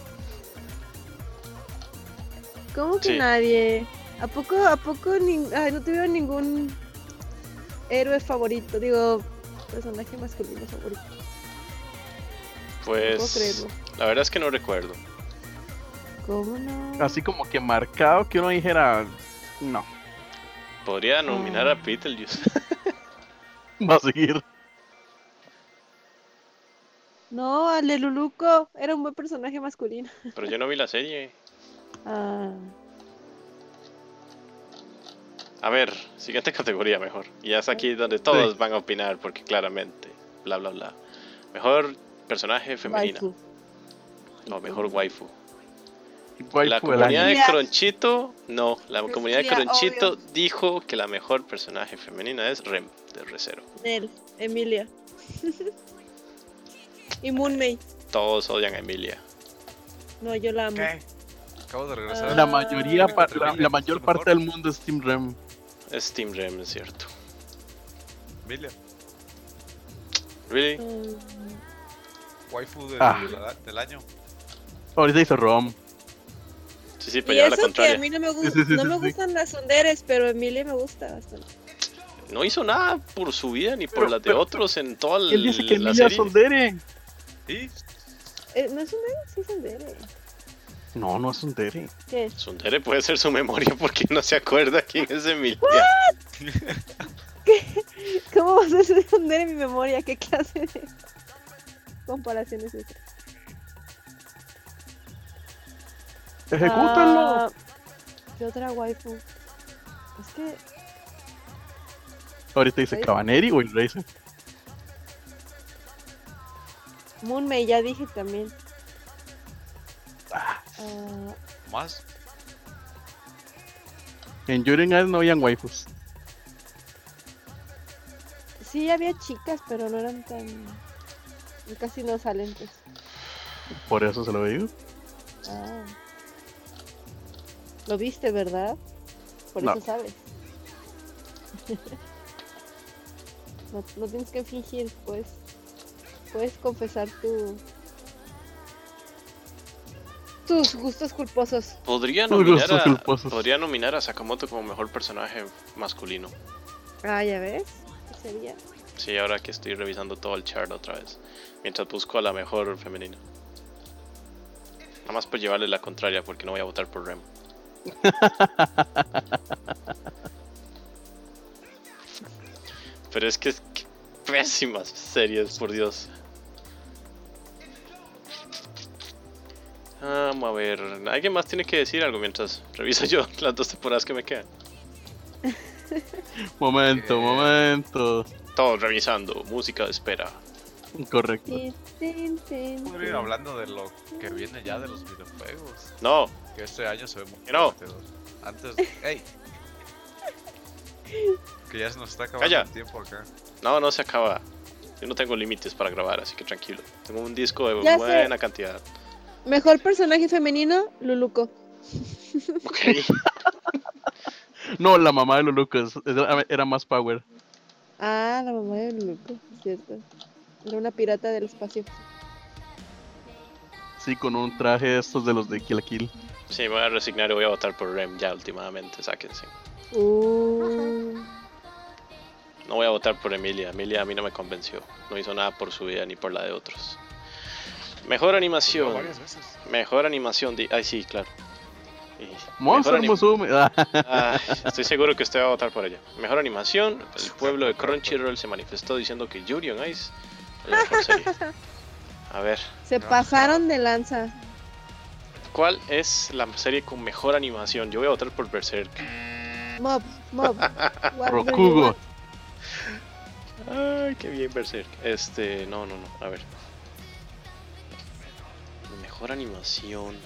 Speaker 3: ¿Cómo que
Speaker 4: Sí.
Speaker 3: nadie? ¿A poco, a poco nin- ay, no tuvieron ningún héroe favorito? Digo, personaje masculino favorito. No puedo
Speaker 4: Pues
Speaker 3: creerlo.
Speaker 4: la verdad es que no recuerdo.
Speaker 3: ¿Cómo no?
Speaker 5: Así como que marcado que uno dijera. No,
Speaker 4: Podría nominar a Beetlejuice.
Speaker 5: va a seguir.
Speaker 3: No, al de Luluco. Era un buen personaje masculino.
Speaker 4: Pero yo no vi la serie.
Speaker 3: Ah.
Speaker 4: A ver, siguiente categoría mejor. Y ya es aquí donde todos van a opinar porque claramente, bla, bla, bla. Mejor personaje femenina.
Speaker 3: waifu.
Speaker 4: No, mejor waifu.
Speaker 5: Guay
Speaker 4: La
Speaker 5: fue el
Speaker 4: comunidad
Speaker 5: año.
Speaker 4: de
Speaker 3: Yes.
Speaker 4: Cronchito, no. La
Speaker 3: Pues
Speaker 4: comunidad de
Speaker 3: sí, obvio.
Speaker 4: Cronchito dijo que la mejor personaje femenina es Rem, de Recero.
Speaker 3: Nel, Emilia. y Moonmay.
Speaker 4: Todos odian a Emilia.
Speaker 3: No, yo la amo. Ah.
Speaker 2: ¿Qué? Acabo de regresar.
Speaker 5: La
Speaker 4: Ah,
Speaker 5: mayoría, pa- la, la mayor parte del mundo es Team Rem.
Speaker 4: Es Team Rem, es cierto.
Speaker 2: Emilia,
Speaker 4: ¿Really?
Speaker 3: Mm,
Speaker 2: waifu del,
Speaker 5: Ah.
Speaker 2: del año.
Speaker 5: Ahorita hizo Rom.
Speaker 4: Sí, sí,
Speaker 3: Y
Speaker 4: para llevar la
Speaker 3: eso que a
Speaker 4: contraria.
Speaker 3: mí no me, gu-
Speaker 5: Sí, sí, sí,
Speaker 3: no me
Speaker 5: sí.
Speaker 3: gustan las honderes, pero a Emilia me gusta bastante.
Speaker 4: No hizo nada por su vida ni por
Speaker 5: Pero-
Speaker 4: las de
Speaker 5: pero-
Speaker 4: otros en toda
Speaker 5: ¿Quién dice que
Speaker 4: la
Speaker 5: Emilia
Speaker 4: serie.
Speaker 5: Sondere?
Speaker 4: Sí,
Speaker 3: Eh, ¿No es hondera? Sí es hondera.
Speaker 5: No, no es Sondere.
Speaker 3: ¿Qué es?
Speaker 4: Sundere puede ser su memoria porque no se acuerda quién es Emilia.
Speaker 3: ¿Cómo vas a hacer hondera en mi memoria? ¿Qué clase de comparación es esa?
Speaker 5: Ejecútenlo.
Speaker 3: Ah, ¿Qué otra waifu? Es que
Speaker 5: Ahorita dice
Speaker 3: ¿sí?
Speaker 5: Cabaneri o Hellraiser.
Speaker 3: Moonmay ya dije también. Ah,
Speaker 2: Más.
Speaker 5: En Yuren Ice no habían waifus.
Speaker 3: sí, había chicas, pero no eran tan... Casi no salen, pues.
Speaker 5: Por eso se lo digo.
Speaker 3: Ah. Lo viste, ¿verdad? Por
Speaker 5: No.
Speaker 3: eso sabes. no, no tienes que fingir, pues. Puedes confesar tu... Tus gustos culposos.
Speaker 4: Podría
Speaker 5: Todos
Speaker 4: nominar,
Speaker 5: los
Speaker 4: a,
Speaker 5: culposos.
Speaker 4: podría nominar a Sakamoto como mejor personaje masculino.
Speaker 3: Ah, ya ves. Sería.
Speaker 4: Sí, ahora que estoy revisando todo el chart otra vez. Mientras busco a la mejor femenina. Nada más por llevarle la contraria porque no voy a votar por Rem. Pero es que, es que pésimas series, por Dios. Vamos a ver, ¿alguien más tiene que decir algo mientras reviso yo las dos temporadas que me quedan?
Speaker 5: Momento,
Speaker 2: Eh.
Speaker 5: momento.
Speaker 4: Todos revisando, música de espera.
Speaker 5: Correcto.
Speaker 3: Tin, tin, tin,
Speaker 2: Podría
Speaker 3: tin.
Speaker 2: ir hablando de lo que viene ya de los videojuegos.
Speaker 4: No,
Speaker 2: Que este año se ve muy
Speaker 4: Que no.
Speaker 2: prometedor. Antes. ¡Ey! que ya se nos está acabando
Speaker 4: Calla.
Speaker 2: el tiempo acá.
Speaker 4: No, no se acaba. Yo no tengo límites para grabar, así que tranquilo. Tengo un disco de
Speaker 3: Ya sé.
Speaker 4: buena cantidad.
Speaker 3: Mejor personaje femenino, Luluco.
Speaker 4: Ok.
Speaker 5: No, la mamá de los Lucas era, era más power.
Speaker 3: Ah, la mamá de Luluco, es cierto. Era una pirata del espacio.
Speaker 5: Sí, con un traje de estos de los de Kill la Kill.
Speaker 4: Sí, me voy a resignar y voy a votar por Rem ya últimamente, sáquense.
Speaker 3: Uh.
Speaker 4: No voy a votar por Emilia. Emilia a mí no me convenció. No hizo nada por su vida ni por la de otros. Mejor
Speaker 2: Yo
Speaker 4: animación.
Speaker 2: varias veces.
Speaker 4: Mejor animación. di- Ay, sí, claro. Y- mejor
Speaker 5: Monster
Speaker 4: anim-
Speaker 5: Musume. Ah,
Speaker 4: Ay, estoy seguro que usted va a votar por ella. Mejor animación. El pueblo de Crunchyroll se manifestó diciendo que Yuri on Ice es la mejor serie. A ver.
Speaker 3: Se
Speaker 2: No,
Speaker 3: pasaron de lanza.
Speaker 4: ¿Cuál es la serie con mejor animación? Yo voy a votar por Berserk.
Speaker 3: Mob, mob. What do you
Speaker 5: Rokugo.
Speaker 3: want?
Speaker 4: Ay, qué bien Berserk. Este, no, no, no. A ver. Mejor animación.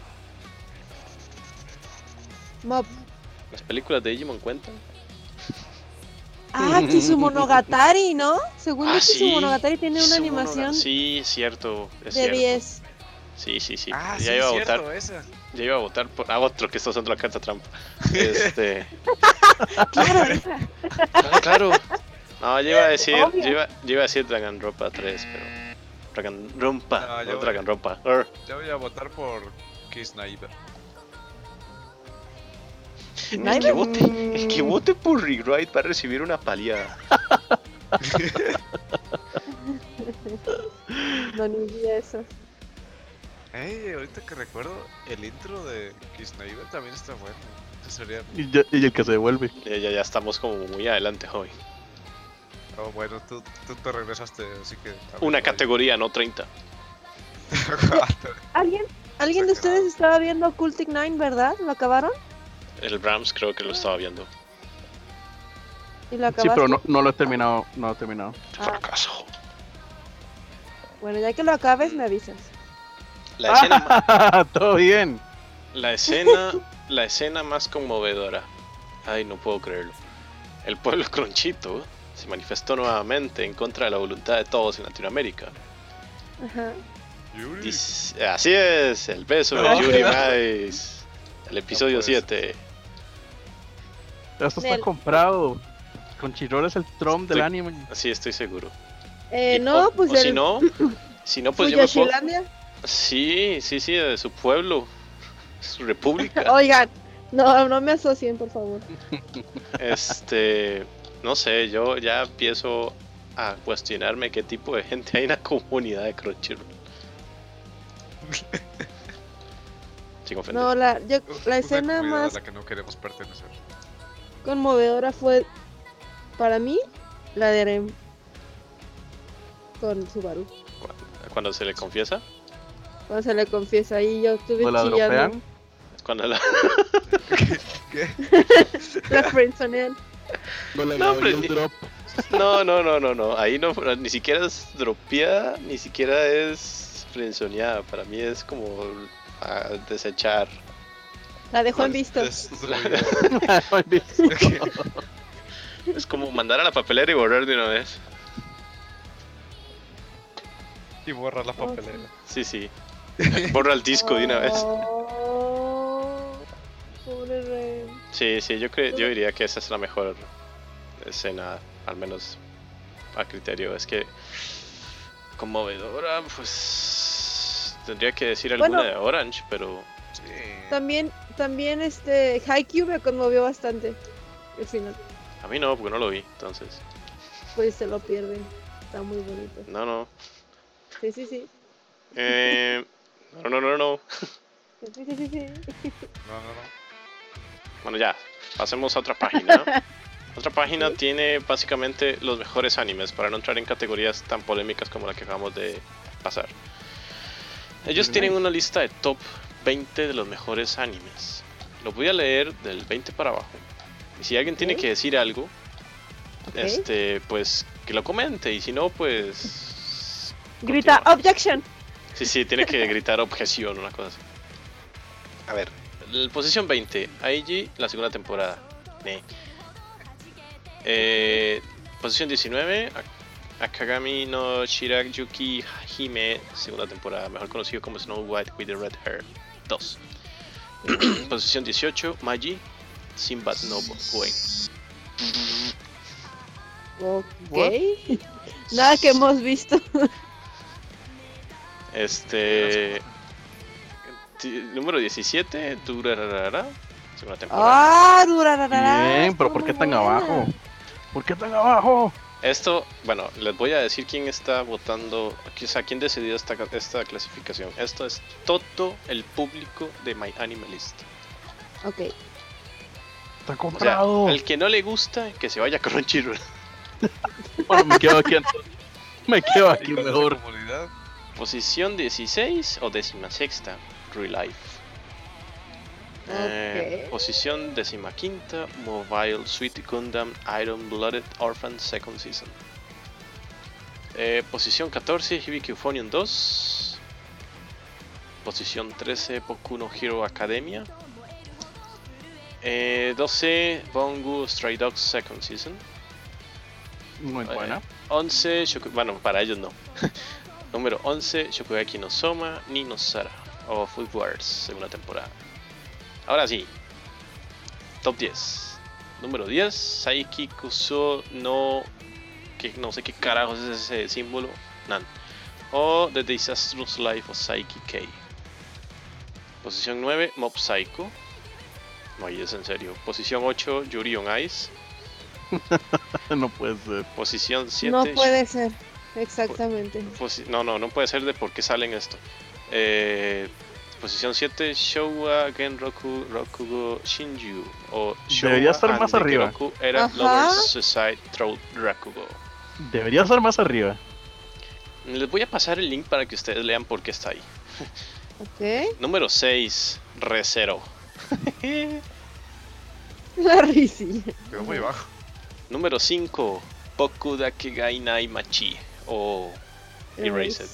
Speaker 3: Mob.
Speaker 4: ¿Las películas de Digimon cuentan?
Speaker 3: Ah, Kisumonogatari, ¿no? Según yo,
Speaker 4: Ah, sí.
Speaker 3: Kisumonogatari tiene una
Speaker 4: Sí, uno no-
Speaker 3: animación
Speaker 4: Sí, cierto. Es
Speaker 3: de
Speaker 4: cierto.
Speaker 3: 10.
Speaker 4: Sí, sí, sí.
Speaker 2: Ah,
Speaker 4: ya
Speaker 2: sí,
Speaker 4: iba a
Speaker 2: cierto,
Speaker 4: votar.
Speaker 2: esa.
Speaker 4: Ya iba a votar por. Ah, otro que está usando la carta trampa. Este.
Speaker 3: Claro, esa.
Speaker 4: Ah, claro. No, yo iba a decir,
Speaker 3: Obvio.
Speaker 4: yo iba, yo iba a decir Dragonropa 3, pero
Speaker 2: No,
Speaker 4: Dragonrompa,
Speaker 2: yo
Speaker 4: no,
Speaker 2: voy-
Speaker 4: Dragonrompa. er, Ur.
Speaker 2: Yo voy a votar por Kiss Naiver.
Speaker 4: El que vote, el
Speaker 3: Mm,
Speaker 4: que vote por Rewrite va a recibir una paliada.
Speaker 3: No ni vi eso.
Speaker 2: Ey, ahorita que recuerdo, el intro de Kiss Naiver también está bueno. Eso sería.
Speaker 5: y, ya- y el que se devuelve.
Speaker 4: Ya, ya, ya estamos como muy adelante hoy.
Speaker 2: Oh, bueno, tú, tú te regresaste, así que. a ver,
Speaker 4: Una
Speaker 2: voy.
Speaker 4: categoría, no 30.
Speaker 3: ¿Alguien, ¿Alguien de ustedes estaba viendo Occultic Nine, verdad? ¿Lo acabaron?
Speaker 4: El Brahms creo que lo estaba viendo.
Speaker 3: ¿Y lo acabaste?
Speaker 5: Sí, pero no, no lo he terminado. No lo he terminado.
Speaker 3: Ah,
Speaker 4: Fracaso.
Speaker 3: bueno, ya que lo acabes, me avisas.
Speaker 4: La escena, ma-
Speaker 5: Todo bien.
Speaker 4: la escena, la escena más conmovedora. Ay, no puedo creerlo. El pueblo cronchito se manifestó nuevamente en contra de la voluntad de todos en Latinoamérica.
Speaker 3: Ajá. Mm.
Speaker 2: Yuri.
Speaker 4: Dice- así es, el beso de
Speaker 5: No.
Speaker 4: Yuri Mais. El episodio
Speaker 2: puede
Speaker 4: 7.
Speaker 5: Esto está
Speaker 3: Nel.
Speaker 5: comprado. Con Chirol es el Trump del
Speaker 4: Estoy-
Speaker 5: anime.
Speaker 4: Así estoy seguro.
Speaker 3: Eh,
Speaker 4: Y-
Speaker 3: no,
Speaker 4: o-
Speaker 3: pues
Speaker 4: o
Speaker 3: el
Speaker 4: si no, si no, pues yo me puedo-
Speaker 3: Fuyoshilandia.
Speaker 4: Sí, sí, sí, de su pueblo. Es República.
Speaker 3: Oigan, no, no me asocien, por favor.
Speaker 4: Este, no sé, yo ya empiezo a cuestionarme qué tipo de gente hay en la comunidad de Crunchyroll. Sin ofender.
Speaker 3: No, la, yo- la
Speaker 2: Una
Speaker 3: escena
Speaker 2: comunidad a
Speaker 3: más
Speaker 2: la que no queremos pertenecer.
Speaker 3: conmovedora fue, para mí, la de Rem. Con Subaru.
Speaker 4: Cuando se le confiesa,
Speaker 3: Cuando se le confiesa ahí, yo estuve
Speaker 5: ¿O la
Speaker 3: chillando.
Speaker 5: dropean?
Speaker 4: es cuando la-
Speaker 3: La friendzonean.
Speaker 4: No, pero ni- No, no, no, no, no. Ahí no, ni siquiera es dropeada, ni siquiera es frenzoneada. Para mí es como ah, desechar.
Speaker 3: La dejó en visto.
Speaker 2: Es- es-
Speaker 4: Es como mandar a la papelera y borrar de una vez.
Speaker 2: y borrar la papelera.
Speaker 4: Sí, sí. Borra el disco de una vez.
Speaker 3: Oh, pobre Rem.
Speaker 4: Sí, sí, yo, cre- yo diría que esa es la mejor escena, al menos a criterio. Es que conmovedora, pues tendría que decir alguna
Speaker 3: Bueno.
Speaker 4: de Orange, pero
Speaker 2: Sí.
Speaker 3: También, también este Haikyuu me conmovió bastante. El final,
Speaker 4: a mí no, porque no lo vi. Entonces,
Speaker 3: pues se lo pierden. Está muy bonito.
Speaker 4: no, no.
Speaker 3: Sí, sí, sí.
Speaker 4: Eh, no, no, no, no.
Speaker 3: Sí, sí, sí, sí.
Speaker 2: No, no, no.
Speaker 4: Bueno, ya, pasemos a otra página. Otra página tiene básicamente los mejores animes para no entrar en categorías tan polémicas como la que acabamos de pasar. Ellos tienen una lista de top 20 de los mejores animes. Los voy a leer del 20 para abajo. Y si alguien tiene
Speaker 3: Ok.
Speaker 4: que decir algo,
Speaker 3: Ok.
Speaker 4: este, pues que lo comente. Y si no, pues.
Speaker 3: Grita
Speaker 4: continúa.
Speaker 3: objection.
Speaker 4: Sí, sí, tiene que gritar objeción, una cosa así. A ver, el posición 20, IG, la segunda temporada. Ne. Eh, posición 19, Ak- Akagami no Shirak Yuki Hime, segunda temporada, mejor conocido como Snow White with the Red Hair 2. posición 18, Magi, Sinbad no Boy.
Speaker 3: Ok. Nada que hemos visto.
Speaker 4: Este. ti- Número 17, Durarara, segunda temporada.
Speaker 3: Ah, durararara.
Speaker 5: Bien, pero
Speaker 3: estuvo
Speaker 5: ¿por qué
Speaker 3: muy
Speaker 5: tan
Speaker 3: buena.
Speaker 5: abajo? ¿Por qué tan abajo?
Speaker 4: Esto, bueno, les voy a decir quién está votando, o sea, quién decidió esta, ca- esta clasificación. Esto es todo el público de My Animalist.
Speaker 3: Ok.
Speaker 5: Está
Speaker 4: O sea,
Speaker 5: comprado.
Speaker 4: el que no le gusta, que se vaya con Crunchyroll.
Speaker 5: Bueno, me quedo aquí. entonces. Me quedo aquí
Speaker 2: Y con esa
Speaker 5: mejor.
Speaker 2: comunidad,
Speaker 4: Posición 16 o décima sexta, Relife. Eh,
Speaker 5: pues,
Speaker 3: Ok.
Speaker 4: posición décima quinta, Mobile Suit Gundam Iron Blooded Orphan Second Season. Eh, posición 14, Hibiki Euphonium 2. Posición 13, Boku no Hero Academia. Eh, 12, Bongu Stray Dogs Second Season.
Speaker 5: Muy
Speaker 4: Oye.
Speaker 5: buena.
Speaker 4: 11, Shoku- bueno, para ellos no. Número 11, Shokugeki no Soma, ni no Sara, o Food Wars, segunda temporada. Ahora sí, top 10. Número 10, Saiki Kuso no. Que no sé qué carajos es ese símbolo, Nan. O The Disastrous Life of Saiki K. Posición 9, Mob Psycho. No, ahí es en serio. Posición 8, Yuri on Ice.
Speaker 5: No puede ser.
Speaker 4: Posición 7,
Speaker 3: No puede ser. Exactamente.
Speaker 4: Posi- Pues, no, no, no puede ser de por qué salen esto. Eh, posición 7, Showa Genroku Rokugo Shinju. O Showa
Speaker 5: Debería estar
Speaker 4: and
Speaker 5: más
Speaker 4: the
Speaker 5: arriba.
Speaker 4: Genroku Era
Speaker 3: Ajá.
Speaker 4: Lower Suicide Throat Rakugo.
Speaker 5: Debería ser más arriba.
Speaker 4: Les voy a pasar el link para que ustedes lean por qué está ahí.
Speaker 3: Ok.
Speaker 4: Número 6, Recero.
Speaker 3: La risilla.
Speaker 2: Quedó muy bajo.
Speaker 4: Número 5, Boku Dakegainai Machi. O Erased.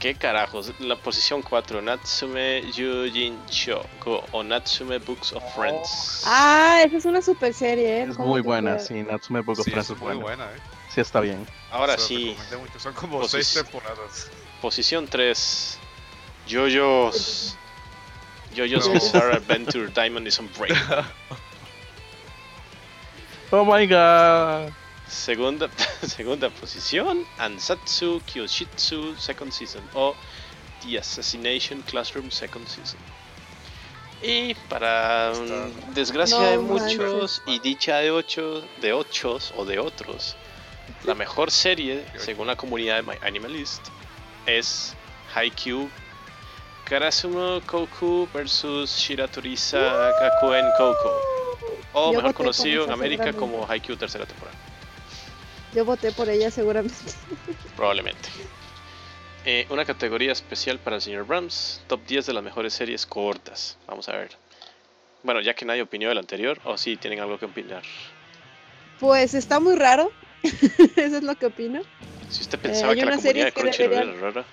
Speaker 4: ¿Qué carajos? La posición 4, Natsume Yujin Shoko o Natsume Books of Friends.
Speaker 3: Ah, esa es una super serie, ¿eh?
Speaker 5: Es
Speaker 3: ¿Cómo
Speaker 5: muy
Speaker 3: te
Speaker 5: buena,
Speaker 3: puedo-
Speaker 5: sí. Natsume Poco
Speaker 2: Sí,
Speaker 5: Friends
Speaker 2: es
Speaker 5: es
Speaker 2: muy buena,
Speaker 5: buena.
Speaker 2: eh.
Speaker 5: Sí, está bien.
Speaker 4: Ahora
Speaker 2: Se la
Speaker 4: sí,
Speaker 2: recomendé mucho, Son como
Speaker 4: Pues
Speaker 2: seis
Speaker 4: sí.
Speaker 2: temporadas.
Speaker 4: posición 3, Yoyos. Yoyos
Speaker 2: No.
Speaker 4: Bizarre Adventure Diamond is on Break.
Speaker 5: Oh my god.
Speaker 4: Segunda, segunda posición, Ansatsu Kyoshitsu Second Season o The Assassination Classroom Second Season. Y para mm, desgracia
Speaker 3: No
Speaker 4: de
Speaker 3: manches.
Speaker 4: muchos y dicha de ocho, de ochos o de otros, la mejor serie, según la comunidad de My Animalist, es Haikyuu Karasuno Koku vs Shiratorisa Gakuen Koku, o
Speaker 3: Yo voté
Speaker 4: mejor
Speaker 3: por
Speaker 4: conocido en
Speaker 3: esa
Speaker 4: América
Speaker 3: seguramente.
Speaker 4: como Haikyuu tercera temporada.
Speaker 3: Yo voté por ella seguramente.
Speaker 4: Probablemente. Eh, una categoría especial para el señor Brams. Top 10 de las mejores series cortas. Vamos a ver. Bueno, ya que nadie opinó del anterior, o sí, tienen algo que opinar.
Speaker 3: Pues está muy raro. Eso es lo que opino.
Speaker 4: Si usted pensaba
Speaker 3: Eh, hay
Speaker 4: que la
Speaker 3: unas
Speaker 4: comunidad de
Speaker 3: series que
Speaker 4: Crunchyroll era
Speaker 3: deberían-
Speaker 4: rara,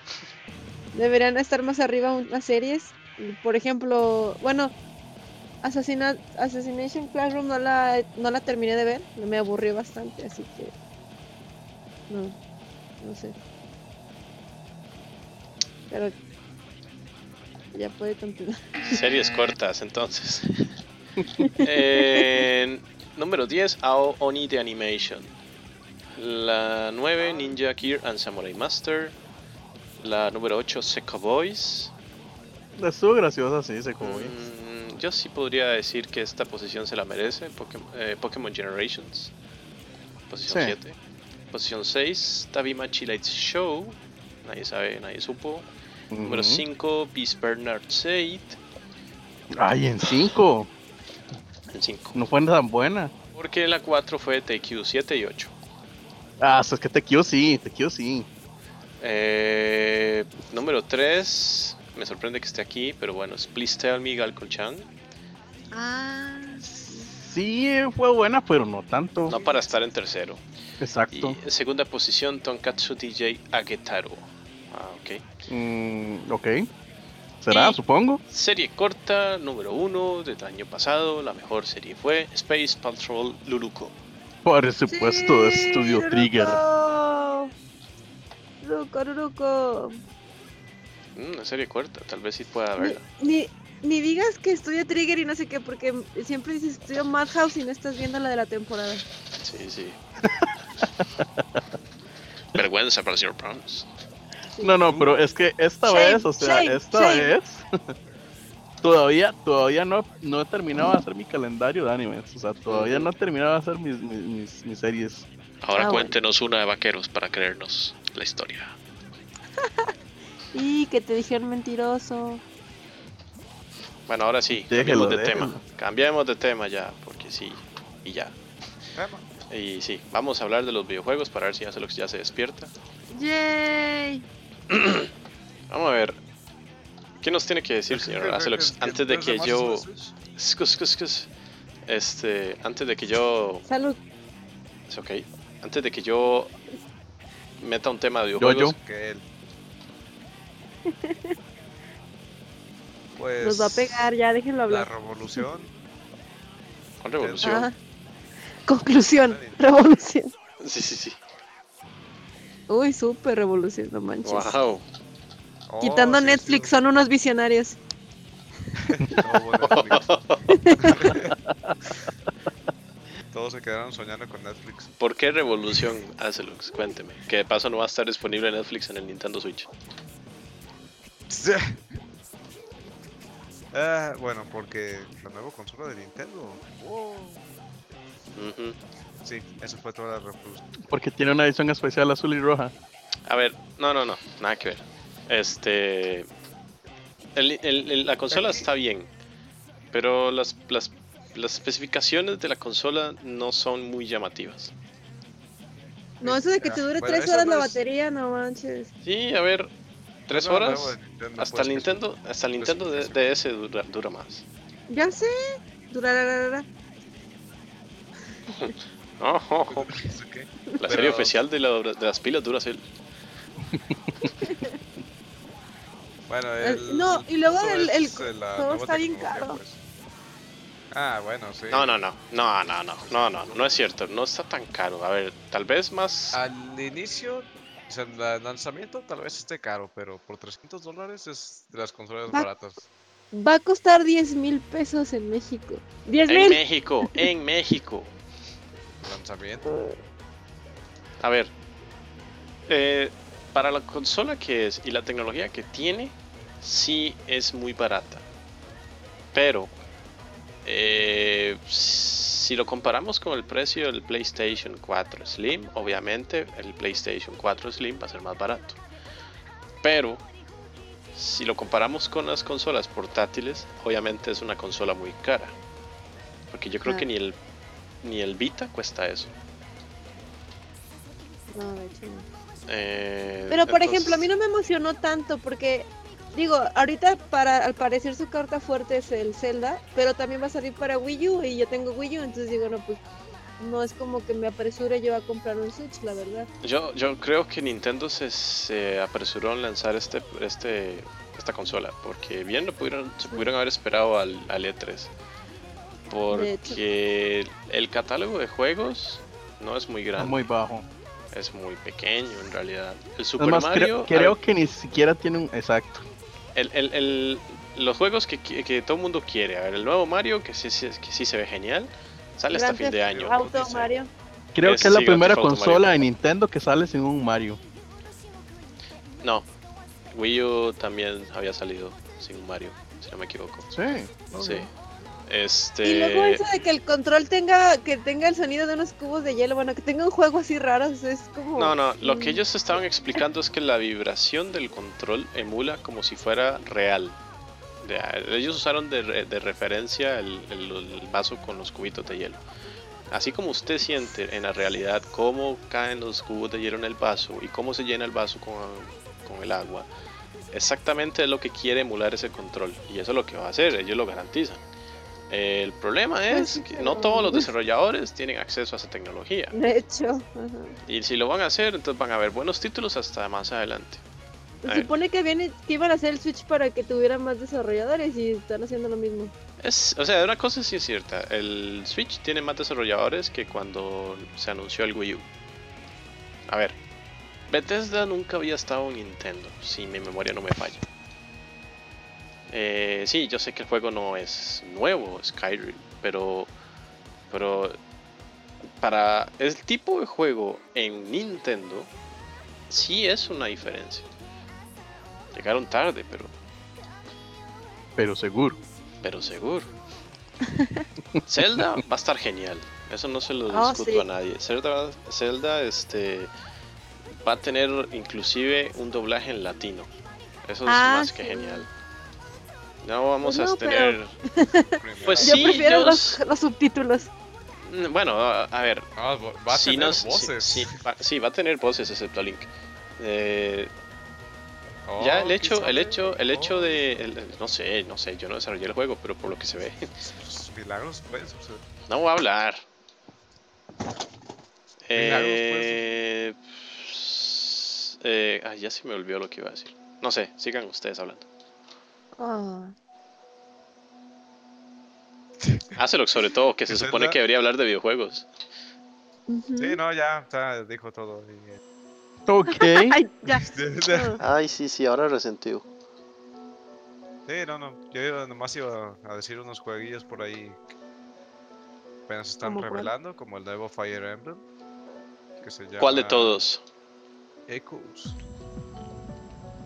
Speaker 3: Deberían estar más arriba unas series. Por ejemplo, bueno, Assassina- Assassination Classroom no la, no la terminé de ver. Me aburrió bastante, así que. No, no sé. Pero. Ya puede continuar.
Speaker 4: series cortas, entonces. En número 10, Ao Oni de Animation. La 9, Ninja Gear and Samurai Master. La número 8, Seco Boys.
Speaker 5: Estuvo graciosa, sí, se como
Speaker 4: Mm, yo sí podría decir que esta posición se la merece. Pokémon, eh, Pokémon Generations. Posición
Speaker 5: Sí.
Speaker 4: 7. Posición 6. Tabimachi Lights Show. Nadie sabe, nadie supo.
Speaker 5: Mm,
Speaker 4: Número 5. Beast Bernard Said.
Speaker 5: Ay, en 5.
Speaker 4: En 5.
Speaker 5: No fue tan buena.
Speaker 4: Porque la 4 fue TQ 7 y 8.
Speaker 5: Ah, es que te quiero sí, te quiero sí.
Speaker 4: Eh, número 3. Me sorprende que esté aquí, pero bueno, es Please Tell Me Galco-chan.
Speaker 5: Sí, fue buena, pero no tanto.
Speaker 4: No para estar en tercero. Y
Speaker 5: Exacto.
Speaker 4: en segunda posición, Tonkatsu DJ Agetaro. Ah, ok.
Speaker 5: Mm, ok. ¿Será?
Speaker 4: Y-
Speaker 5: Supongo.
Speaker 4: Serie corta número uno del año pasado, la mejor serie fue Space Patrol Luluco.
Speaker 5: Por supuesto, Estudio Trigger.
Speaker 3: Ruko, Ruko.
Speaker 4: Mm, una serie corta, tal vez sí pueda
Speaker 3: Ni,
Speaker 4: verla.
Speaker 3: ni, ni digas que estudio Trigger y no sé qué, porque siempre dices estudio Madhouse y no estás viendo la de la temporada.
Speaker 4: Sí, sí. Vergüenza para el señor Browns.
Speaker 5: No, no, pero es que esta
Speaker 3: Shame,
Speaker 5: vez, o sea,
Speaker 3: shame,
Speaker 5: esta
Speaker 3: shame.
Speaker 5: vez. todavía todavía no, no he terminado de hacer mi calendario de animes. O sea, todavía no he terminado de hacer mis, mis, mis- mis series.
Speaker 4: Ahora
Speaker 3: Ah, bueno.
Speaker 4: cuéntenos una de vaqueros para creernos la historia.
Speaker 3: Y que te dijeron mentiroso.
Speaker 4: Bueno, ahora sí,
Speaker 5: Déjelo,
Speaker 4: cambiemos de
Speaker 5: déjelo.
Speaker 4: tema. Cambiemos de tema ya, porque sí, y ya.
Speaker 2: Bueno,
Speaker 4: Y sí, vamos a hablar de los videojuegos para ver si ya se, ya se despierta.
Speaker 3: ¡Yay!
Speaker 4: Vamos a ver. ¿Qué nos tiene que decir, señor Acelox? Antes de que yo. Excuse, excuse, excuse. Este. Antes de que yo.
Speaker 3: Salud.
Speaker 4: es Ok. Antes de que yo. Meta un tema de
Speaker 5: yo.
Speaker 4: videojuegos.
Speaker 2: Que él. Pues.
Speaker 3: Nos va a pegar, ya déjenlo
Speaker 2: La
Speaker 3: hablar.
Speaker 2: revolución.
Speaker 4: Con revolución.
Speaker 3: Ajá. Conclusión, revolución.
Speaker 4: Sí, sí, sí.
Speaker 3: Uy, súper revolución, no manches.
Speaker 4: Wow.
Speaker 2: Oh,
Speaker 3: Quitando
Speaker 2: sí,
Speaker 3: Netflix,
Speaker 2: sí.
Speaker 3: son unos visionarios.
Speaker 2: No, bueno, Netflix. Todos se quedaron soñando con Netflix.
Speaker 4: ¿Por qué revolución, Acelox? Cuénteme. Que de paso no va a estar disponible en Netflix en el Nintendo Switch.
Speaker 2: Ah, bueno, porque la nueva consola de Nintendo. Wow.
Speaker 4: Ujú.
Speaker 2: Sí, eso fue toda la revolución.
Speaker 5: Porque tiene una edición especial azul y roja.
Speaker 4: A ver, no, no, no. Nada que ver. Este. el- el- el- la consola está bien. Pero las, las, las especificaciones de la consola no son muy llamativas.
Speaker 3: No, eso de que te
Speaker 2: Ah,
Speaker 3: dure
Speaker 2: bueno,
Speaker 3: tres
Speaker 2: eso
Speaker 3: horas
Speaker 2: no
Speaker 3: la
Speaker 2: es-
Speaker 3: batería, no manches.
Speaker 4: Sí, a ver, tres
Speaker 2: Eso es lo
Speaker 4: horas.
Speaker 2: nuevo de Nintendo,
Speaker 4: Hasta
Speaker 2: pues,
Speaker 4: el
Speaker 2: que-
Speaker 4: Nintendo, hasta el Nintendo de- DS dura, dura más.
Speaker 3: Ya sé. Durararara.
Speaker 4: Ojo, ojo.
Speaker 2: ¿Eso qué?
Speaker 4: La
Speaker 2: Pero-
Speaker 4: serie oficial de, la- de las pilas dura así.
Speaker 2: Bueno,
Speaker 3: El-
Speaker 2: el,
Speaker 3: Eh, no, y luego
Speaker 2: punto
Speaker 3: el- el
Speaker 2: es, eh, la
Speaker 3: juego
Speaker 2: nueva
Speaker 3: está bien
Speaker 2: tecnología,
Speaker 3: caro.
Speaker 2: pues. Ah, bueno, sí.
Speaker 4: No, no, no, no, no, no, no, no, no es cierto, no está tan caro. A ver, tal vez más.
Speaker 2: Al inicio, o sea, en el lanzamiento tal vez esté caro, pero por 300 dólares es de las consolas
Speaker 3: Va-
Speaker 2: baratas.
Speaker 3: Va a costar 10 mil pesos en México. ¡10
Speaker 4: En
Speaker 3: mil!
Speaker 4: México, en México.
Speaker 2: Lanzamiento.
Speaker 4: A ver, eh, para la consola que es y la tecnología que tiene, sí es muy barata. Pero eh, si lo comparamos con el precio del PlayStation 4 Slim, obviamente el PlayStation 4 Slim va a ser más barato. Pero si lo comparamos con las consolas portátiles, obviamente es una consola muy cara. Porque yo creo
Speaker 3: Ah.
Speaker 4: que ni el, ni el Vita cuesta eso.
Speaker 3: No, de hecho no.
Speaker 4: Eh,
Speaker 3: Pero por
Speaker 4: entonces-
Speaker 3: ejemplo, a mí no me emocionó tanto porque digo, ahorita para al parecer su carta fuerte es el Zelda, pero también va a salir para Wii U y yo tengo Wii U, entonces digo, no pues no es como que me apresure yo a comprar un Switch, la verdad.
Speaker 4: Yo, yo creo que Nintendo se, se apresuró en lanzar este, este, esta consola, porque bien lo pudieron, se pudieron haber esperado al, al E3. Porque el catálogo de juegos no es muy
Speaker 5: Es
Speaker 4: grande,
Speaker 5: muy bajo.
Speaker 4: es muy pequeño en realidad. El
Speaker 5: Es
Speaker 4: Super
Speaker 5: más,
Speaker 4: Mario,
Speaker 5: creo, creo que ni siquiera tiene un. Exacto.
Speaker 4: el- el- el- los juegos que, qui- que todo el mundo quiere. A ver, el nuevo Mario, que sí, sí- que sí se ve genial, sale hasta
Speaker 3: Grand
Speaker 4: fin de
Speaker 3: Theft
Speaker 4: año.
Speaker 3: Auto,
Speaker 4: dice.
Speaker 3: Mario.
Speaker 5: Creo
Speaker 4: Es-
Speaker 5: que es la
Speaker 4: sí, Grand
Speaker 5: primera
Speaker 4: Theft Auto
Speaker 5: consola
Speaker 4: Mario.
Speaker 5: de Nintendo que sale sin un Mario.
Speaker 4: No, Wii U también había salido sin Mario, si no me equivoco.
Speaker 5: Sí. Oh,
Speaker 4: Sí.
Speaker 3: Y luego
Speaker 4: Este.
Speaker 3: eso de que el control tenga que tenga el sonido de unos cubos de hielo, bueno, que tenga un juego así raro, o sea, es como
Speaker 4: No, no, lo
Speaker 3: Mm.
Speaker 4: que ellos estaban explicando es que la vibración del control emula como si fuera real. De- ellos usaron de, re- de referencia el, el- el vaso con los cubitos de hielo. Así como usted siente en la realidad cómo caen los cubos de hielo en el vaso y cómo se llena el vaso con, con el agua, exactamente es lo que quiere emular ese control. Y eso es lo que va a hacer, ellos lo garantizan. El problema
Speaker 3: Pues
Speaker 4: es
Speaker 3: sí,
Speaker 4: que no
Speaker 3: pero-
Speaker 4: todos los desarrolladores tienen acceso a esa tecnología.
Speaker 3: de hecho. ajá.
Speaker 4: Y si lo van a hacer, entonces van a haber buenos títulos hasta más adelante.
Speaker 3: Se
Speaker 4: A ver.
Speaker 3: supone que viene que iban a hacer el Switch para que tuviera más desarrolladores y están haciendo lo mismo.
Speaker 4: Es, o sea, una cosa sí es cierta. El Switch tiene más desarrolladores que cuando se anunció el Wii U. A ver, Bethesda nunca había estado en Nintendo, si mi memoria no me falla. Eh, sí, yo sé que el juego no es nuevo, Skyrim, pero, pero para el tipo de juego en Nintendo sí es una diferencia. Llegaron tarde, pero
Speaker 5: Pero seguro.
Speaker 4: pero seguro. Zelda va a estar genial. Eso no se lo
Speaker 3: Ah,
Speaker 4: discuto
Speaker 3: sí.
Speaker 4: a nadie. Zelda, Zelda este, va a tener inclusive un doblaje en latino. Eso es
Speaker 3: Ah,
Speaker 4: más que
Speaker 3: sí.
Speaker 4: genial. No vamos
Speaker 3: Pues
Speaker 4: a
Speaker 3: no,
Speaker 4: tener...
Speaker 3: pero-
Speaker 4: Pues
Speaker 3: Yo
Speaker 4: sí,
Speaker 3: prefiero
Speaker 4: yo
Speaker 3: los,
Speaker 4: s-
Speaker 3: los subtítulos.
Speaker 4: Mm, Bueno, a, a ver.
Speaker 2: Ah, va va a
Speaker 4: sí
Speaker 2: tener
Speaker 4: nos- sí-
Speaker 2: voces.
Speaker 4: Sí, va, sí, va a tener voces excepto a Link. Eh,
Speaker 2: Oh,
Speaker 4: ya el
Speaker 2: ¿qué
Speaker 4: hecho, el
Speaker 2: sabe?
Speaker 4: hecho, el hecho
Speaker 2: Oh,
Speaker 4: de... el- el- no sé, no sé, yo no desarrollé el juego, pero por lo que se ve.
Speaker 2: pues, Milagros pueden suceder.
Speaker 4: No voy a hablar.
Speaker 2: Milagros,
Speaker 4: Eh, pss, eh, ay, ya se me olvidó lo que iba a decir. No sé, sigan ustedes hablando.
Speaker 3: Ah,
Speaker 4: Hácelo sobre todo, que Ah, se
Speaker 2: Esa es
Speaker 4: supone
Speaker 2: la-
Speaker 4: que debería hablar de videojuegos.
Speaker 3: ujú.
Speaker 2: Sí, no, ya, o sea, dijo todo. y, eh,
Speaker 5: Ok.
Speaker 3: Ay, ya.
Speaker 2: Sí,
Speaker 4: Ay, sí, sí, ahora resentido.
Speaker 2: no, no. Yo iba- nomás iba a decir unos jueguillos por ahí que apenas se están
Speaker 3: ¿Cómo cuál?
Speaker 2: revelando, como el nuevo Fire Emblem. Que se llama
Speaker 4: ¿Cuál de todos?
Speaker 2: Echoes.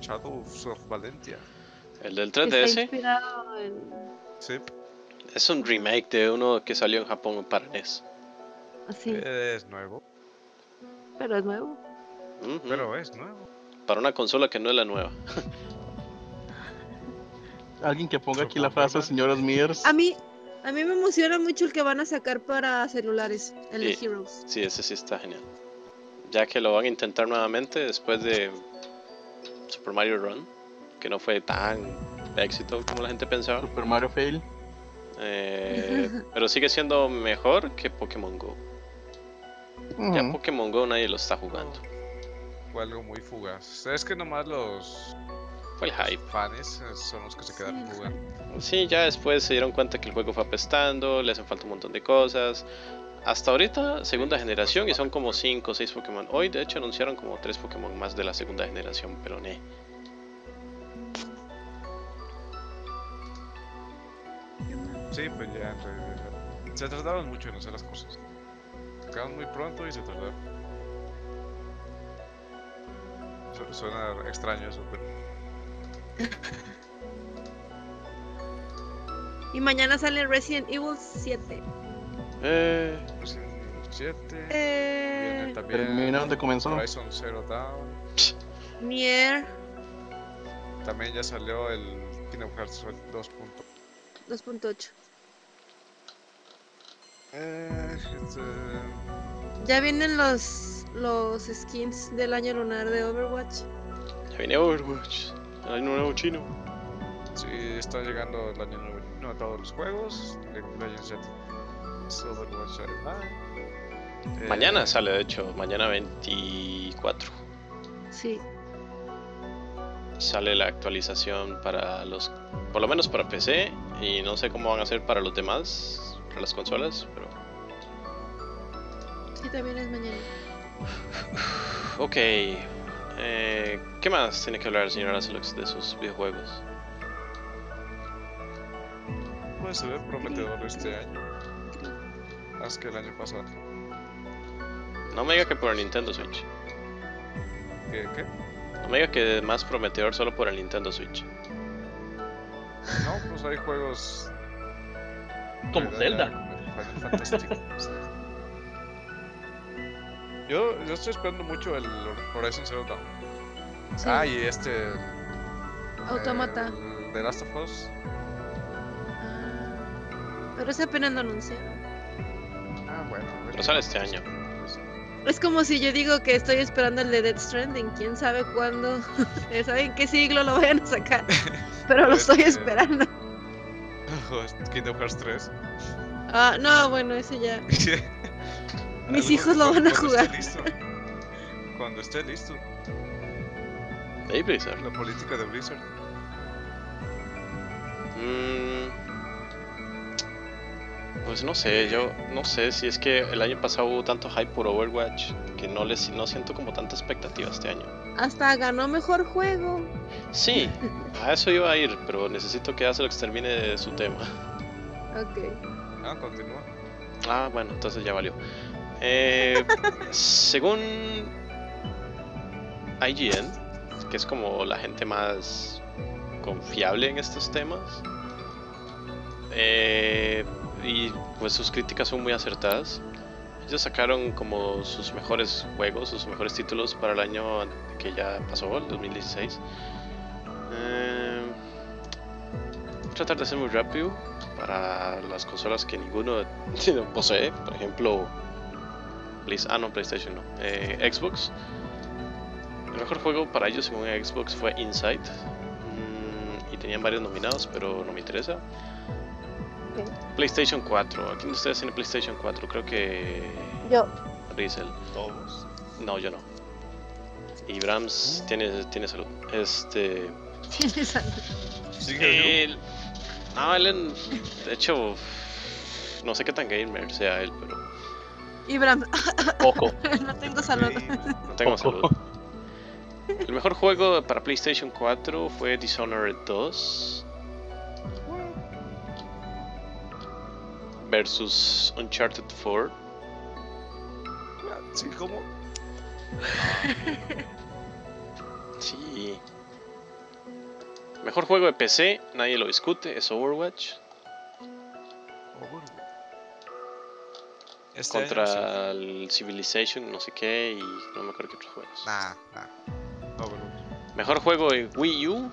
Speaker 2: Shadows of Valentia.
Speaker 4: ¿El del
Speaker 3: Está
Speaker 4: 3DS?
Speaker 3: inspirado en-
Speaker 2: Sí,
Speaker 4: Es un remake de uno que salió en Japón para E NES.
Speaker 3: Así,
Speaker 2: es nuevo.
Speaker 3: pero es nuevo.
Speaker 4: Ujú,
Speaker 2: Pero es nuevo.
Speaker 4: Para una consola que no es la nueva.
Speaker 5: Alguien que ponga aquí la
Speaker 2: Supongo,
Speaker 5: frase,
Speaker 2: ¿verdad?
Speaker 5: señoras Mears.
Speaker 3: A mí, a mí me emociona mucho el que van a sacar para celulares, el de
Speaker 4: Sí.
Speaker 3: Heroes.
Speaker 4: Sí, ese sí está genial. Ya que lo van a intentar nuevamente después de Super Mario Run, que no fue tan éxito como la gente pensaba,
Speaker 5: Super Mario Fail.
Speaker 4: eh, pero sigue siendo mejor que Pokémon Go. Ya
Speaker 5: Ujú.
Speaker 4: Pokémon Go nadie lo está jugando.
Speaker 2: Fue algo muy fugaz. Es que nomás los
Speaker 4: Fue el hype.
Speaker 2: fans eh, son los que se quedaron
Speaker 3: Sí.
Speaker 2: jugando.
Speaker 4: Sí, ya después se dieron cuenta que el juego fue apestando, le hacen falta un montón de cosas. Hasta ahorita, segunda generación, y son como 5 o 6 Pokémon. Hoy, de hecho, anunciaron como 3 Pokémon más de la segunda generación, pero ne.
Speaker 2: Sí, pues ya. en realidad, Se tardaron mucho en hacer las cosas. Sacaron muy pronto y se tardaron. Su- Suena extraño eso, pero
Speaker 3: Y mañana sale Resident Evil 7.
Speaker 4: Eh,
Speaker 2: Resident 7. Viene
Speaker 3: Eh,
Speaker 2: también
Speaker 5: Termina donde comenzó.
Speaker 2: Horizon Zero Dawn.
Speaker 3: Nier
Speaker 2: También ya salió el Kingdom Hearts 2.
Speaker 3: 2.8.
Speaker 2: Eh, este,
Speaker 3: Ya vienen los, los skins del año lunar de Overwatch.
Speaker 4: ya viene Overwatch. Hay un nuevo chino.
Speaker 2: sí, está llegando el año nuevo no, a todos los juegos. League of Legends 7. Overwatch Arena. Eh,
Speaker 4: Mañana sale, de hecho, mañana 24.
Speaker 3: Sí.
Speaker 4: Sale la actualización para los. Por lo menos para PC. Y no sé cómo van a hacer para los demás. Para las consolas. Pero.
Speaker 3: Sí, también es mañana.
Speaker 4: Ok. eh, ¿Qué más tiene que hablar el señor Azulux de sus videojuegos?
Speaker 2: Pues se ve prometedor este año. Más que el año pasado.
Speaker 4: No me diga que por el Nintendo Switch.
Speaker 2: ¿Qué? qué?
Speaker 4: No me diga que es más prometedor solo por el Nintendo Switch.
Speaker 2: No, pues hay juegos.
Speaker 5: Como
Speaker 2: ¿verdad?
Speaker 5: Zelda.
Speaker 2: Final Fantasy. sí. Yo, yo estoy esperando mucho el Horizon Zero Dawn.
Speaker 3: Sí.
Speaker 2: Ah, y este.
Speaker 3: Autómata.
Speaker 2: el The Last of Us.
Speaker 3: Ah, Pero ese apenas lo anunciaron.
Speaker 2: Ah, bueno. a ver
Speaker 4: Pero
Speaker 2: qué
Speaker 4: sale
Speaker 2: más
Speaker 4: este
Speaker 2: es.
Speaker 4: año.
Speaker 3: Es como si yo digo que estoy esperando el de Death Stranding. ¿Quién sabe cuándo? Eh, ¿Saben qué siglo lo vayan a sacar? Pero lo estoy
Speaker 2: Este-
Speaker 3: esperando.
Speaker 2: Kingdom Hearts 3.
Speaker 3: Ah, no, bueno, ese ya. Mis
Speaker 2: Algo-
Speaker 3: hijos lo van a
Speaker 2: cuando esté
Speaker 3: jugar.
Speaker 2: listo. Cuando esté listo.
Speaker 4: Hey, Blizzard.
Speaker 2: La política de Blizzard.
Speaker 4: Mm, Pues no sé, yo no sé si es que el año pasado hubo tanto hype por Overwatch que no les no siento como tanta expectativa este año.
Speaker 3: Hasta ganó mejor juego.
Speaker 4: Sí, a eso iba a ir, pero necesito que Azelux termine su tema.
Speaker 3: Ok.
Speaker 2: Ah, continúa.
Speaker 4: Ah, bueno, entonces ya valió. Eh, según IGN, que es como la gente más confiable en estos temas, eh, y pues sus críticas son muy acertadas. Ellos sacaron como sus mejores juegos, sus mejores títulos para el año que ya pasó, el 2016. Eh, voy a tratar de ser muy rápido para las consolas que ninguno posee, por ejemplo, Play- ah no, PlayStation no, eh, Xbox. El mejor juego para ellos según Xbox fue Inside. Mm, y tenían varios nominados, pero no me interesa. PlayStation 4. ¿A quién de ustedes tiene PlayStation 4? Creo que.
Speaker 3: Yo.
Speaker 4: Rizel.
Speaker 2: Todos.
Speaker 4: No, yo no. Y Brahms tiene, tiene salud. Este.
Speaker 3: Tienes algo.
Speaker 2: Sigue
Speaker 4: El... No, Ellen, de hecho, no sé qué tan gamer sea él, pero
Speaker 3: Ibram,
Speaker 5: Poco.
Speaker 3: no tengo salud.
Speaker 4: no tengo salud. El mejor juego para PlayStation 4 fue Dishonored 2 versus Uncharted 4.
Speaker 2: Sí, ¿cómo?
Speaker 4: Sí. Mejor juego de PC, nadie lo discute, es Overwatch.
Speaker 2: Este año no sé.
Speaker 4: Contra el Civilization, no sé qué, y no me acuerdo qué otros juegos.
Speaker 2: Nah, nah. Overwatch.
Speaker 4: Mejor juego en Wii U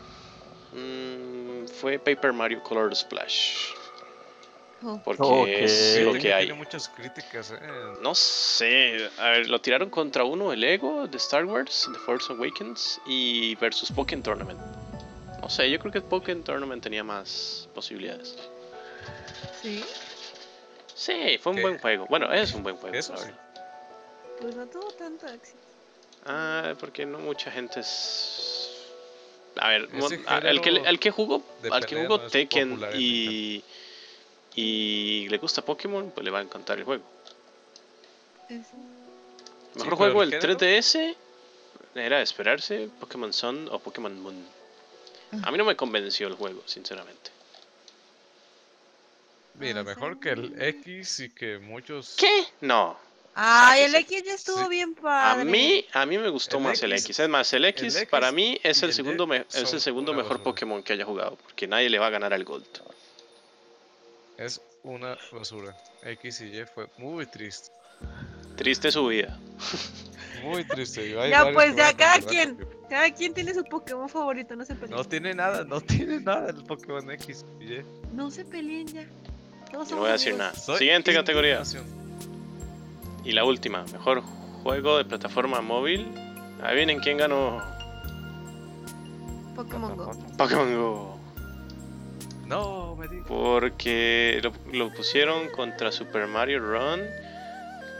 Speaker 4: mm, fue Paper Mario Color Splash.
Speaker 3: Oh.
Speaker 4: Porque
Speaker 5: Ok.
Speaker 4: es
Speaker 5: Sí,
Speaker 4: lo
Speaker 2: Fíjate
Speaker 4: que hay.
Speaker 2: Tiene muchas críticas, eh.
Speaker 4: No sé, a ver, lo tiraron contra uno el Lego de Star Wars, The Force Awakens y versus Pokémon Tournament. No sé, yo creo que Pokémon Tournament tenía más posibilidades.
Speaker 3: Sí.
Speaker 4: Sí, fue un
Speaker 2: ¿Qué?
Speaker 4: buen juego. Bueno, es un buen juego.
Speaker 2: Eso
Speaker 4: la
Speaker 2: sí.
Speaker 4: verdad.
Speaker 3: Pues no tuvo tanto éxito.
Speaker 4: Ah, porque no mucha gente es... A ver,
Speaker 2: Ese
Speaker 4: mo- a- el, que,
Speaker 2: género
Speaker 4: al que jugó,
Speaker 2: de
Speaker 4: al que
Speaker 2: pelea
Speaker 4: jugó
Speaker 2: no es
Speaker 4: Tekken
Speaker 2: popular en
Speaker 4: y, y le gusta Pokémon, pues le va a encantar el juego.
Speaker 3: Eso.
Speaker 4: Mejor
Speaker 2: pero
Speaker 4: juego
Speaker 2: el
Speaker 4: el
Speaker 2: género.
Speaker 4: 3DS era de esperarse Pokémon Sun o Pokémon Moon. A mí no me convenció el juego, sinceramente.
Speaker 2: Mira, mejor que el X y que muchos.
Speaker 4: ¿Qué? No.
Speaker 3: Ay, el X ya estuvo bien
Speaker 4: A
Speaker 3: padre.
Speaker 4: mí, a mí me gustó
Speaker 6: El
Speaker 4: más el
Speaker 6: X.
Speaker 4: X. Es más, el X,
Speaker 6: El X
Speaker 4: para mí es
Speaker 6: y
Speaker 4: el,
Speaker 6: el
Speaker 4: segundo, me-
Speaker 6: Dex
Speaker 4: es
Speaker 6: son
Speaker 4: el segundo
Speaker 6: una
Speaker 4: mejor
Speaker 6: basura.
Speaker 4: Pokémon que haya jugado, porque nadie le va a ganar al Gold.
Speaker 6: Es una basura. X y Y fue muy triste.
Speaker 4: Triste su vida.
Speaker 6: Muy triste. y hay
Speaker 3: Ya,
Speaker 6: varios
Speaker 3: pues,
Speaker 6: que
Speaker 3: ya
Speaker 6: van a
Speaker 3: cada
Speaker 6: recordar
Speaker 3: quien.
Speaker 6: porque
Speaker 3: Cada quien tiene su Pokémon favorito, no se peleen.
Speaker 6: No tiene nada, no tiene nada el Pokémon X y Y.
Speaker 3: No se peleen ya. Todos
Speaker 4: Yo
Speaker 3: somos
Speaker 4: no voy a decir
Speaker 3: amigos.
Speaker 4: nada.
Speaker 6: Soy
Speaker 4: Siguiente categoría.
Speaker 6: indignación.
Speaker 4: Y la última, mejor juego de plataforma móvil. Ahí vienen quién ganó.
Speaker 3: Pokémon Go.
Speaker 4: Pokémon Go.
Speaker 6: No, me digas.
Speaker 4: Porque lo, lo pusieron contra Super Mario Run,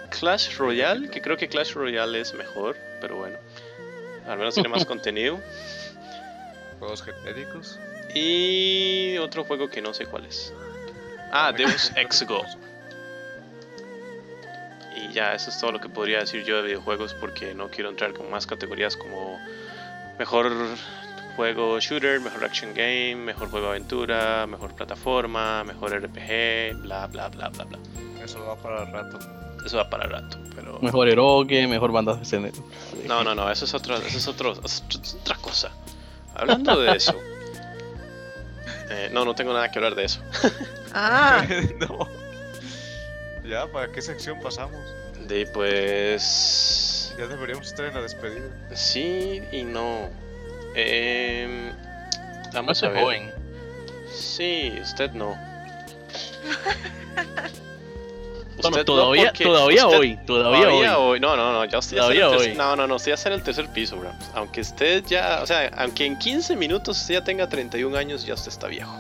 Speaker 4: Clash Royale, que creo que Clash Royale es mejor, pero bueno, al menos tiene más contenido.
Speaker 6: Juegos genéricos.
Speaker 4: Y otro juego que no sé cuál es. Ah, Deus Ex Go. Y ya, eso es todo lo que podría decir yo de videojuegos porque no quiero entrar con más categorías como mejor juego shooter, mejor action game, mejor juego aventura, mejor plataforma, mejor RPG, bla bla bla bla bla.
Speaker 6: Eso va para rato.
Speaker 4: Eso va para rato, pero
Speaker 5: Mejor erogue, mejor banda de escena.
Speaker 4: no, no, no, eso es otra, eso es otro, eso es otra cosa. Hablando de eso. eh, no, no tengo nada que hablar de eso.
Speaker 3: Ah,
Speaker 6: no. Ya, ¿para qué sección pasamos?
Speaker 4: De pues.
Speaker 6: Ya deberíamos estar en la despedida.
Speaker 4: Sí y no. Em,
Speaker 5: No
Speaker 4: vamos a
Speaker 5: soy
Speaker 4: ver.
Speaker 5: joven.
Speaker 4: Sí, usted no.
Speaker 5: Bueno,
Speaker 4: no,
Speaker 5: todavía,
Speaker 4: porque
Speaker 5: todavía
Speaker 4: usted-
Speaker 5: hoy, todavía, hoy.
Speaker 4: No, no, no, ya usted ya está en
Speaker 5: Todavía
Speaker 4: el tercer-
Speaker 5: hoy.
Speaker 4: No, no, no, usted ya está en el tercer piso, Brams. Aunque usted ya, o sea, aunque en 15 minutos usted ya tenga 31 años, ya usted está viejo.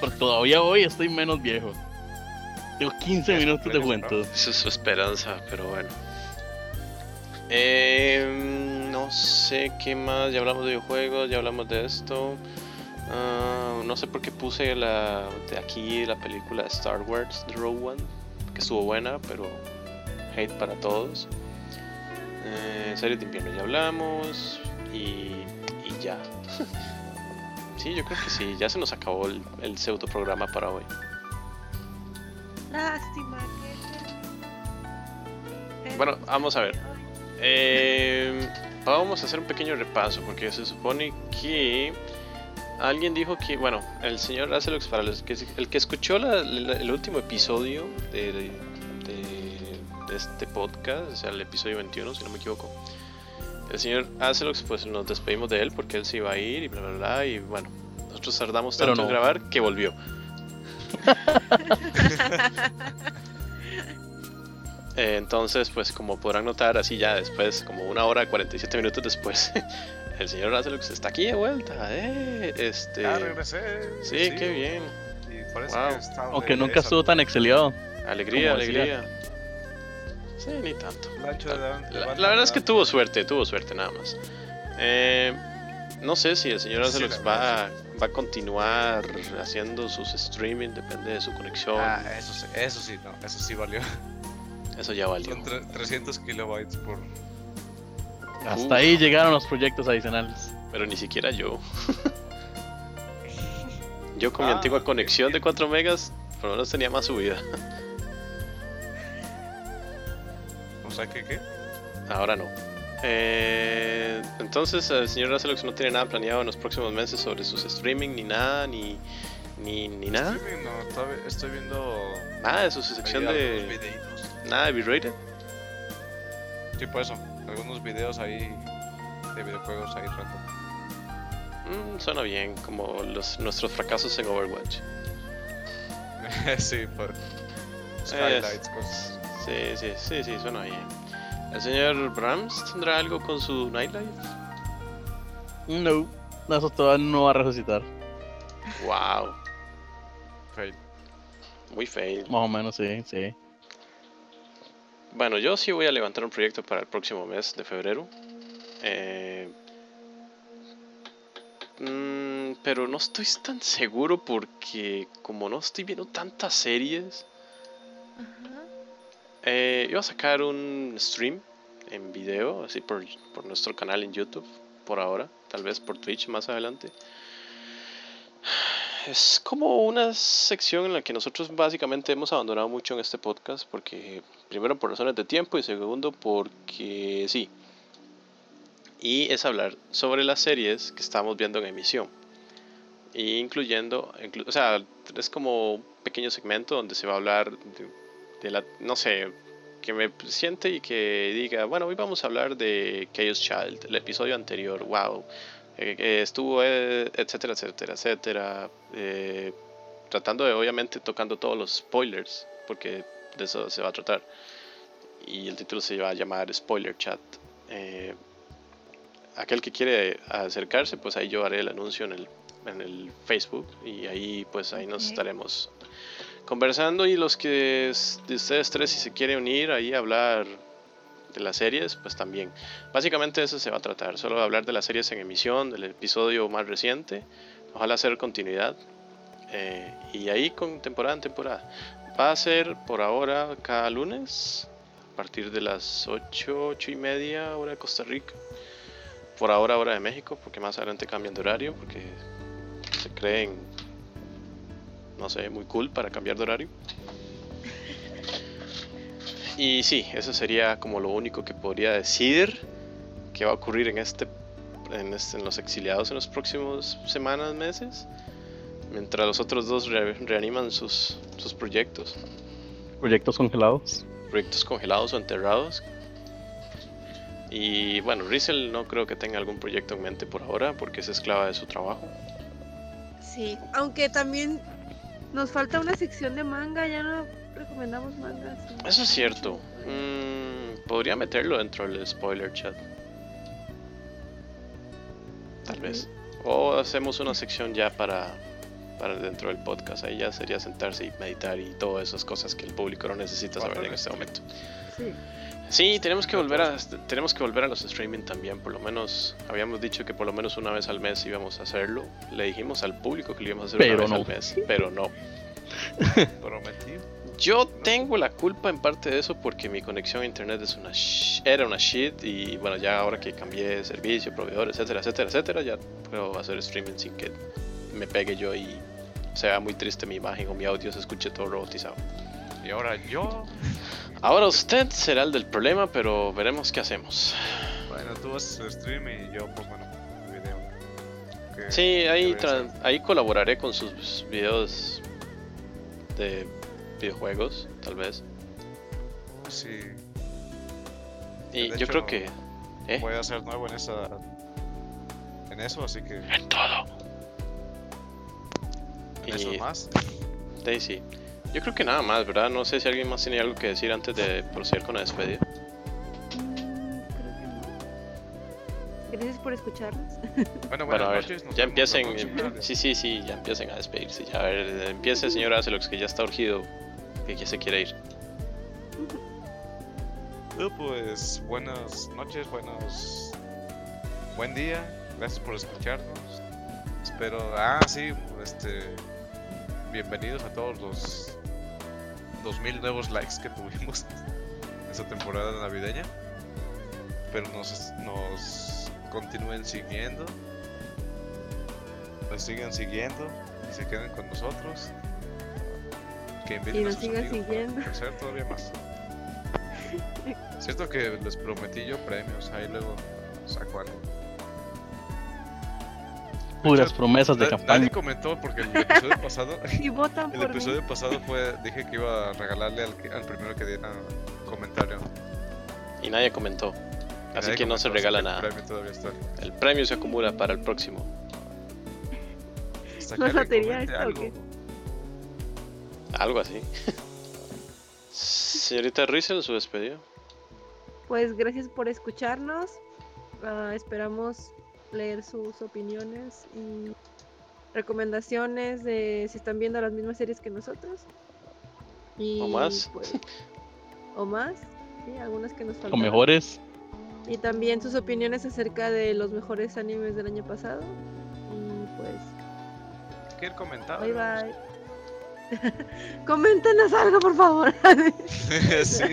Speaker 5: Por todavía hoy estoy menos viejo. Tengo 15 minutos de
Speaker 6: pleno,
Speaker 5: juventud.
Speaker 4: Esa es su esperanza, pero bueno. Em, no sé qué más. Ya hablamos de videojuegos, ya hablamos de esto. Ah, no sé por qué puse la, de aquí la película de Star Wars, The Rogue One, que estuvo buena, pero hate para todos. Eh, series de invierno ya hablamos. Y, y ya. sí, yo creo que sí. Ya se nos acabó el, el pseudo programa para hoy.
Speaker 3: lástima. que- que-
Speaker 4: Bueno, vamos a ver. Eh, vamos a hacer un pequeño repaso porque se supone que alguien dijo que, bueno, el señor Azelux, para los que, el que escuchó la- la- el último episodio de, de- de este podcast, o sea, el episodio 21, si no me equivoco, el señor Azelux, pues nos despedimos de él porque él se iba a ir y bla, bla, bla, y bueno, nosotros tardamos
Speaker 5: Pero
Speaker 4: tanto en
Speaker 5: no.
Speaker 4: grabar que volvió. Eh, Entonces, pues como podrán notar, así ya después, como una hora 47 minutos después, el señor Razalux está aquí de vuelta. eh, este,
Speaker 6: Ya regresé.
Speaker 4: sí, qué bien.
Speaker 6: Y parece
Speaker 4: Wow.
Speaker 6: que está
Speaker 5: Aunque nunca estuvo tan exiliado.
Speaker 4: Alegría,
Speaker 5: Como decía.
Speaker 4: alegría. Sí, ni tanto.
Speaker 6: Lancho de la, de
Speaker 4: La,
Speaker 6: banda
Speaker 4: la verdad es que
Speaker 6: larga.
Speaker 4: tuvo suerte, tuvo suerte nada más. Eh, no sé si el señor
Speaker 6: Sí, la
Speaker 4: Razalux va, va a continuar haciendo sus streaming, depende de su conexión.
Speaker 6: Ah, eso sí, eso sí, no, eso sí valió.
Speaker 4: Eso ya valió.
Speaker 6: Son tre- 300 kilobytes por.
Speaker 5: Hasta
Speaker 4: Uf.
Speaker 5: ahí llegaron los proyectos adicionales.
Speaker 4: Pero ni siquiera yo. yo con mi
Speaker 6: Ah,
Speaker 4: antigua conexión de 4 megas, por lo menos tenía más subida.
Speaker 6: O sea, que qué?
Speaker 4: Ahora no. Eh, entonces el señor Razelux no tiene nada planeado en los próximos meses sobre sus streaming, ni nada, ni, ni, ni nada.
Speaker 6: Streaming, no, todavía estoy viendo.
Speaker 4: Nada de su sección
Speaker 6: ahí algunos
Speaker 4: de...
Speaker 6: videitos.
Speaker 4: Nada de B-Rated.
Speaker 6: Sí, por eso. Algunos videos ahí de videojuegos ahí rato.
Speaker 4: Mm, suena bien, como los, nuestros fracasos en Overwatch.
Speaker 6: sí, por. Skylights, cosas.
Speaker 4: Sí, sí, sí, sí, suena bien. ¿El señor Brams tendrá algo con su Nightlife?
Speaker 5: No, eso todavía no va a resucitar.
Speaker 4: ¡Wow!
Speaker 6: Fail.
Speaker 4: Muy fail.
Speaker 5: Más o menos, sí, sí.
Speaker 4: Bueno, yo sí voy a levantar un proyecto para el próximo mes de febrero. Eh, mm, pero no estoy tan seguro porque como no estoy viendo tantas series,
Speaker 3: Ajá.
Speaker 4: eh, iba a sacar un stream en video, así por, por nuestro canal en YouTube, por ahora, tal vez por Twitch más adelante. es como una sección en la que nosotros básicamente hemos abandonado mucho en este podcast porque primero por razones de tiempo y segundo porque sí. Y es hablar sobre las series que estamos viendo en emisión. Y incluyendo, inclu- o sea, es como un pequeño segmento donde se va a hablar de, de la, no sé, que me siente y que diga, bueno, hoy vamos a hablar de Chaos Child, el episodio anterior, wow, eh, eh, estuvo, eh, etcétera, etcétera, etcétera. eh, tratando de, obviamente, tocando todos los spoilers, porque de eso se va a tratar. Y el título se va a llamar Spoiler Chat. Eh, aquel que quiere acercarse, pues ahí yo haré el anuncio en el, en el Facebook y ahí, pues ahí nos
Speaker 1: Ok.
Speaker 4: estaremos conversando. Y los que s- de ustedes tres, si se quiere unir ahí a hablar de las series, pues también. Básicamente eso se va a tratar, solo hablar de las series en emisión, del episodio más reciente, ojalá hacer continuidad. eh, y ahí con temporada en temporada. Va a ser por ahora cada lunes, a partir de las 8, 8 y media hora de Costa Rica. Por ahora hora de México, porque más adelante cambian de horario, porque se creen, no sé, muy cool para cambiar de horario. Y sí, eso sería como lo único que podría decir que va a ocurrir en este, en este- en los exiliados en los próximos semanas, meses, mientras los otros dos re- reaniman sus, sus proyectos,
Speaker 5: Proyectos congelados.
Speaker 4: proyectos congelados o enterrados. Y bueno, Rizel no creo que tenga algún proyecto en mente por ahora, porque es esclava de su trabajo.
Speaker 3: Sí, aunque también nos falta una sección de manga, ya no recomendamos mangas.
Speaker 4: Eso es cierto. Mm, podría meterlo dentro del spoiler chat. Tal vez. O hacemos una sección ya para, para dentro del podcast. Ahí ya sería sentarse y meditar y todas esas cosas que el público no necesita saber en este momento.
Speaker 3: Sí.
Speaker 4: Sí, tenemos que volver a tenemos que volver a los streaming también, por lo menos habíamos dicho que por lo menos una vez al mes íbamos a hacerlo. Le dijimos al público que lo íbamos a hacer
Speaker 5: Pero
Speaker 4: una vez
Speaker 5: no.
Speaker 4: al mes, pero no.
Speaker 2: Prometido.
Speaker 4: Yo tengo la culpa en parte de eso porque mi conexión a internet es una sh- era una shit y bueno, ya ahora que cambié de servicio, proveedor, etcétera, etcétera, etcétera, ya puedo hacer streaming sin que me pegue yo y sea muy triste mi imagen o mi audio se escuche todo robotizado.
Speaker 2: Y ahora yo.
Speaker 4: Ahora usted será el del problema, pero veremos qué hacemos.
Speaker 2: Bueno, tú vas a stream y yo, pues bueno, video. Que-
Speaker 4: Sí, ahí,
Speaker 2: que voy a hacer.
Speaker 4: tra- ahí colaboraré con sus videos de videojuegos, tal vez.
Speaker 2: Sí,
Speaker 4: Y
Speaker 2: De
Speaker 4: yo creo
Speaker 2: hecho,
Speaker 4: que... ¿Eh?
Speaker 2: voy a ser nuevo en esa. En eso, así que.
Speaker 4: En todo.
Speaker 2: En eso
Speaker 4: Y-
Speaker 2: más.
Speaker 4: Daisy. Yo creo que nada más, ¿verdad? No sé si alguien más tiene algo que decir antes de proceder con la despedida.
Speaker 3: Gracias por escucharnos.
Speaker 2: Bueno,
Speaker 4: Bueno,
Speaker 2: buenas
Speaker 4: a ver,
Speaker 2: noches, nos
Speaker 4: ya
Speaker 2: vemos la
Speaker 4: empiecen.
Speaker 2: próxima.
Speaker 4: Sí, sí, sí, ya empiecen a despedirse. Ya, a ver, eh, empiece, señor Acelox, que ya está urgido, que ya se quiere ir.
Speaker 2: Eh, pues buenas noches, buenos. Buen día, gracias por escucharnos. Espero. Ah, sí, este. Bienvenidos a todos los 2000 nuevos likes que tuvimos en esta temporada navideña. Pero nos, nos continúen siguiendo. Nos sigan siguiendo y se queden con nosotros. Que inviten a
Speaker 3: nos
Speaker 2: sus
Speaker 3: sigan
Speaker 2: amigos para
Speaker 3: siguiendo.
Speaker 2: conocer todavía más. Cierto que les prometí yo premios, ahí luego saco algo.
Speaker 5: Puras
Speaker 2: hecho,
Speaker 5: promesas de
Speaker 2: Na-
Speaker 5: campaña.
Speaker 2: Nadie comentó porque el episodio pasado,
Speaker 3: Y votan
Speaker 2: el
Speaker 3: por mí.
Speaker 2: episodio pasado fue, dije que iba a regalarle al, que- al primero que diera comentario.
Speaker 4: Y nadie comentó.
Speaker 2: Y
Speaker 4: Así
Speaker 2: nadie
Speaker 4: que no se
Speaker 2: comentó,
Speaker 4: regala
Speaker 2: así que el premio
Speaker 4: nada.
Speaker 2: todavía está.
Speaker 4: El premio se acumula para el próximo.
Speaker 2: Hasta
Speaker 3: ¿No
Speaker 2: que alguien
Speaker 3: es lotería
Speaker 2: comente
Speaker 3: esta o qué?
Speaker 2: algo.
Speaker 4: Algo así. Señorita Riesel, su despedida.
Speaker 3: Pues gracias por escucharnos. Ah, esperamos leer sus opiniones y recomendaciones de si están viendo las mismas series que nosotros. Y,
Speaker 4: O más.
Speaker 3: pues, o más. Sí, algunas que nos
Speaker 5: O
Speaker 3: faltan.
Speaker 5: mejores.
Speaker 3: Y también sus opiniones acerca de los mejores animes del año pasado. Y pues,
Speaker 2: Cualquier comentario.
Speaker 3: bye bye. Coméntenos algo, por favor.
Speaker 2: sí.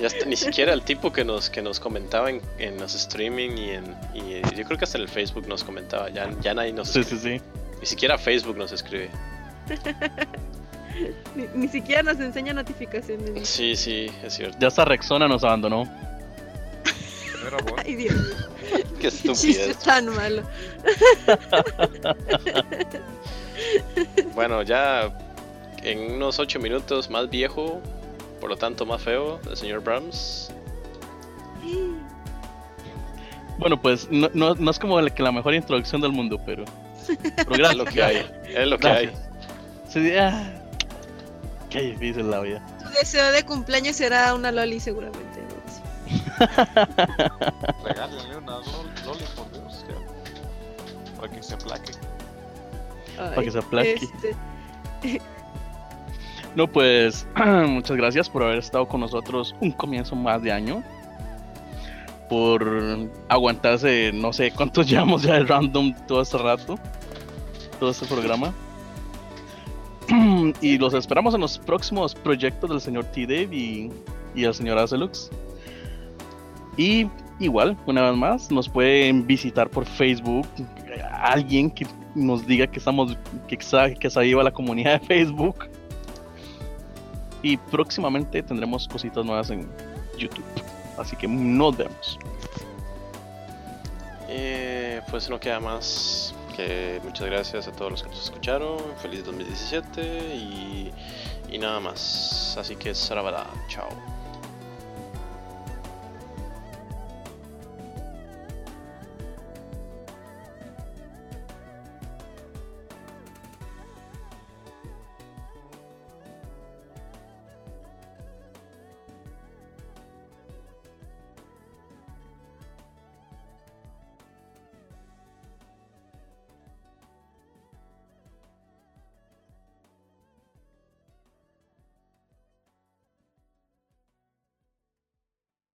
Speaker 4: Ya hasta ni siquiera el tipo que nos, que nos comentaba en, en los streaming y en. y, eh, yo creo que hasta en el Facebook nos comentaba. Ya, ya nadie nos
Speaker 5: Sí, sí, sí.
Speaker 4: Ni siquiera Facebook nos escribe.
Speaker 3: Ni, ni siquiera nos enseña notificaciones.
Speaker 4: Sí, sí, es cierto.
Speaker 5: Ya hasta Rexona nos abandonó.
Speaker 2: Era vos.
Speaker 3: Ay, Dios.
Speaker 4: Qué
Speaker 3: Qué chiste
Speaker 4: estupidez.
Speaker 3: tan malo.
Speaker 4: Bueno, ya en unos 8 minutos más viejo, por lo tanto más feo, el señor Brahms.
Speaker 5: Bueno, pues no, no- no es como la- que la mejor introducción del mundo, pero. pero gracias,
Speaker 4: Es lo que hay, es lo que hay.
Speaker 5: Gracias. Sí, ah, qué difícil la vida.
Speaker 3: Tu deseo de cumpleaños será una loli seguramente. Mauricio.
Speaker 2: Regálenle una lol- loli, por Dios. que- Para que se aplaque.
Speaker 3: Ay,
Speaker 5: Para que se aplaque.
Speaker 3: este,
Speaker 5: No, pues muchas gracias por haber estado con nosotros un comienzo más de año. Por aguantarse, no sé cuántos llevamos ya de random todo este rato, todo este programa. y los esperamos en los próximos proyectos del señor T. Dave y, y el señor Acelux. Y igual, una vez más, nos pueden visitar por Facebook. Alguien que nos diga que estamos, que, está- que está viva la comunidad de Facebook. Y próximamente tendremos cositas nuevas en YouTube. Así que nos vemos.
Speaker 4: Eh, pues no queda más que muchas gracias a todos los que nos escucharon. Feliz 2017 y, y nada más. Así que, Sarabada, chao.